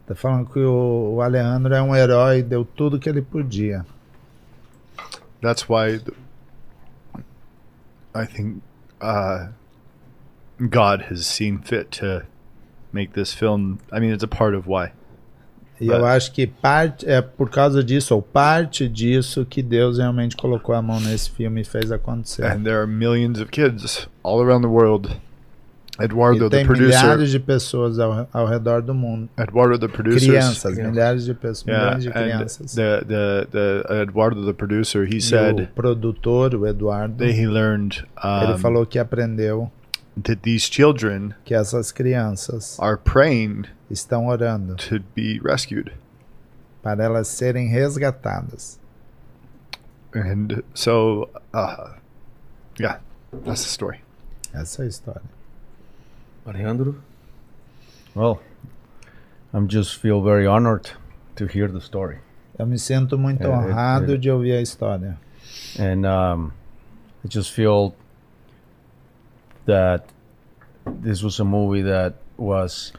K: Tá falando que o o Alejandro é um herói, deu tudo que ele podia.
I: that's why th- I think uh, God has seen fit to make this film. I mean, it's a part of why.
K: E eu acho que parte é por causa disso, ou parte disso, que Deus realmente colocou a mão nesse filme e fez acontecer.
I: And there are millions of kids all around the world. Eduardo,
K: E
I: the
K: tem
I: producer.
K: milhares de pessoas ao, ao redor do mundo.
I: Eduardo, the producer.
K: Crianças, milhares de pessoas,
I: Yeah,
K: milhões de
I: and
K: crianças.
I: the, the, the Eduardo, the producer, he
K: E o
I: said
K: produtor, o Eduardo,
I: that he learned
K: ele
I: um,
K: falou que aprendeu
I: that these children
K: que essas crianças
I: are praying
K: estão orando
I: to be rescued.
K: para elas serem resgatadas.
I: And so, uh, yeah, that's the story.
K: Essa é a história.
A: Alejandro?
H: Well, I'm just feel very honored to hear the story.
K: Eu me sinto muito
H: É, é,
K: honrado
H: é.
K: de ouvir a história.
H: and um, I just feel that this was a movie that was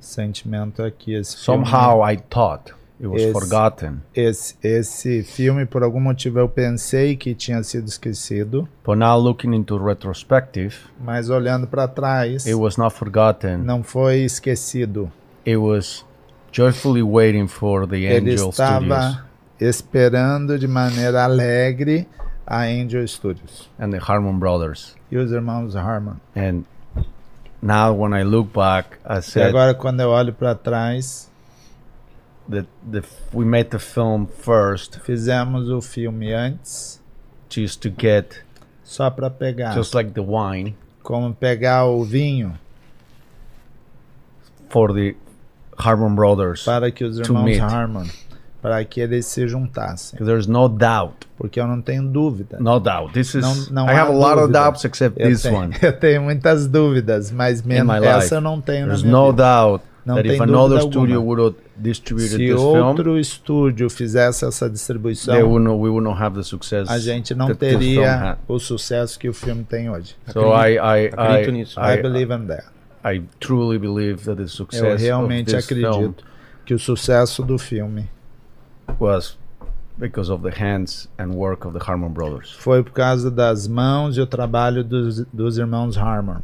K: Sentimento aqui, esse filme-
H: somehow I thought It was forgotten.
K: Esse, esse filme, por algum motivo, eu pensei que tinha sido esquecido,
H: But now looking into retrospective,
K: mas olhando para trás,
H: it was not forgotten.
K: não foi esquecido.
H: It was joyfully waiting for the
K: Ele
H: Angel Studios
K: estava esperando de maneira alegre a Angel Studios
H: and the Harmon Brothers.
K: e os irmãos Harmon.
H: And now when I look back, I
K: E
H: said
K: agora, quando eu olho para trás,
H: that the, f- we made the film first
K: fizemos o filme antes
H: just to get,
K: só para pegar.
H: just like the wine,
K: Como pegar o vinho
H: for the Harmon Brothers.
K: para que os
H: To
K: irmãos
H: meet.
K: Harmon, para que eles se juntassem.
H: There's no doubt,
K: Porque eu não tenho dúvida.
H: no doubt. This is,
K: Não- não
H: I have
K: há
H: a lot of
K: dúvida.
H: doubts except
K: Eu
H: this
K: tenho,
H: one.
K: eu tenho muitas dúvidas, mas
H: in
K: menos
H: my
K: essa
H: life.
K: eu não tenho na
H: There's
K: minha
H: no
K: vida.
H: doubt
K: Não
H: that
K: tem
H: if
K: dúvida
H: another
K: alguma.
H: studio would have distributed
K: Se
H: this film,
K: outro estúdio fizesse essa
H: they would
K: distribuição,
H: not, we would not have the success.
K: a gente não
H: that this film
K: teria
H: had.
K: o sucesso que o filme tem hoje.
H: So I, I, I,
K: Acredito nisso. I believe in that.
H: I truly believe that the success
K: Eu
H: of
K: realmente
H: this film
K: acredito que o sucesso do filme
H: was because of the hands and work of the Harmon Brothers.
K: foi por causa das mãos e o trabalho dos, dos irmãos Harmon.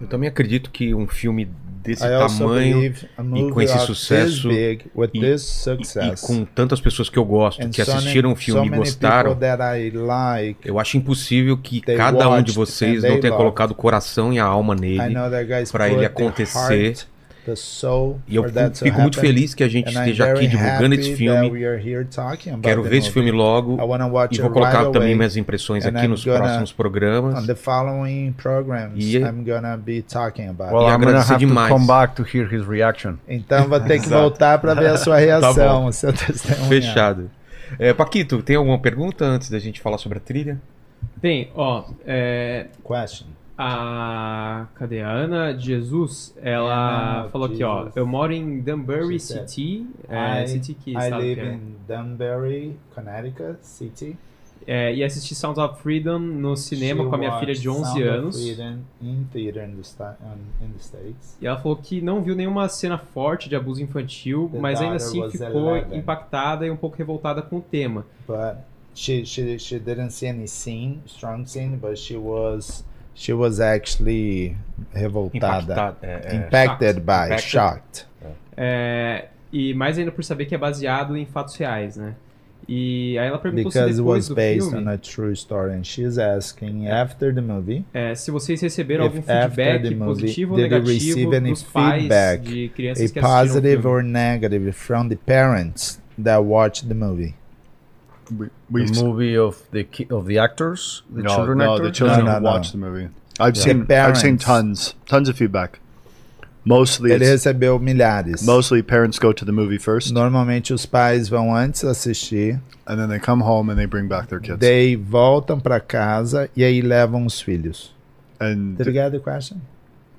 A: Eu também acredito que um filme desse
K: I also
A: tamanho
K: believe a
A: e
K: movie
A: com esse
K: of this
A: sucesso
K: big with
A: e,
K: this
A: e- e
K: success.
A: com tantas pessoas que eu gosto
K: And
A: que
K: so many-
A: assistiram o filme
K: so
A: e
K: many
A: gostaram,
K: people that I like,
A: eu acho impossível que
K: they
A: cada um de
K: watched
A: vocês
K: and
A: não
K: they
A: tenha
K: loved.
A: colocado o coração e a alma
K: I
A: nele
K: know that guys
A: para ele
K: put their
A: acontecer.
K: heart, the soul
A: E eu
K: for that
A: fico-
K: to
A: fico muito
K: happen.
A: feliz que a gente
K: And I'm
A: esteja
K: very
A: aqui divulgando esse
K: happy
A: filme.
K: that we are here talking about
A: Quero
K: the
A: ver esse filme
K: movie.
A: logo
K: I wanna watch
A: e vou
K: it
A: colocar
K: right
A: também
K: away.
A: minhas impressões
K: And
A: aqui
K: I'm
A: nos
K: gonna-
A: próximos programas.
K: On the following programs,
A: E- é
K: I'm gonna be talking about
H: Well,
A: E
K: it.
H: I'm gonna
A: agradecer
H: have
A: demais.
H: to come back to hear his reaction.
K: Então vou ter que
A: Exato. Tá
K: voltar para ver a sua reação,
A: bom.
K: o seu testemunho.
A: Fechado. É, Paquito, tem alguma pergunta antes da gente falar sobre a trilha?
B: Bem, ó, é,
K: Question.
B: a. Cadê? A Ana de Jesus, ela
K: Ana
B: falou aqui, ó.
K: Jesus.
B: Eu moro em Danbury
K: She said,
B: City. É,
K: I,
B: City que
K: I
B: sabe
K: live
B: que é.
K: in Danbury, Connecticut City.
B: É, e assisti Sound of Freedom no cinema
K: She
B: com a minha filha
K: watched
B: de 11
K: Sound of
B: anos.
K: Freedom in theater in the sta- um, in the States.
B: E ela falou que não viu nenhuma cena forte de abuso infantil,
K: The
B: mas ainda
K: daughter
B: assim
K: was
B: ficou
K: 11.
B: impactada e um pouco revoltada com o tema.
K: but she she she didn't see any scene, strong scene, but she was she was actually revoltada,
A: Impactada, é, é,
K: impacted
A: shocked.
K: by,
A: Impacted.
K: shocked.
B: É, e mais ainda por saber que é baseado em fatos reais, né? E aí ela perguntou
K: Because
B: se
K: it
B: depois
K: was
B: do
K: based
B: filme,
K: on a true story, and she's asking after the movie
B: é, se vocês receberam algum
K: if after the
B: feedback
K: movie did
B: positivo ou
K: you receive
B: negativo
K: any
B: dos pais
K: feedback,
B: de
K: a
B: crianças que assistiram o
K: positive
B: filme.
K: or negative from the parents that watched the movie.
H: the movie of the ki- of the actors, the
I: no,
H: children
I: no,
H: actors.
I: the children
K: No, no,
I: have
K: no.
I: watched the movie. I've
K: Yeah.
I: seen,
K: The
I: I've seen
K: parents.
I: tons, tons of feedback. Mostly,
K: Ele
I: it's-
K: recebeu milhares.
I: mostly parents go to the movie first,
K: Normalmente os pais vão antes assistir,
I: and then they come home and they bring back their kids.
K: daí voltam pra casa e aí levam os filhos. Tá
I: and
K: Did you get the question?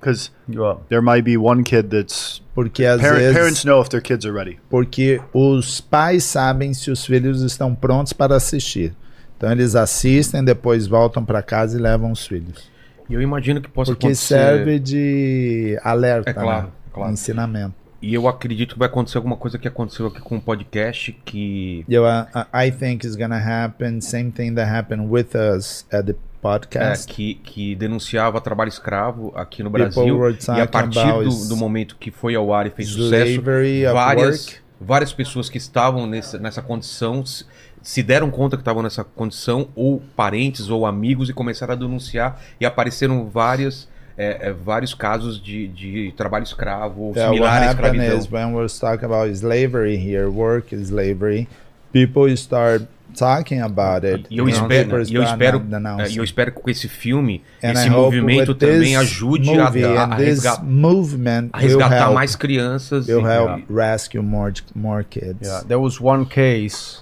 I: because
H: You are-
I: there might be one kid that's
K: Porque às
I: parent,
K: vezes
I: parents know if their kids are ready.
K: porque os pais sabem se os filhos estão prontos para assistir. Então eles assistem, depois voltam para casa e levam os filhos.
A: E eu imagino que possa
K: Porque
A: acontecer.
K: serve de alerta,
A: É claro,
K: né?
A: é claro.
K: ensinamento.
A: E eu acredito que vai acontecer alguma coisa que aconteceu aqui com o podcast que
K: Eu, I, I think it's gonna happen, same thing that happened with us at the
A: É,
K: podcast.
A: que, que denunciava trabalho escravo aqui no
K: People
A: Brasil.
K: were
A: E a
K: talking
A: partir
K: about
A: do, do momento que foi ao ar e fez sucesso,
K: slavery at work.
A: várias, várias pessoas que estavam nessa, nessa condição se, se deram conta que estavam nessa condição, ou parentes ou amigos, e começaram a denunciar. E apareceram várias, é, é, vários casos de, de trabalho escravo ou
K: Yeah, what
A: similar à
K: happened
A: escravidão.
K: is when we talk about slavery here, work is slavery, people start talking about it.
A: E eu
K: and people
A: espero, e eu
K: start
A: espero,
K: announcing.
A: é, e eu espero que com esse filme,
K: And I
A: esse
K: hope
A: movimento
K: with
A: também
K: this
A: ajude a,
K: movie
A: a,
K: and
A: a
K: this
A: resga-
K: movement
A: a
K: will
A: resgatar
K: é help-
A: mais crianças.
K: will
A: e-
K: help rescue more more kids.
H: Yeah, there was one case.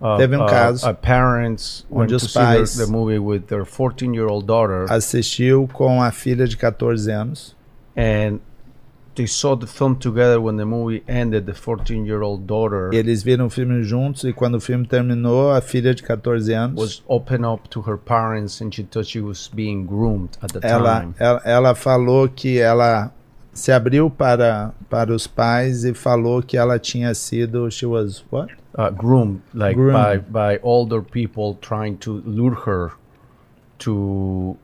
H: Of,
K: Teve um
H: uh,
K: caso
H: uh, parents went to
K: onde
H: see
K: os
H: their,
K: pais-
H: the movie with their 14-year-old daughter,
K: Assistiu com a filha de 14 anos.
H: and they saw the film together. When the movie ended, the 14-year-old daughter
K: Eles viram o filme juntos e quando o filme terminou, a filha de 14 anos
H: was open up to her parents, and she thought she was being groomed at the
K: ela,
H: time.
K: ela ela falou que ela se abriu para, para os pais e falou que ela tinha sido. She was what?
H: Uh, groomed, like
K: Groomed.
H: by by older people trying to lure her to,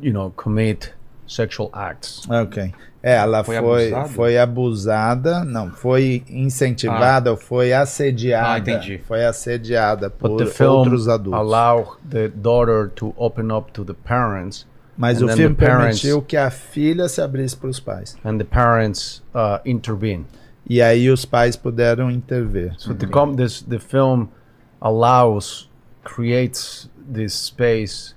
H: you know, commit sexual acts.
K: Ok. É, ela
H: Foi
K: foi, foi,
H: abusada?
K: abusada? não, foi incentivada, ou foi assediada.
H: Ah, entendi.
K: Foi assediada
H: But
K: por
H: the film
K: outros adultos.
H: allow the daughter to open up to the parents.
K: Mas
H: and
K: o
H: then
K: filme
H: the parents-
K: permitiu que a filha se abrisse para os pais.
H: and the parents uh, intervene.
K: E aí os pais puderam intervir.
H: So the com- this the film allows creates this space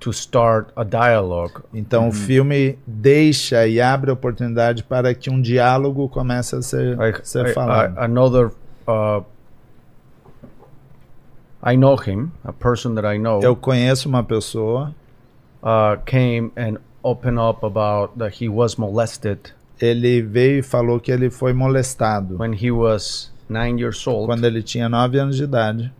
H: to start a dialogue.
K: Então o filme deixa e abre a oportunidade para que um diálogo comece a ser, ser
H: I-
K: falado.
H: I- another uh, I know him, a person that I know.
K: Eu conheço uma pessoa.
H: Uh, came and opened up about that he was molested.
K: Ele veio e falou que ele foi molestado.
H: When he was nine years old.
K: Quando ele tinha 9 anos de idade.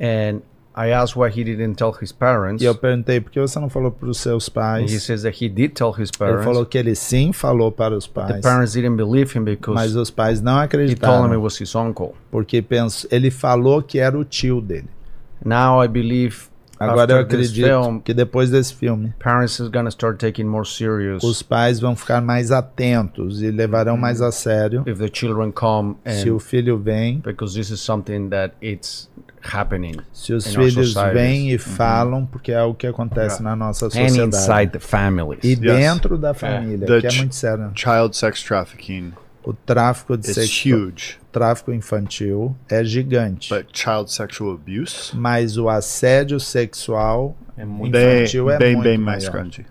H: And I asked why he didn't tell his parents.
K: E eu perguntei por que você não falou para os seus
H: And he
K: pais.
H: says that he did tell his
K: Ele
H: parents.
K: falou que ele sim falou para os
H: The
K: pais.
H: parents didn't believe him because
K: Mas os pais não
H: he told him it
K: acreditaram.
H: was his uncle.
K: Porque penso, ele falou que era o tio dele.
H: Now I believe
K: Agora eu
H: after this
K: acredito
H: film,
K: que depois desse filme
H: parents is gonna start taking more serious
K: os pais vão ficar mais atentos e levarão mais a sério
H: if the children come and
K: se o filho vem,
H: because this is something that it's happening.
K: se os
H: in our
K: filhos
H: societies.
K: vêm e
H: Mhm.
K: falam, porque é o que acontece na nossa
H: And inside
K: sociedade.
H: the families.
K: E
I: Yes.
K: dentro da família,
I: The
K: que é
I: ch-
K: muito sério.
I: Child sex trafficking.
K: O tráfico de
I: It's
K: sexo,
I: huge.
K: tráfico infantil é gigante.
I: Child sexual abuse.
K: Mas o assédio sexual
I: bem,
K: infantil é
I: bem,
K: muito
I: bem
K: maior,
I: mais grande.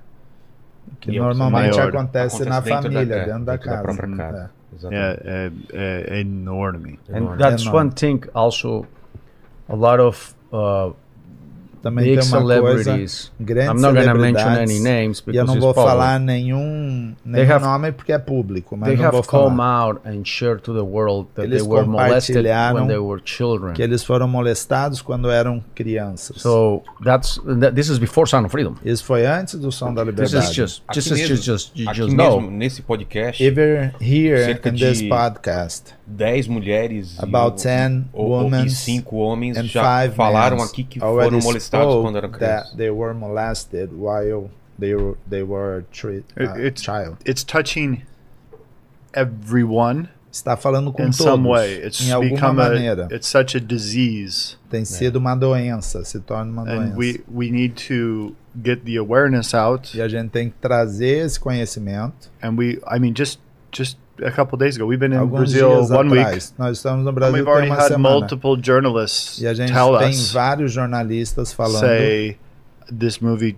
K: que normalmente
I: maior.
K: acontece, na família, dentro da
A: dentro da
K: casa.
A: própria casa.
K: É.
I: É, é, é Eh, enorme.
H: And that's one thing also a lot of uh,
K: Também
H: big
K: tem uma coisa,
H: celebrities.
K: grandes
H: I'm not gonna
K: celebridades,
H: mention any names
K: e eu
H: because
K: não
H: it's
K: vou
H: public.
K: falar nenhum,
H: They
K: nenhum
H: have-
K: nome porque é público, mas
H: they
K: não
H: have
K: vou
H: come
K: falar.
H: out and shared to the world that
K: Eles
H: they were molested when
K: compartilharam
H: they were children.
K: que eles foram molestados quando eram crianças.
H: So that's that, this is before Sound of Freedom.
K: Isso foi antes do Som da
H: This
K: Liberdade.
H: is just
A: Aqui
H: just just
A: mesmo,
H: just, just, you
A: aqui
H: just
A: mesmo,
H: know.
A: nesse podcast,
K: Even here
A: cerca
K: in
A: de
K: this podcast,
A: 10 mulheres e
K: About
A: o-
K: 10
A: o- o- e
K: women
A: 5 homens
K: and
A: já
K: five
A: falaram
K: men
A: aqui que
K: already
A: foram molestados
K: spoke
A: quando eram
K: that
A: crianças.
K: they were molested while they were, they were tre- uh,
I: It- it's
K: child.
I: it's touching everyone
K: Está falando com
I: in
K: todos,
I: some way. It's
K: em alguma
I: become
K: maneira.
I: a it's such a disease,
K: Tem sido uma doença, se torna uma
I: and
K: doença.
I: we we need to get the awareness out.
K: E a gente tem que trazer esse conhecimento.
I: And we, I mean, just just a couple days ago, we've been in
K: Alguns
I: Brazil
K: dias
I: one
K: atrás,
I: week.
K: nós estamos no
I: And
K: Brasil
I: we've
K: tem
I: already
K: uma
I: had
K: semana.
I: multiple journalists
K: E a gente
I: tell
K: tem
I: us
K: vários jornalistas falando,
I: say this movie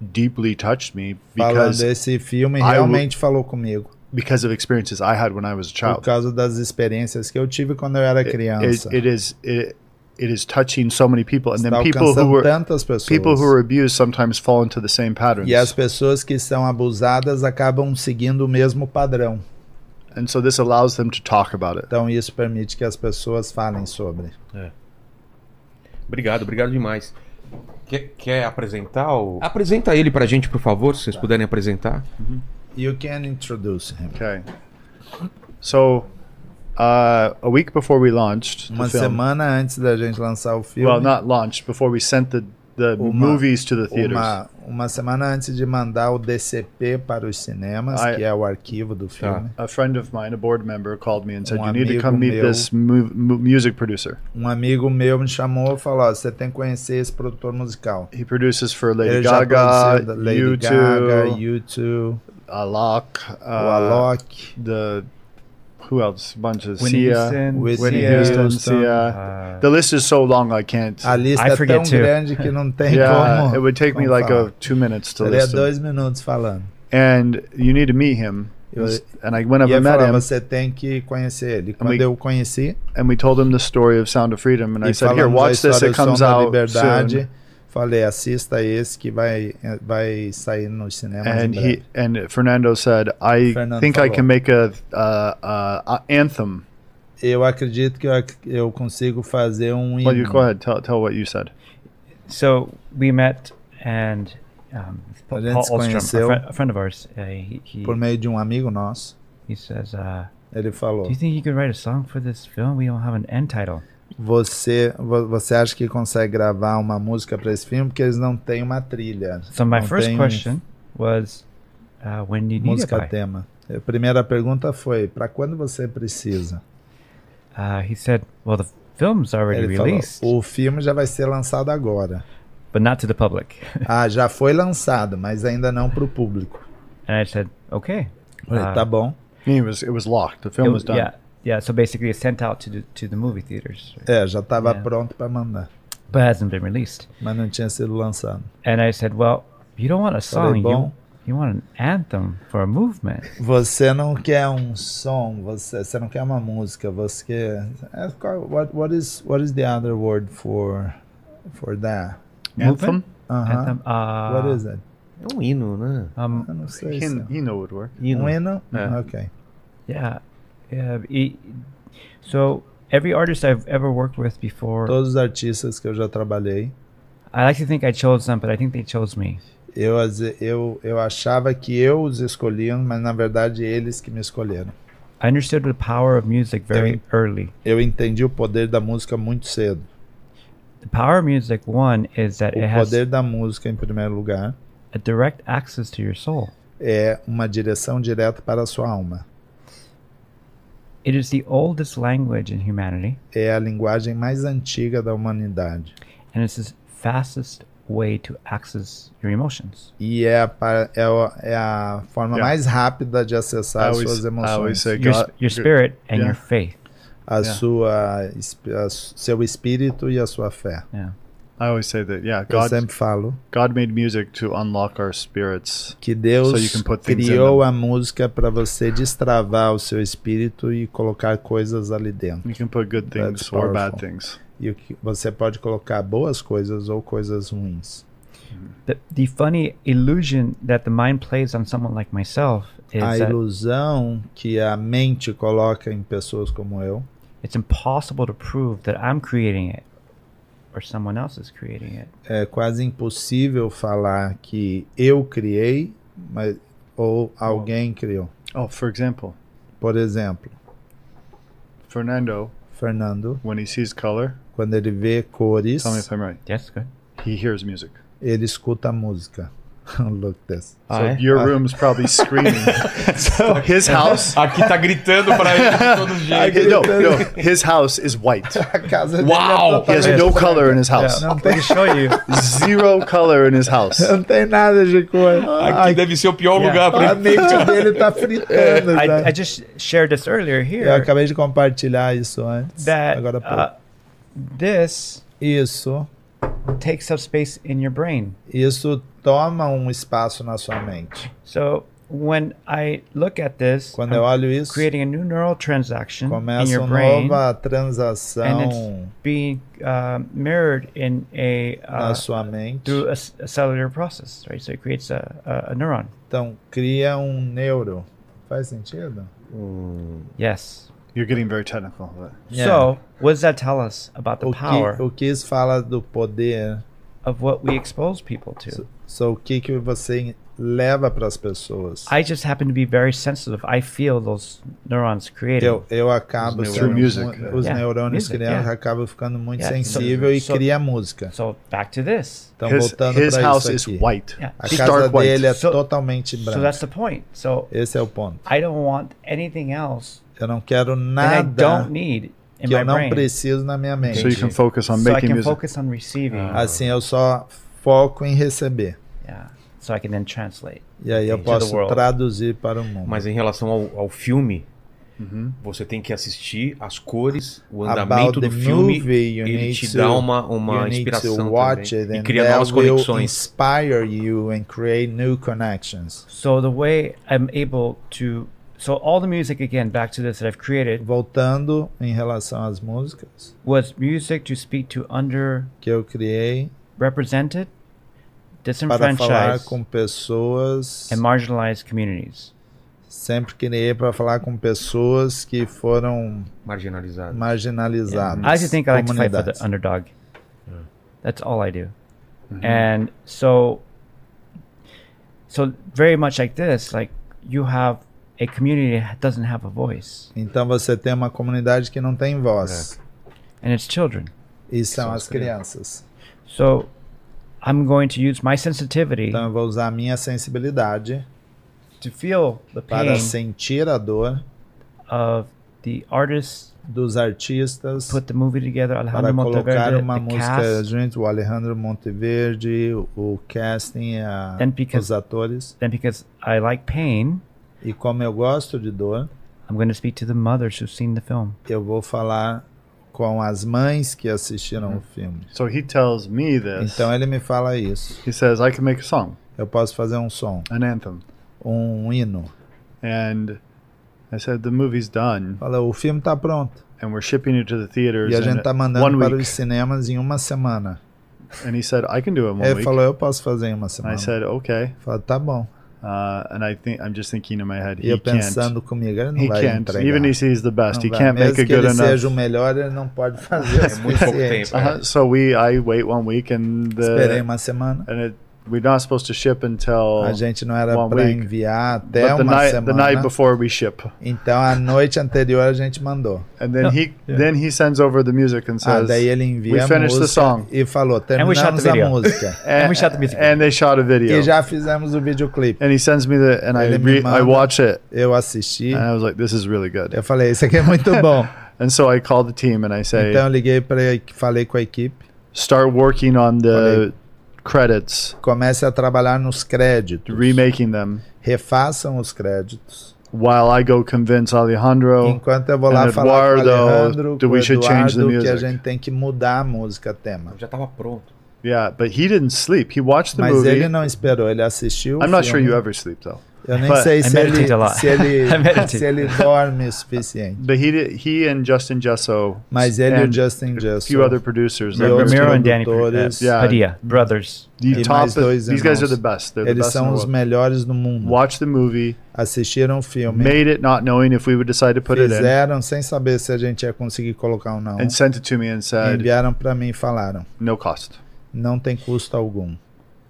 I: deeply touched me
K: falando
I: because
K: esse filme
I: I will-
K: realmente falou comigo.
I: because of experiences I had when I was a
K: Por
I: child.
K: causa das experiências que eu tive quando eu era
I: It,
K: criança.
I: it is it, it is touching so many people, and
K: Está
I: then people who
K: alcançando
I: were
K: tantas pessoas.
I: people who are abused sometimes fall into the same patterns.
K: E as pessoas que são abusadas acabam seguindo o mesmo padrão.
I: And so this allows them to talk about it.
K: Então isso permite que as pessoas falem sobre.
A: Obrigado, obrigado demais. Quer, quer apresentar o... Apresenta ele pra gente, por favor, se vocês puderem apresentar.
K: You can introduce him.
I: Okay. So, uh, a week before we launched the
K: Uma
I: film,
K: semana antes da gente lançar o filme.
I: well, not launched, before we sent the, the
K: Uma-
I: movies to the theaters,
K: Uma, uma semana antes de mandar o DCP para os cinemas,
I: Ah, é.
K: que é o arquivo do filme,
I: a friend of mine, a board member, called me and said,
K: Um
I: You need to
K: amigo
I: come meet
K: meu-
I: this mu- mu- music producer.
K: um amigo meu me chamou e falou: "Ó, você tem que conhecer esse produtor musical.
I: He produces for Lady
K: Ele já
I: Gaga,
K: produziu da Lady
I: U2,
K: Gaga, U2,
I: Alok, uh,
K: o Alok,
I: the who else? A bunch of
H: Whitney
I: Sia,
H: Houston,
I: Whitney
K: Whitney
I: Houston,
K: Houston.
I: Sia.
H: Uh,
I: the list is so long, I can't.
K: A lista
H: I
K: é tão
H: forget too.
K: grande que não tem
I: yeah,
K: como.
I: it would take me
K: como
I: like
K: falar.
I: a, two minutes to
K: Seria
I: list them.
K: dois minutos falando.
I: And you need to meet him.
K: Eu-
I: And I went
K: E
I: up
K: eu
I: and met
K: falava,
I: him,
K: você tem que conhecer ele. Quando
I: we-
K: eu o conheci,
I: and we told him the story of Sound of Freedom. And I
K: e
I: said, "Here,
K: falamos a
I: watch this.
K: história
I: It
K: do Som
I: comes
K: da
I: out
K: Liberdade.
I: soon."
K: Falei, assista esse que vai, vai sair nos cinemas em
I: And
K: breve.
I: he and Fernando said, "I
K: Fernando
I: think I
K: falou.
I: can make a uh, uh, uh, anthem."
K: Eu acredito que eu, ac- eu consigo fazer um
I: Well, you
K: hino.
I: go ahead. Tell tell what you said.
M: So we met, and Um,
K: A
M: Paul
K: gente se
M: Ostrom, a,
K: conheceu
M: fri- a friend of ours, uh, he, he,
K: por meio de um amigo nosso.
M: he says, uh,
K: Ele
M: "Do
K: falou:
M: you think you could write a song for this film? We don't have an end title."
K: Você, vo- você acha que consegue gravar uma música para esse filme? Porque eles não têm uma trilha.
M: So my
K: não
M: first
K: tem
M: question was, uh, "When do you need a
K: música
M: guy?"
K: tema. A primeira pergunta foi: para quando você precisa?
M: Uh, he said, "Well, the film's already
K: Ele falou,
M: released,
K: o filme já vai ser lançado agora.
M: but not to the public."
K: Ah, já foi lançado, mas ainda não para o público.
M: And I said, "Okay."
K: Falei,
M: Uh,
K: tá bom.
I: It was it was locked. The film
M: it-
I: was done.
M: Yeah, yeah. So basically, it's sent out to the, to the movie theaters,
K: É, já estava
M: É.
K: pronto para mandar,
M: but hasn't been released.
K: mas não tinha sido lançado.
M: And I said, "Well, you don't want a song.
K: bom.
M: You, you want an anthem for a movement."
K: Você não quer um som, você, você não quer uma música, você quer. é, qual- What, what, is, what is the other word for, for that?
I: Anthem?
K: Aham.
M: um Anthem, ah.
K: What is it?
A: É um hino, né?
M: Um,
K: Eu não sei. se-
I: He, he know would work.
K: Um hino?
I: Yeah.
K: Ok.
M: yeah, yeah. e- so every artist I've ever worked with before,
K: Todos os artistas que eu já trabalhei,
M: I like to think I chose them, but I think they chose me.
K: eu, as- eu, eu achava que eu os escolhiam, mas na verdade eles que me escolheram.
M: I understood the power of music very early.
K: Eu entendi o poder da música muito cedo.
M: The power of music, one, is that it
K: O
M: has
K: poder da música, em primeiro lugar,
M: a direct access to your soul.
K: é uma direção direta para a sua alma.
M: It is the oldest language in humanity,
K: É a linguagem mais antiga da humanidade.
M: and it's the fastest way to access your emotions.
K: E é a, pa- é o- é a forma
I: Yeah.
K: mais rápida de acessar
I: I
K: as
I: always-
K: suas
I: I always
K: emoções.
I: say
M: Your,
I: God-
M: your spirit and
I: Yeah.
M: your faith.
K: A
I: Yeah.
K: sua, esp- a su- seu espírito e a sua fé.
M: Yeah.
I: I always say that. Yeah,
K: Eu
I: God
K: sempre falo
I: God made music to unlock our spirits.
K: que Deus
I: So you can put things in
K: criou a música para você destravar o seu espírito e colocar coisas ali dentro.
I: You can put good things
K: That's
I: or bad
K: powerful.
I: things.
K: E o que- você pode colocar boas coisas ou coisas ruins.
M: The, the funny illusion that the mind plays on someone like myself is
K: a
M: that
K: ilusão que a mente coloca em pessoas como eu
M: it's impossible to prove that I'm creating it or someone else is creating it.
K: é quase impossível falar que eu criei mas, ou alguém criou.
I: Oh, for example,
K: Por exemplo,
I: Fernando,
K: Fernando,
I: when he sees color,
K: quando ele vê cores,
I: tell me if I'm right.
M: Yes, good.
I: He hears music.
K: ele escuta a música. Look this. Ah.
I: So your room's probably screaming. so his house.
A: Aqui tá gritando pra ele de todos os
I: I,
A: jeitos.
I: no, no, his house is white.
K: A casa dele
A: Uau!
I: He has
K: é
I: no
K: totalmente
I: color in his house.
K: branca. Não
M: Let
K: tem,
M: me show you.
I: Zero color in his house.
K: não tem nada de cor.
A: Aqui
K: Ai,
A: deve ser o pior
M: Yeah.
A: lugar pra
K: a
A: ele.
K: mente dele tá fritando.
M: I, I
K: sabe?
M: just shared this earlier
K: Eu
M: here
K: acabei de compartilhar isso antes.
M: that
K: Agora há pouco.
M: uh, this
K: Isso.
M: takes up space in your brain.
K: Isso toma um espaço na sua mente.
M: So when I look at this,
K: Quando
M: I'm
K: eu olho isso,
M: creating a new neural transaction in
K: começa um
M: your
K: uma
M: brain,
K: nova
M: and
K: transação
M: it's being uh, mirrored in a
K: na
M: uh,
K: sua mente.
M: through a, s- a cellular process, right? So it creates a, a, a neuron.
K: Então, cria um neuro. Faz sentido?
M: Yes.
I: You're getting very technical. But
M: So what does that tell us about the
K: O
M: power
K: que, o que isso fala do poder?
M: of what we expose people to?
K: So, o que, que você leva para as pessoas?
M: I just happen to be very sensitive. I feel those neurons creating.
K: Eu, eu acabo
I: Os
K: sendo
I: neurônios.
K: mu-
I: Music,
K: os
M: yeah.
K: neurônios
M: Music,
K: criando
M: yeah.
K: acabam ficando muito
M: Yeah, so-
K: sensível e
M: so-
K: cria música.
M: So back to this.
K: Então,
I: his
K: voltando
I: his
K: para
I: house
K: isso
I: is
K: aqui.
I: white.
M: Yeah.
K: A
I: It's
K: casa
I: dark white.
K: dele é
M: So-
K: totalmente
M: So that's
K: branca.
M: the point. So
K: Esse é o ponto.
M: I don't want anything else
K: Eu não quero
M: that I
K: nada
M: don't need in
K: que
M: my
K: eu não
M: brain.
K: preciso na minha mente.
I: So you can focus on
M: so I
I: making
M: can
I: music.
M: focus on receiving.
K: Assim, eu só foco em receber.
M: yeah. So I can then translate.
K: E aí eu
M: To the
K: posso
M: world.
K: traduzir para o mundo.
A: Mas em relação ao, ao filme, você tem que assistir as cores, o
K: Uhum. About
A: andamento
K: the
A: do filme.
K: movie, you
A: ele
K: need
A: te
K: to-
A: dá uma, uma
K: you need to
A: inspiração
K: watch
A: também,
K: it
A: e
K: and
A: cria
K: that
A: novas
K: will
A: conexões.
K: inspire you and create new connections.
M: So the way I'm able to so all the music again back to this that I've created
K: Voltando em relação às músicas
M: was music to speak to underrepresented,
K: que eu criei para falar
M: disenfranchised
K: com pessoas,
M: and marginalized communities.
K: sempre criei para falar com pessoas que foram
A: Marginalizado.
K: marginalizadas.
M: I actually think I like to fight for
K: comunidades. Mm-hmm.
M: the underdog. That's all I do. And so so very much like this, like you have a community that doesn't have a voice.
K: Então você tem uma comunidade que não tem voz.
M: And it's children.
K: E são as crianças.
M: So I'm going to use my sensitivity
K: Então eu vou usar a minha sensibilidade
M: to feel the
K: para
M: pain
K: sentir a dor
M: of the artists
K: dos artistas
M: put the movie together,
K: para
M: Alejandro
K: colocar
M: Monteverde,
K: uma
M: the
K: música
M: cast,
K: junto, o Alejandro Monteverde, o- o casting, a,
M: Then because-
K: os atores.
M: then because I like pain,
K: E como eu gosto de dor,
M: I'm going to speak to the mothers who've seen the film.
K: eu vou falar com as mães que assistiram o filme.
I: So he tells me this.
K: Então ele me fala isso.
I: He says, I can make a song,
K: Eu posso fazer um som,
I: an anthem.
K: um hino.
I: And I said, the movie's done,
K: Fala, o filme está pronto.
I: and we're shipping it to the theaters
K: E a
I: in
K: gente tá mandando
I: one
K: para
I: week.
K: os cinemas em uma semana.
I: And he said, I can do it in one
K: Ele
I: week.
K: falou, eu posso fazer em
I: And
K: uma
I: I
K: semana.
I: said, okay.
K: Fala, tá bom.
I: Uh, and I think I'm just thinking in my head,
K: E
I: he
K: eu
I: can't.
K: pensando comigo, ele não
I: He
K: vai
I: can't.
K: entregar.
I: Even if he's the best,
K: Não
I: he
K: vai.
I: can't
K: Mesmo
I: make a
K: que ele
I: good enough.
K: seja o melhor, ele não pode fazer. o suficiente.
I: Uh-huh. So we, I wait one week, and
K: Esperei
I: the
K: uma semana.
I: and it, we're not supposed to ship until
K: A gente não era
I: one
K: para
I: week.
K: enviar até
I: But the
K: uma
I: night, the night
K: semana.
I: before we ship,
K: Então a noite anterior a gente mandou.
I: and then he then he sends over the music and says,
K: Ah, daí ele
I: "We
K: envia a
I: finished the
K: música
I: song."
K: e falou,
M: And we shot the
K: terminamos a
M: video."
K: música.
I: And, and they shot a video.
K: E já fizemos o videoclipe.
I: And he sends me the and I
K: Ele me
I: re, I
K: manda.
I: watch it
K: Eu assisti,
I: and I was like, "This is really good."
K: eu falei, isso aqui é muito bom.
I: And so I called the team and I say,
K: Então eu liguei para falei com a equipe,
I: "Start working on the credits,
K: comece a trabalhar nos créditos,
I: remaking them."
K: refaçam os créditos.
I: While I go convince Alejandro
K: Enquanto eu vou lá
I: and
K: falar com o
I: Eduardo,
K: Alejandro,
I: do
K: com o
I: we should change the
K: Eduardo, que a
I: music?
K: gente tem que mudar a música tema.
O: Já tava pronto.
I: Yeah, but he didn't sleep. He watched the
K: Mas
I: movie.
K: ele não esperou, ele assistiu. o
I: I'm not sure
K: filme.
I: you ever sleep though.
K: Eu nem
I: But-
K: sei
I: I
K: se ele,
I: meditate a lot.
K: se, ele,
M: É
I: I meditate.
K: se ele dorme o suficiente.
I: But he did, he and Justin Gesso,
K: Mas ele e o Justin
I: a
K: Gesso
I: few other producers,
K: e
I: are
K: outros
I: very
M: Romero and Danny uh,
K: produtores.
I: Yeah.
M: Padilla, brothers.
I: The
K: e
I: top
K: mais dois
I: these guys
K: irmãos.
I: are the best. They're the
K: Eles
I: best in
K: são
I: the
K: os
I: world.
K: melhores no mundo.
I: Watched the movie,
K: Assistiram o filme,
I: made it not knowing if we would decide to put it in,
K: fizeram sem saber se a gente ia conseguir colocar ou não.
I: and sent it to me and said,
K: Enviaram pra mim e falaram,
I: no cost.
K: não tem custo algum.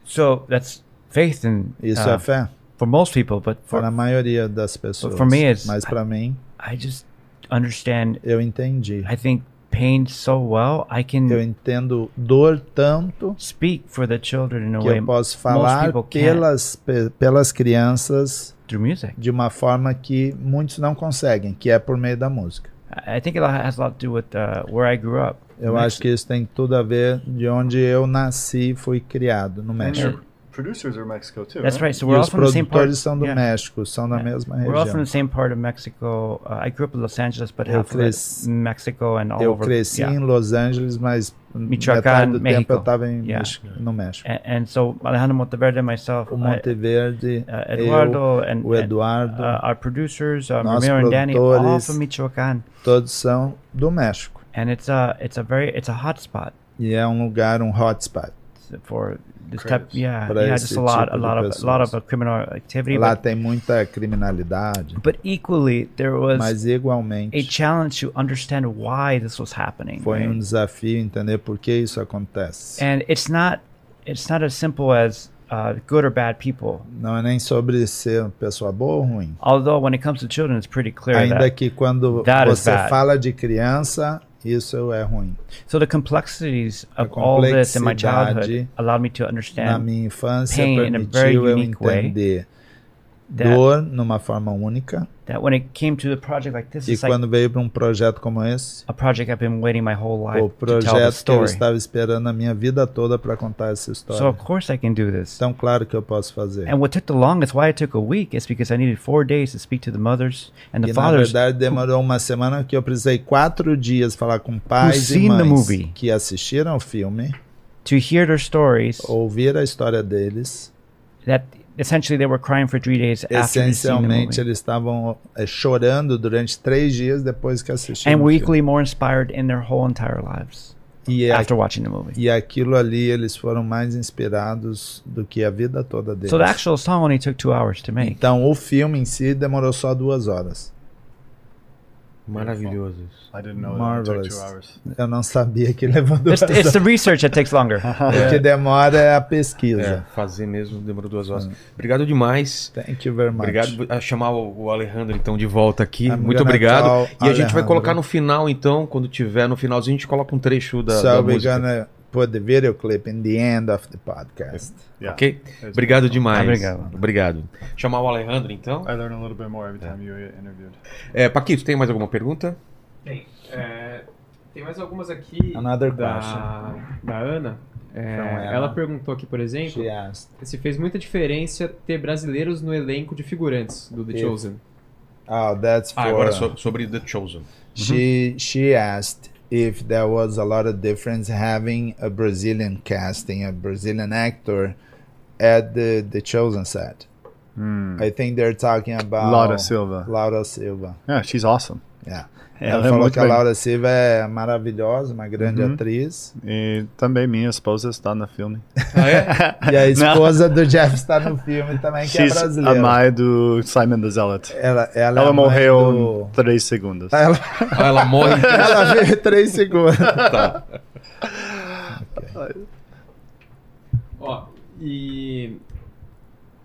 M: So that's faith in
K: Isso é fé
M: for most people, but for
K: para a maioria das pessoas.
M: Ah. for me it's-
K: Mas pra mim,
M: I just understand.
K: eu entendi.
M: I think pain so well. I can
K: Eu entendo dor tanto
M: speak for the children in a
K: que
M: way
K: eu posso
M: most
K: falar
M: people can't
K: pelas, pe- pelas crianças
M: through music.
K: de uma forma que muchos não conseguem, que é por meio da música.
M: I I think it has a lot to do with uh, where I grew up.
K: Eu acho que isso tem tudo a ver de onde eu nasci e fui criado, no México.
I: producers are Mexico too.
M: That's right. So
K: e
M: we're all
K: os
M: from the same part.
K: produtores são do
M: yeah.
K: México, são da
M: Yeah.
K: mesma
M: We're all from
K: região.
M: the same part of Mexico. Uh, I grew up in Los Angeles, but
K: Eu
M: half of
K: cres-
M: it, Mexico and all
K: Eu
M: over.
K: cresci
M: yeah.
K: em Los Angeles, mas metade
M: Michoacán,
K: do tempo
M: México.
K: eu estava em
M: Yeah.
K: México, no México.
M: A- and so Alejandro Monteverde and myself,
K: O
M: I-
K: Monteverde,
M: uh,
K: eu,
M: Eduardo, and,
K: o Eduardo,
M: and, uh, our producers, um,
K: nós
M: Ramiro and Danny, all
K: produtores.
M: from Michoacán,
K: todos são do México.
M: and it's a it's a very it's a hot spot
K: E é um lugar, um hotspot.
M: for this type. Yeah,
K: Pra
M: Uh, yeah,
K: esse
M: just a lot,
K: tipo
M: a
K: de
M: lot of a lot
K: pessoas.
M: of uh, criminal activity.
K: Lá
M: But,
K: tem muita criminalidade,
M: but equally, there was
K: mas
M: a
K: igualmente
M: challenge to understand why this was happening.
K: foi
M: right?
K: um desafio entender por que isso acontece.
M: and it's not it's not as simple as uh, good or bad people.
K: Não é nem sobre ser pessoa boa ou ruim.
M: Although when it comes to children, it's pretty clear
K: Ainda
M: that.
K: que quando
M: that is
K: você
M: bad.
K: fala de criança, isso é ruim.
M: So the complexities of
K: A
M: all this in my
K: complexidade
M: childhood allowed me to
K: Na
M: understand
K: minha infância,
M: pain in a very
K: permitiu eu
M: unique way.
K: entender
M: that-
K: dor numa forma única.
M: That when it came to the project like this,
K: E
M: it's like
K: quando veio para um projeto como esse,
M: a project I've been waiting my whole
K: o
M: life to tell the
K: projeto que eu
M: story.
K: estava esperando a minha vida toda para contar
M: So
K: essa
M: of
K: história.
M: course I can do this.
K: Então, claro que eu posso fazer.
M: And what took the longest, why it took a week, is because I needed four days to speak to the mothers and the
K: E na
M: fathers
K: verdade demorou uma semana que eu precisei quatro dias falar com pais e
M: seen the
K: mães
M: movie.
K: que assistiram o filme,
M: to hear their stories.
K: ouvir a história deles.
M: That essentially they were crying for three days after they'd seen the
K: Essencialmente
M: movie.
K: eles estavam eh, chorando durante três dias depois que assistiram.
M: and
K: o
M: were
K: filme.
M: equally more inspired in their whole entire lives
K: E, a-
M: after watching the movie.
K: e aquilo ali eles foram mais inspirados do que a vida toda deles.
M: So the actual song only took two hours to make.
K: Então o filme em si demorou só duas horas.
A: Maravilhoso isso.
I: I didn't know that. It took
K: Marvelous.
I: two hours.
K: Eu não sabia que levou duas
M: It's, it's the
K: horas.
M: research that takes longer.
K: O que demora é a pesquisa.
A: É, fazer mesmo demorou duas horas. Obrigado demais.
K: Thank you very much.
A: Obrigado a chamar o o Alejandro então de volta aqui.
K: I'm
A: Muito
K: gonna
A: obrigado.
K: call
A: E a gente vai
K: Alejandro.
A: colocar no final então, quando tiver no finalzinho, a gente coloca um trecho da,
K: so
A: da
K: we're
A: música.
K: gonna put the video clip in the end of the podcast.
A: Ok? Obrigado demais.
K: Obrigado.
A: Obrigado. Chamar o Alejandro então.
I: I learn a little bit more every time you get interviewed.
A: É, Paquito, tem mais alguma pergunta?
B: Bem, é, tem mais algumas aqui
K: Another
B: da,
K: question.
B: da Ana. É,
K: From Ana.
B: ela perguntou aqui, por exemplo,
K: She asked.
B: se fez muita diferença ter brasileiros no elenco de figurantes do The
K: If-
B: Chosen.
K: Oh, that's for.
A: Ah, agora so- sobre The Chosen.
K: She
I: Uhum.
K: she asked if there was a lot of difference having a Brazilian casting, a Brazilian actor at the the chosen set.
I: Hmm.
K: I think they're talking about
I: Laura Silva.
K: Laura Silva.
I: Yeah, she's awesome.
K: Yeah.
I: Ela
K: Ela
I: é
K: falou
I: muito
K: que a
I: bem.
K: Laura Silva é maravilhosa, uma grande
I: Uhum.
K: atriz.
I: E também minha esposa está no filme.
A: Ah, é?
K: E a esposa
I: Não.
K: do Jeff está no filme também, que é
I: She's a
K: brasileira.
I: mãe do Simon the Zealot.
K: Ela, ela é a mãe
I: morreu em três segundos.
K: Ela-
A: Ah, ela morre em três-
K: ela vive em três segundos.
A: Tá.
B: Ó, e.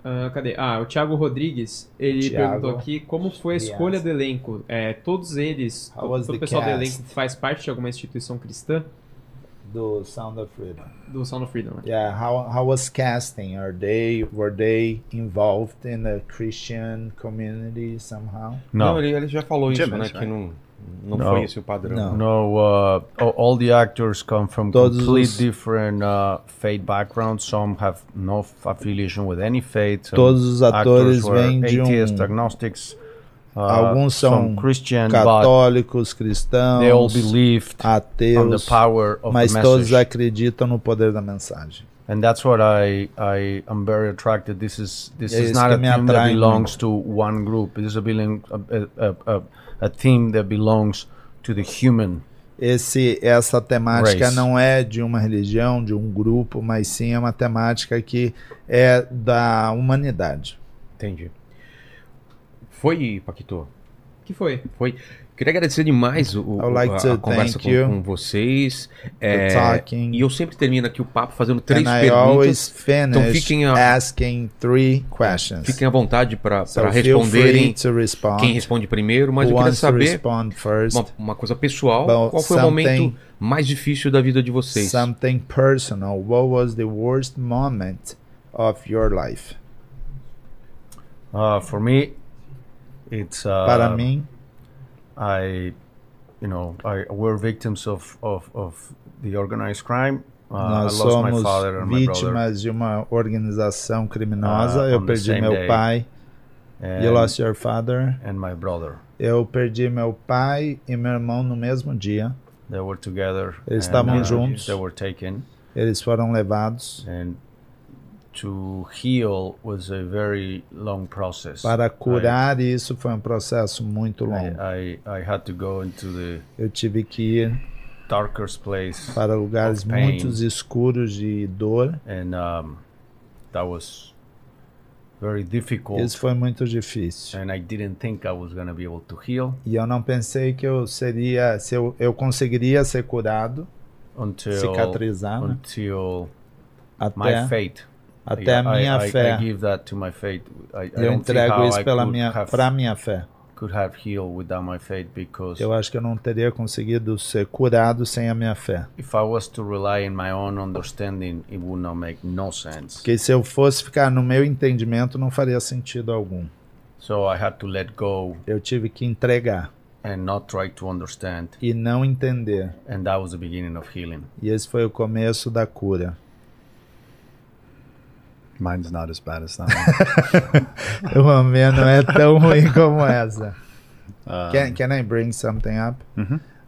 B: ah, cadê? Ah, o Thiago Rodrigues, ele
K: Thiago.
B: perguntou aqui como foi a escolha do elenco. É, todos eles,
K: How
B: to-
K: was
B: todo
K: the
B: o pessoal do
K: cast?
B: elenco faz parte de alguma instituição cristã
K: Do Sound of Freedom.
B: do Sound of Freedom, né?
K: Yeah, how how was casting? Are they were they involved in the Christian community somehow?
A: Não,
H: No.
A: ele, ele já falou isso, né?
K: Jamais,
A: Que
K: né?
A: não, não foi esse o padrão.
H: No, uh, all- all the actors come from
K: Todos
H: complete
K: os-
H: different uh, faith backgrounds. Some have no f- affiliation with any faith. Some
K: Todos os atores
H: actors were
K: vêm de
H: atheist,
K: um-
H: agnostics. uh,
K: Alguns são
H: some Christian, but
K: católicos, cristãos,
H: they all believed on the
K: ateus,
H: power of
K: mas
H: the
K: todos
H: message.
K: acreditam no poder da mensagem.
H: and that's what I I am very attracted. This is this
K: E É
H: is
K: isso
H: not
K: que
H: a
K: me
H: theme
K: atrai
H: that
K: muito.
H: belongs to one group. This is a, belong, a, a, a, a theme that belongs to the human.
K: Esse, essa temática
H: Race.
K: não é de uma religião, de um grupo, mas sim é uma temática que é da humanidade.
A: Entendi. Foi, Paquito?
B: que foi?
A: Foi. Queria agradecer demais o,
K: I would like
A: a-
K: to
A: a conversa
K: thank
A: com,
K: you
A: com vocês.
K: talking.
A: É, e eu sempre termino aqui o papo fazendo três
K: And I
A: perguntas.
K: always finish
A: Então fiquem à,
K: asking three questions.
A: fiquem à vontade para
K: So feel
A: responderem
K: free to respond.
A: quem responde primeiro, mas
K: Who
A: eu queria
K: wants to
A: saber
K: respond first?
A: uma, uma coisa pessoal.
K: About
A: qual foi o
K: something-
A: momento mais difícil da vida de vocês?
K: Something personal. What was the worst moment of your life?
H: Uh, for me, it's uh,
K: Para mim,
H: I, you know, I we're victims of of, of the organized crime. Uh, I
K: nós
H: lost my
K: somos
H: father and my brother.
K: vítimas de uma organização criminosa.
H: Ah,
K: eu
H: on the
K: perdi
H: same
K: meu
H: day.
K: pai. you
H: And-
K: lost your father.
H: and my brother.
K: Eu perdi meu pai e meu irmão no mesmo dia.
H: They were together.
K: Eles
H: and,
K: estavam
H: uh,
K: juntos.
H: They were taken.
K: Eles foram levados.
H: And to heal was a very long process.
K: Para curar isso foi um processo muito
H: I,
K: longo.
H: I, I, I had to go into the
K: Eu tive que ir
H: darkest place
K: para lugares
H: of pain.
K: muito escuros de dor.
H: and um, that was very difficult.
K: Isso foi muito difícil.
H: and I didn't think I was gonna be able to heal
K: E eu não pensei que eu seria, se eu, eu conseguiria ser curado,
H: until
K: cicatrizar, né?
H: until
K: Até-
H: my fate.
K: até a minha
H: I,
K: fé.
H: I give that to my faith. I, I
K: eu
H: don't think
K: entrego
H: how
K: isso
H: I
K: pela
H: could
K: minha,
H: have-
K: pra minha fé.
H: could have healed without my faith because
K: Eu acho que eu não teria conseguido ser curado sem a minha fé.
H: if I was to rely on my own understanding, it would not make no sense.
K: Porque se eu fosse ficar no meu entendimento, não faria sentido algum.
H: So I had to let go
K: Eu tive que entregar
H: and not try to understand,
K: e não entender.
H: and that was the beginning of healing.
K: E esse foi o começo da cura.
I: Mine's not as bad as that
K: O meu não é tão ruim como essa.
I: Ah. Uhum.
K: Can, can I bring something up?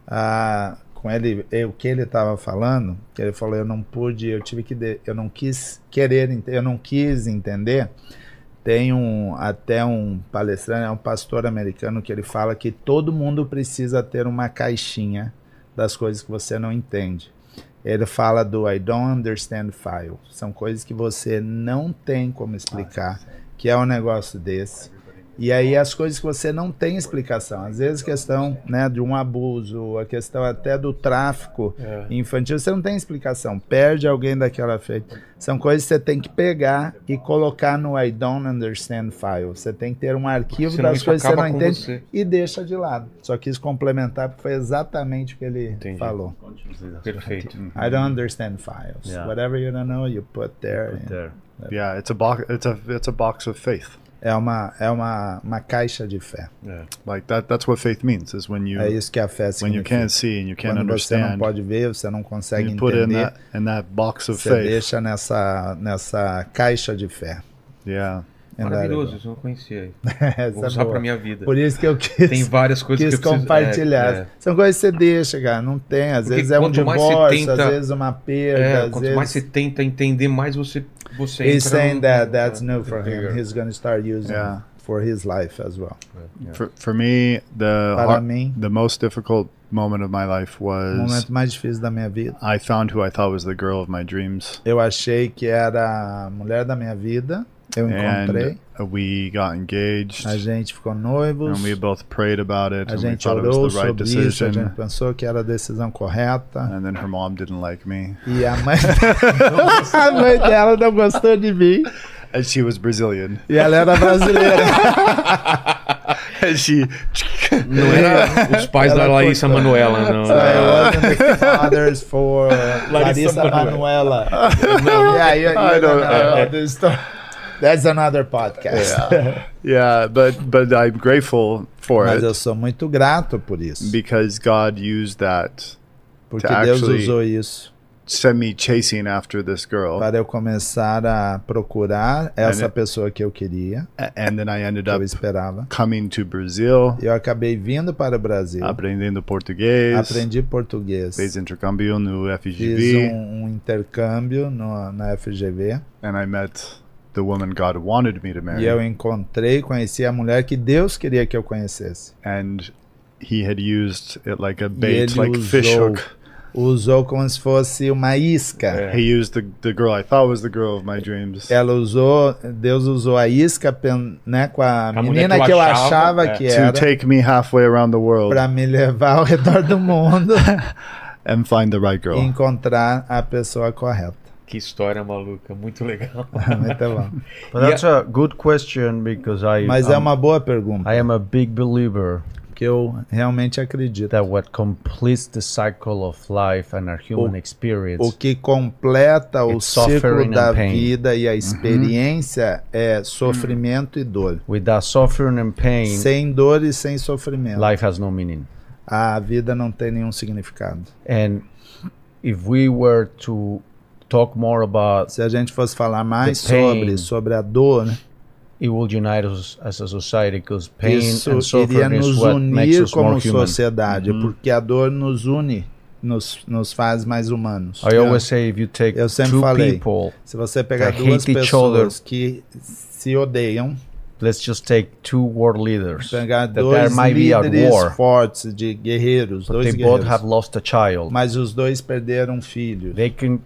K: Ah, com ele, eh, o que ele estava falando, que ele falou, eu não pude, eu tive que, de- eu não quis querer, ent- eu não quis entender. Tem um até um palestrante, é um pastor americano que ele fala que todo mundo precisa ter uma caixinha das coisas que você não entende. Ele fala do I don't understand file.
A: Ah,
K: São coisas que você não tem como explicar, que é um negócio desse. E aí as coisas que você não tem explicação. Às vezes questão né, de um abuso, a questão até do tráfico
O: É.
K: infantil, você não tem explicação. Perde alguém daquela feita. São coisas que você tem que pegar e colocar no I don't understand file. Você tem que ter um arquivo
A: Senão
K: das
A: isso
K: coisas que você
A: acaba
K: não
A: com
K: entende
A: você.
K: e deixa de lado. Só quis complementar porque foi exatamente o que ele falou.
H: Perfeito.
K: I don't understand files.
I: Yeah.
K: Whatever you don't know, you put there.
I: Yeah, it's a box. It's a it's a box of faith.
K: É uma é uma uma caixa de fé.
A: É.
I: Yeah. Like that. That's what faith means. Is when you
K: É isso que a fé
I: when you
K: significa.
I: can't see and you can't
K: Quando você não
I: understand.
K: pode ver, você não consegue
I: You put in
K: entender.
I: that- in that box of
K: você
I: faith.
K: deixa nessa nessa caixa de fé.
I: Yeah.
K: And that-
A: Maravilhoso, isso eu não conhecia.
K: Essa
A: Vou
K: é
A: usar
K: boa.
A: pra minha vida.
K: Por isso que eu quis.
A: Tem várias coisas
K: quis
A: que eu preciso-
K: compartilhar.
A: é, é.
K: São coisas que você deixa, cara. Não tem. Às
A: Porque
K: vezes é um
A: quanto mais
K: divórcio,
A: você tenta-
K: às vezes uma perda.
A: É,
K: às
A: quanto
K: vezes...
A: mais você tenta entender, mais você, você
K: He's saying
A: no-
K: that that's new for
A: bigger.
K: him. He's going to start using
A: Yeah.
K: for his life as well.
I: For, for me, the
K: Para
I: har-
K: mim.
I: the most difficult moment of my life
K: O
I: was
K: momento mais difícil da minha vida.
I: I found who I thought was the girl of my dreams.
K: Eu achei que era a mulher da minha vida. Eu encontrei.
I: And uh, we got engaged.
K: A gente ficou noivos.
I: And we both prayed about it.
K: A
I: and we
K: gente
I: thought it was
K: orou
I: the right
K: sobre isso. A
I: decision.
K: gente pensou que era a decisão correta.
I: And then her mom didn't like me.
K: E a mãe, a mãe dela não gostou de mim.
I: And she was Brazilian.
K: E ela era brasileira.
I: And she
A: Não era os pais da
K: Ela
A: Larissa
K: cortou.
A: Manuela, não. Ah,
I: uh,
K: I wasn't the fathers for Larissa, Manuela. Yeah, you,
I: I don't-
K: you don't know
I: I-
K: the story. That's another podcast.
I: Yeah. yeah, but but I'm grateful for
K: Mas
I: it.
K: eu sou muito grato por isso.
I: Because God used that
K: Porque
I: to
K: Deus
I: actually
K: usou isso
I: send me chasing after this girl.
K: para eu começar a procurar essa
I: And it-
K: pessoa que eu queria.
I: And then I ended
K: que eu
I: up
K: esperava.
I: coming to Brazil.
K: Eu acabei vindo para o Brasil.
I: Aprendendo português.
K: Aprendi português.
I: Fez intercâmbio no
K: Fiz
I: FGV.
K: um, um intercâmbio no- na FGV.
I: And I met the woman God wanted me to marry.
K: E eu encontrei, conheci a mulher que Deus queria que eu conhecesse.
I: And he had used it like a
K: E
I: bait,
K: ele
I: like fish
K: usou,
I: hook.
K: usou como se fosse uma isca.
I: He used the, the girl I thought was the girl of my dreams.
K: Ela usou, Deus usou a isca pen- né, com a,
I: mulher
K: menina
I: que
K: que
I: eu
K: eu
I: achava,
K: achava,
I: é.
K: que
I: To
K: era
I: take me halfway around the world.
K: para me levar ao redor do mundo
I: and find the right
K: e
I: girl.
K: encontrar a pessoa correta.
A: Que história maluca, muito legal.
K: Muito bom.
H: But that's a good question because I.
K: Mas é
H: I'm-
K: uma boa pergunta.
H: I am a big believer.
K: Que eu realmente acredito.
H: That what completes the cycle of life and our human
K: O-
H: experience.
K: O que completa o
H: It's suffering
K: ciclo da
H: and pain. Mm-hmm.
K: vida e a experiência é sofrimento e dor.
H: Without suffering and pain,
K: Sem dor e sem sofrimento.
H: life has no meaning.
K: A vida não tem nenhum significado.
H: And if we were to talk more about
K: Se a gente fosse falar mais
H: the pain,
K: sobre sobre a dor, né?
H: it will unite us as a society because pain
K: isso
H: and
K: iria
H: suffering is
K: nos
H: what makes
K: unir
H: us more
K: como
H: human.
K: sociedade,
H: Mhm.
K: porque a dor nos une, nos, nos faz mais humanos. né?
H: I always say if you take
K: Eu sempre
H: two
K: falei,
H: people
K: se você pegar
H: that
K: duas
H: hate each other,
K: pessoas que se odeiam,
H: let's just take two world leaders
K: pegar
H: that there
K: dois
H: might be at
K: líderes
H: war,
K: fortes de guerreiros,
H: but they
K: dois
H: both
K: guerreiros,
H: have lost a child.
K: mas os dois perderam filhos.
H: They can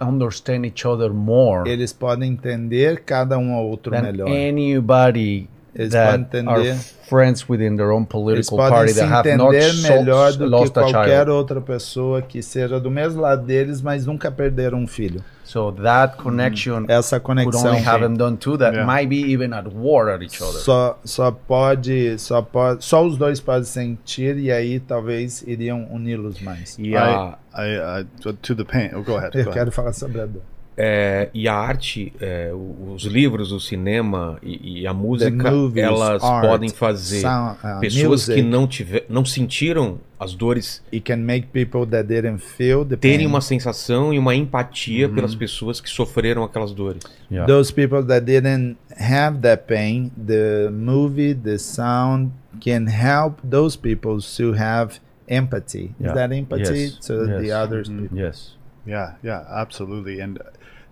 H: understand each other more
K: Eles podem entender cada um ao outro
H: than
K: melhor.
H: anybody
K: Eles
H: that
K: podem
H: are
K: entender-
H: friends within their own
K: Eles
H: political
K: podem
H: party
K: se
H: that have not
K: entender
H: so-
K: melhor do que
H: lost a
K: qualquer
H: child.
K: outra pessoa que seja do mesmo lado deles, mas nunca perderam um filho. Hum.
H: So that connection
K: Essa
H: could
K: conexão
H: only have them done two that
K: Yeah.
H: might be even at war at each other.
K: só, só pode, só pode, só os dois podem sentir e aí talvez iriam uni-los mais.
H: Ah.
I: I, I, I to the pain. Oh, go ahead.
K: Eu
I: go
K: quero
I: ahead.
K: falar sobre a dor.
A: É, e a arte, é, o- os livros, o cinema e, e a
K: The
A: música,
K: movies,
A: elas
K: art,
A: podem fazer
K: sound, uh,
A: pessoas
K: music.
A: que não tiver, não sentiram as dores
K: It can make people that didn't feel the
A: terem
K: pain.
A: uma sensação e uma empatia
K: Uhum.
A: pelas pessoas que sofreram aquelas dores.
K: Those people that didn't have that pain, the movie, the sound can help those people to have empathy.
I: Yeah.
K: Is that empathy
I: Yes.
K: to the
I: Yes.
K: others?
I: Mhm.
K: people?
H: Yes.
I: Yeah, yeah, absolutely. And uh,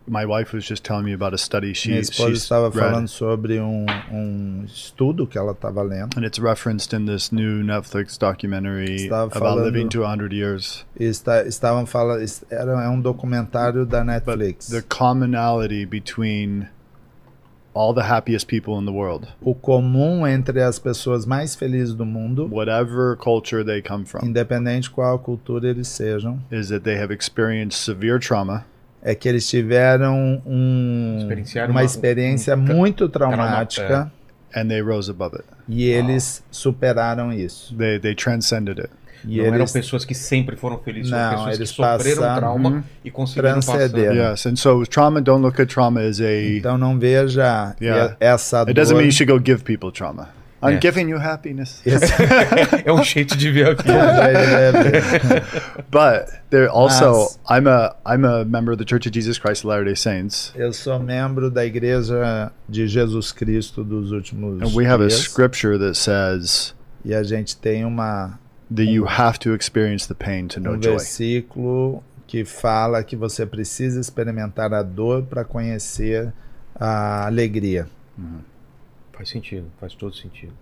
I: my wife was just telling me about a study she
K: Minha esposa
I: she's
K: estava
I: read,
K: falando sobre um, um estudo que ela estava lendo.
I: and it's referenced in this new Netflix documentary
K: Estava
I: about
K: falando-
I: living to 100 years.
K: Está, estavam falando, era é um documentário da Netflix.
I: The commonality between all the happiest people in the world,
K: o comum entre as pessoas mais felizes do mundo,
I: whatever culture they come from,
K: independente qual cultura eles sejam,
I: is that they have experienced severe trauma
K: é que eles tiveram um,
A: Experienciaram
K: uma
A: uma-
K: experiência
A: um tra-
K: muito
A: trauma,
K: traumática
I: and they rose above it.
K: e eles superaram isso.
I: They they transcended it.
K: E
A: não eram
K: eles
A: pessoas que sempre foram felizes,
K: Não,
A: foram pessoas
K: eles
A: que sofreram um
K: passaram-
A: trauma
K: Uhum.
A: e conseguiram
K: Transcenderam.
A: passar.
I: Yes, and so trauma. Don't look at trauma as a.
K: Então não veja
I: Yeah.
K: e- essa
I: It doesn't mean you
K: dor.
I: should go give people trauma. I'm
A: Yeah.
I: giving you happiness.
A: É um jeito de ver aqui.
I: but there also
K: Mas-
I: I'm a I'm a member of the Church of Jesus Christ of Latter-day Saints
K: Eu sou membro da Igreja de Jesus Cristo dos últimos
I: and we have a
K: dias
I: scripture that says
K: e a gente tem uma
I: that you have to experience the pain to know
K: um
I: joy.
K: versículo que fala que você precisa experimentar a dor para conhecer a alegria.
A: Faz sentido, faz todo sentido.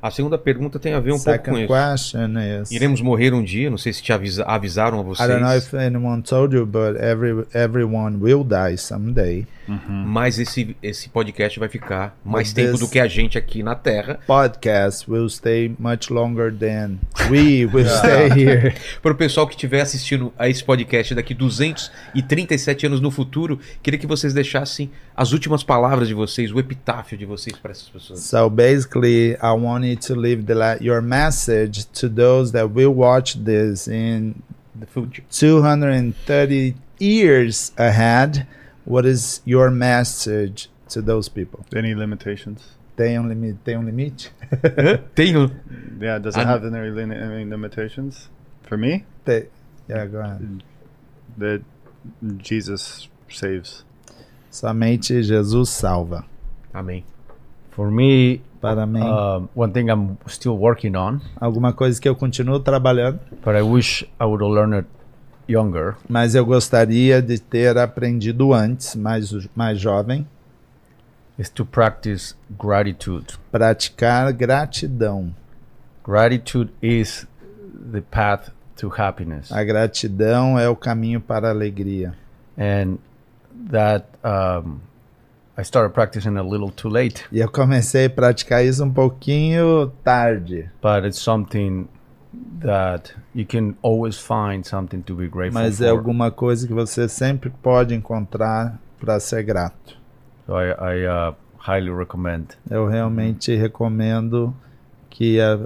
A: A segunda pergunta tem a ver um pouco com
K: Second
A: isso.
K: question is
A: Iremos morrer um dia, não sei se te avisa- avisaram a
K: I don't know
A: vocês,
K: if anyone told you, but every everyone will die someday.
A: Hum. mas esse, esse podcast vai ficar mais
K: Mas
A: tempo
K: this-
A: do que a gente aqui na Terra.
K: Podcast will stay much longer than we will stay here.
A: Para o pessoal que estiver assistindo a esse podcast daqui 237 anos no futuro, queria que vocês deixassem as últimas palavras de vocês, o epitáfio de vocês para essas pessoas.
K: So basically, I wanted to leave the la- your message to those that will watch this in
A: The future.
K: 230 years ahead. What is your message to those people?
I: Any limitations?
K: Tem um limite? Tem um limite?
A: Tenho.
I: Yeah, does it
K: I'm-
I: have any, li- any limitations? For me,
K: Te- yeah, go ahead.
I: that Jesus saves.
K: Somente Jesus salva.
A: Amém.
H: For me,
K: Para mim.
A: Ah.
H: um, one thing I'm still working on,
K: Alguma coisa que eu continuo trabalhando,
H: but I wish I would have learned it younger,
K: mas eu gostaria de ter aprendido antes, mais, mais jovem,
H: is to practice gratitude.
K: praticar gratidão.
H: Gratitude is the path to happiness,
K: A gratidão é o caminho para a alegria.
H: and that um, I started practicing a little too late,
K: E eu comecei a praticar isso um pouquinho tarde,
H: but it's something that you can always find something to be grateful
K: mas
H: for.
K: é alguma coisa que você sempre pode encontrar para ser grato.
H: So I, I uh, highly recommend
K: Eu realmente recomendo que a.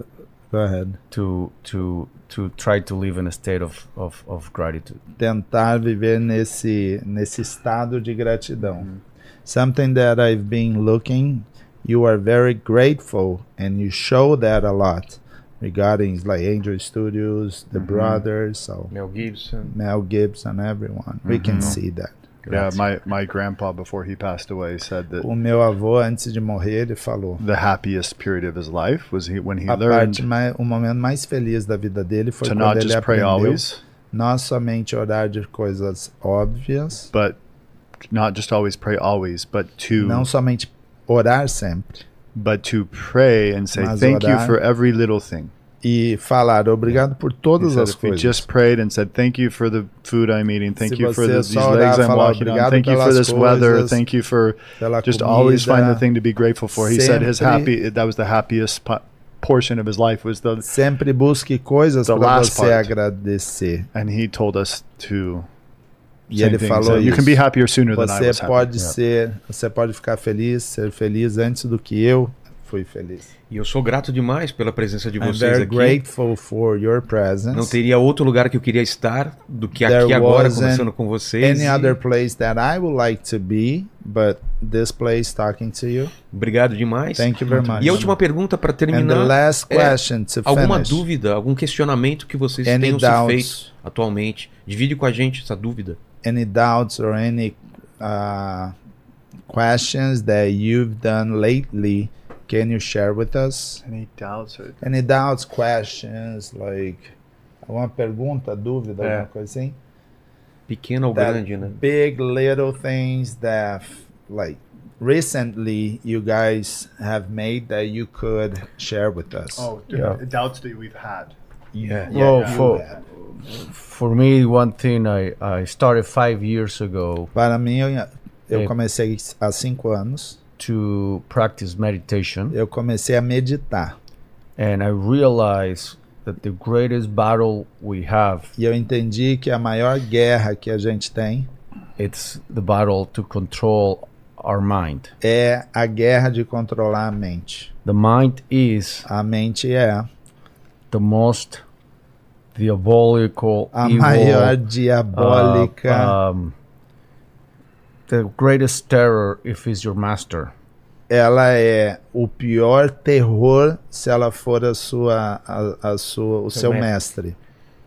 K: Go ahead.
H: to to to try to live in a state of, of, of gratitude.
K: tentar viver nesse nesse estado de gratidão.
H: Uhum.
K: Something that I've been looking, you are very grateful and you show that a lot regarding like Angel Studios,
H: Uhum.
K: the brothers, so
A: Mel Gibson.
K: Mel Gibson, everyone. We can
H: Uhum.
I: Mhm.
K: see that.
I: Yeah, my, my grandpa before he passed away said that
K: O meu avô antes de morrer, ele falou:
I: the happiest period of his life was he, when he
K: a
I: learned
K: parte mais, o momento mais feliz da vida dele foi
I: to
K: quando
I: not
K: ele
I: just pray
K: aprendeu
I: always,
K: não somente orar de coisas óbvias,
I: but not just always pray always, but to
K: não somente orar sempre,
I: but to pray and say
K: Mas
I: thank you
K: orar-
I: for every little thing.
K: e falar obrigado por
I: He
K: todas
I: said,
K: as
I: if we
K: coisas.
I: just prayed and said thank you for the food I'm eating, thank
K: Se
I: you for
K: você
I: the, these
K: só orar,
I: legs I'm
K: falar
I: walking
K: obrigado
I: on, thank you for
K: pelas
I: this weather,
K: coisas,
I: thank you for
K: pela
I: just always find the
K: comida.
I: thing to be grateful for. He said his
K: Sempre-
I: happy that was the happiest po- portion of his life was the
K: Sempre busque coisas
I: The
K: para
I: last
K: você
I: part.
K: agradecer.
I: and he told us to
K: E
I: same
K: ele
I: thing,
K: falou
I: so you can be
K: isso.
I: happier sooner than I was
K: Você
I: happy."
K: pode ser, você pode ficar feliz, ser feliz antes do que eu fui feliz.
A: E eu sou grato demais pela presença de
K: I'm
A: vocês
K: very
A: aqui.
K: grateful for your presence.
A: Não teria outro lugar que eu queria estar do que
K: There
A: aqui agora,
K: wasn't
A: conversando com vocês.
K: Any
A: E
K: other place that I would like to be, but this place talking to you.
A: Obrigado demais.
K: Thank you very much.
A: E a última pergunta para
K: And the
A: terminar.
K: last
A: é,
K: question to
A: alguma
K: finish.
A: dúvida, algum questionamento que vocês
K: Any
A: tenham se
K: doubts?
A: feito atualmente? Divide com a gente essa dúvida.
K: any doubts or any uh, questions that you've done lately can you share with us
I: Any doubts or
K: any doubts questions like alguma pergunta dúvida
A: É.
K: alguma coisa assim
A: Pequena ou
K: That
A: grande, né?
K: big little things that like recently you guys have made that you could share with us
H: Yeah.
I: doubts that we've had.
A: Yeah.
H: well,
K: yeah.
H: for for me, one thing I, I started five years ago
K: para mim eu, eu
H: É.
K: comecei há cinco anos
H: to practice meditation.
K: Eu comecei a meditar.
H: And I realized that the greatest battle we have
K: E eu entendi que a maior guerra que a gente tem
H: it's the battle to control our mind.
K: é a guerra de controlar a mente.
H: The mind is
K: a mente é
H: the most diabolical
K: a
H: evil,
K: maior
H: uh,
K: diabólica.
H: um, the greatest terror if it's your master.
K: ela é o pior terror se ela for a sua, a, a sua, o seu mestre.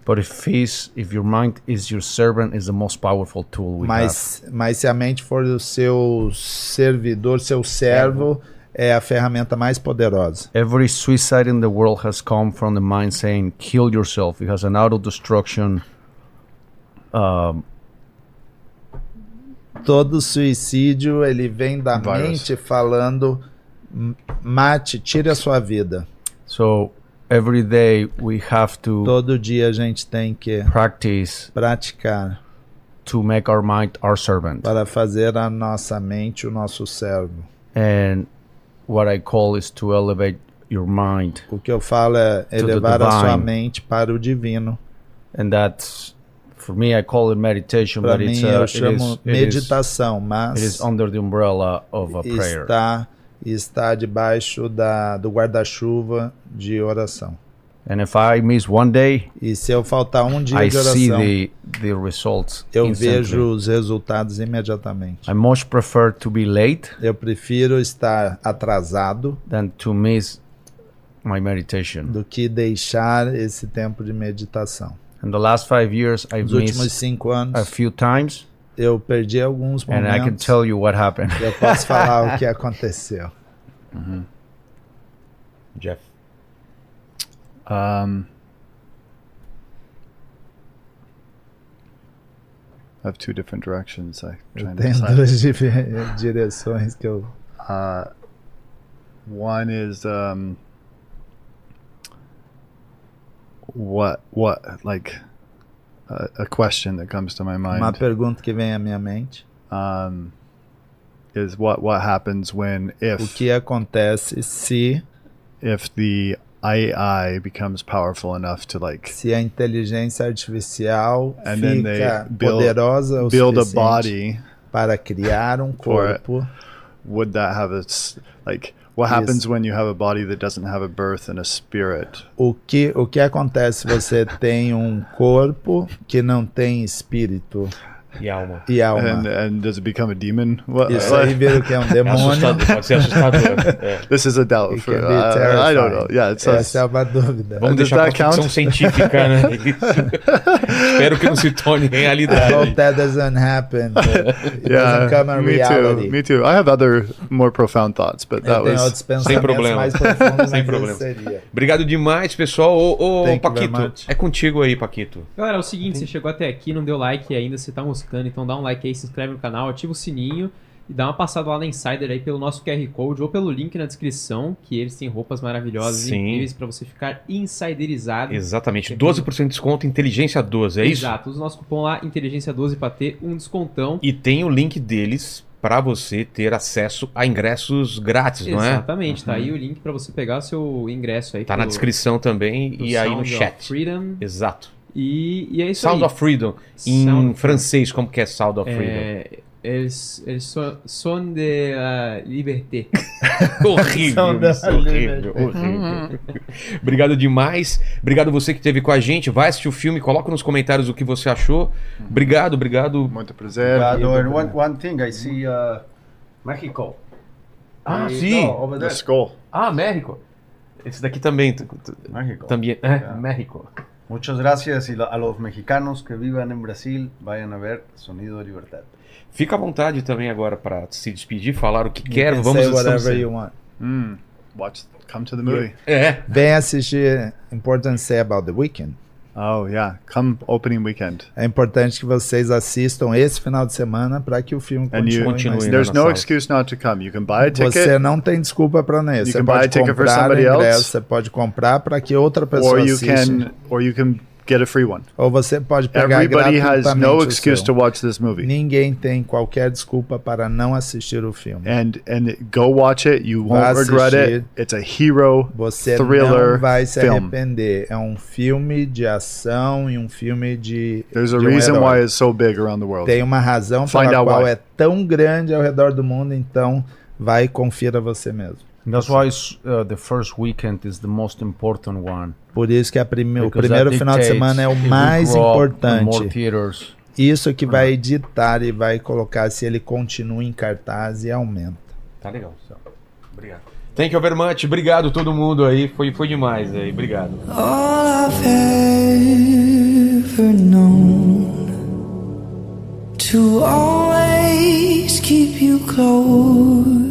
H: But if he's, if your mind is your servant, is the most powerful tool we
K: Mas, mas se a mente for o seu servidor, seu servo, é a ferramenta mais poderosa.
H: have. Every suicide in the world has come from the mind saying, "Kill yourself." It has an auto-destruction. Um,
K: Todo suicídio ele vem da
H: Virus.
K: mente falando "M- mate, tire a sua vida.
H: so every day we have to
K: Todo dia a gente tem que
H: practice
K: praticar
H: to make our mind our servant.
K: para fazer a nossa mente o nosso servo.
H: And what I call is to elevate your mind,
K: O que eu falo é
H: the
K: elevar a sua
H: divine.
K: mente para o divino.
H: and that's for me. I call it meditation,
K: Para
H: but it's
K: mim
H: uh,
K: eu
H: it is-
K: chamo
H: it is-
K: meditação,
H: it is
K: mas
H: under the umbrella of a prayer.
K: está está debaixo da, do guarda-chuva de oração.
H: And if I miss one day,
K: E se eu faltar um dia
H: I
K: de
H: see
K: oração,
H: the the results
K: eu
H: instantly.
K: vejo os resultados imediatamente.
H: I much prefer to be late
K: Eu prefiro estar atrasado
H: than to miss my meditation.
K: do que deixar esse tempo de meditação.
H: In the last five years, I've
K: Nos últimos
H: missed
K: cinco
H: a
K: anos,
H: few times,
K: eu perdi alguns
H: and I can
K: momentos. é
H: tell you what happened.
K: Eu posso falar o que aconteceu.
I: Jeff. Um, I have two different directions. I
K: Eu
I: trying to
K: tenho
I: decide.
K: duas dire- direções que eu
I: Uh, one is um, what what like a, a question that comes to my
K: Uma
I: mind
K: pergunta que vem à minha mente:
I: um, is what what happens when
K: o
I: if
K: que acontece se
I: if the AI becomes powerful enough to like
K: se a inteligência artificial
I: And then they
K: fica
I: build-
K: poderosa o
I: build a
K: suficiente
I: body
K: para criar um
I: for it.
K: corpo?
I: would that have its like what
K: Yes.
I: happens when you have a body that doesn't have a birth and a spirit
K: O que o que acontece se você tem um corpo que não tem espírito e
I: and
K: alma?
I: and does it become a demon what,
K: Isso aí vira o que é um demônio.
A: pode ser assustador. É.
I: this is a doubt
K: It
I: for,
K: can be
I: uh, I don't know
K: terrifying.
I: yeah it's
K: Essa é uma dúvida.
A: Vamos
I: Does
A: deixar a
I: that count?
A: ficção científica, né? Isso. Espero que não se torne
K: I
A: realidade.
K: hope that doesn't happen. It doesn't come
I: yeah
K: a
I: me
K: reality.
I: too me too I have other more profound thoughts but
K: Eu
I: that
K: tenho
I: was
K: outros
A: Sem
K: pensamentos
A: problema.
K: mais profundos,
A: Sem
K: mas
A: problema.
K: esse tá seria.
A: Obrigado demais, pessoal. Ô, ô,
K: Thank you very
A: Paquito,
K: much.
A: é contigo aí, Paquito.
B: Galera, é o seguinte, você chegou até aqui, não deu like ainda, você tá moscando, então dá um like aí, se inscreve no canal, ativa o sininho e dá uma passada lá na Insider aí pelo nosso QR Code ou pelo link na descrição, que eles têm roupas maravilhosas e
A: Sim.
B: incríveis pra você ficar insiderizado.
A: Exatamente. 12% de desconto, inteligência 12, é isso?
B: Exato, usa o nosso cupom lá, Inteligência 12, pra ter um descontão.
A: E tem o link deles para você ter acesso a ingressos grátis, não é?
B: Exatamente, tá aí o link pra você pegar seu ingresso aí.
A: Tá na
B: pelo-
A: descrição também
B: pelo
A: e aí no
B: Sound of
A: chat.
B: Freedom.
A: Exato.
B: E, e é isso
A: Sound
B: aí.
A: of Freedom. Em
B: Sound of
A: francês, como que é Sound of Freedom?
B: É, eles, eles so- son de la liberté.
A: Horrível,
K: Sound of
A: isso, horrível,
K: Freedom.
A: horrível. Obrigado demais. Obrigado você que esteve com a gente. Vai assistir o filme, coloca nos comentários o que você achou. Obrigado, obrigado.
I: muito prazer
O: Obrigado. And one, one thing I see uh, Mexico.
A: Ah,
O: I-
A: sim.
O: no, over
I: the
O: there.
I: skull
A: Ah, México. Esse daqui também. t- t-
O: México.
A: Também. É,
O: Yeah.
A: México.
O: Muchas gracias y lo- a los mexicanos que vivan en Brasil, vayan a ver Sonido de Libertad.
A: Fica à vontade também agora para se despedir, falar o que quer.
K: can
A: Vamos
K: say whatever
A: estamos-
K: you want.
I: mm, watch come to the movie
A: É.
K: Vem assistir Important Say About the Weekend.
I: oh yeah come opening weekend
K: É importante que vocês assistam esse final de semana para que o filme
I: and you
K: continue. mas
I: there's
A: na
I: no
A: sala.
I: excuse not to come you can buy a
K: Você
I: ticket
K: não tem desculpa para não ir.
I: You
K: Você
I: can buy a
K: pode
I: ticket for
K: comprar o
I: somebody
K: ingresso,
I: else.
K: você pode comprar para que outra
I: or
K: pessoa
I: you
K: assista.
I: can or you can get a free one.
K: Ou você pode pegar
I: Everybody has no
K: gratuitamente o
I: excuse
K: seu.
I: to watch this movie.
K: Ninguém tem qualquer desculpa para não assistir o filme.
I: And and go watch it. You
K: Vá
I: won't regret it.
K: assistir.
I: It's a hero
K: Você
I: thriller
K: não vai se
I: film.
K: arrepender. É um filme de ação e um filme de.
I: There's a
K: de um
I: reason
K: herói.
I: why it's so big around the world.
K: Tem uma razão
I: Find
K: pela
I: out
K: qual
I: why.
K: é tão grande ao redor do mundo, então vai e confira você mesmo.
H: That's why it's, uh, the first weekend is the most important one.
K: Por isso É que a prime- o
H: Because
K: primeiro
H: that
K: final de
H: dictates
K: semana é o
H: if we
K: mais
H: grow up in More
K: importante.
H: theaters.
K: Isso que vai ditar e vai colocar se ele continua em cartaz e aumenta.
A: Tá legal. Obrigado. Thank you very much. Obrigado todo mundo aí. Foi, foi demais aí. Obrigado.
P: All I've ever known to always keep you close.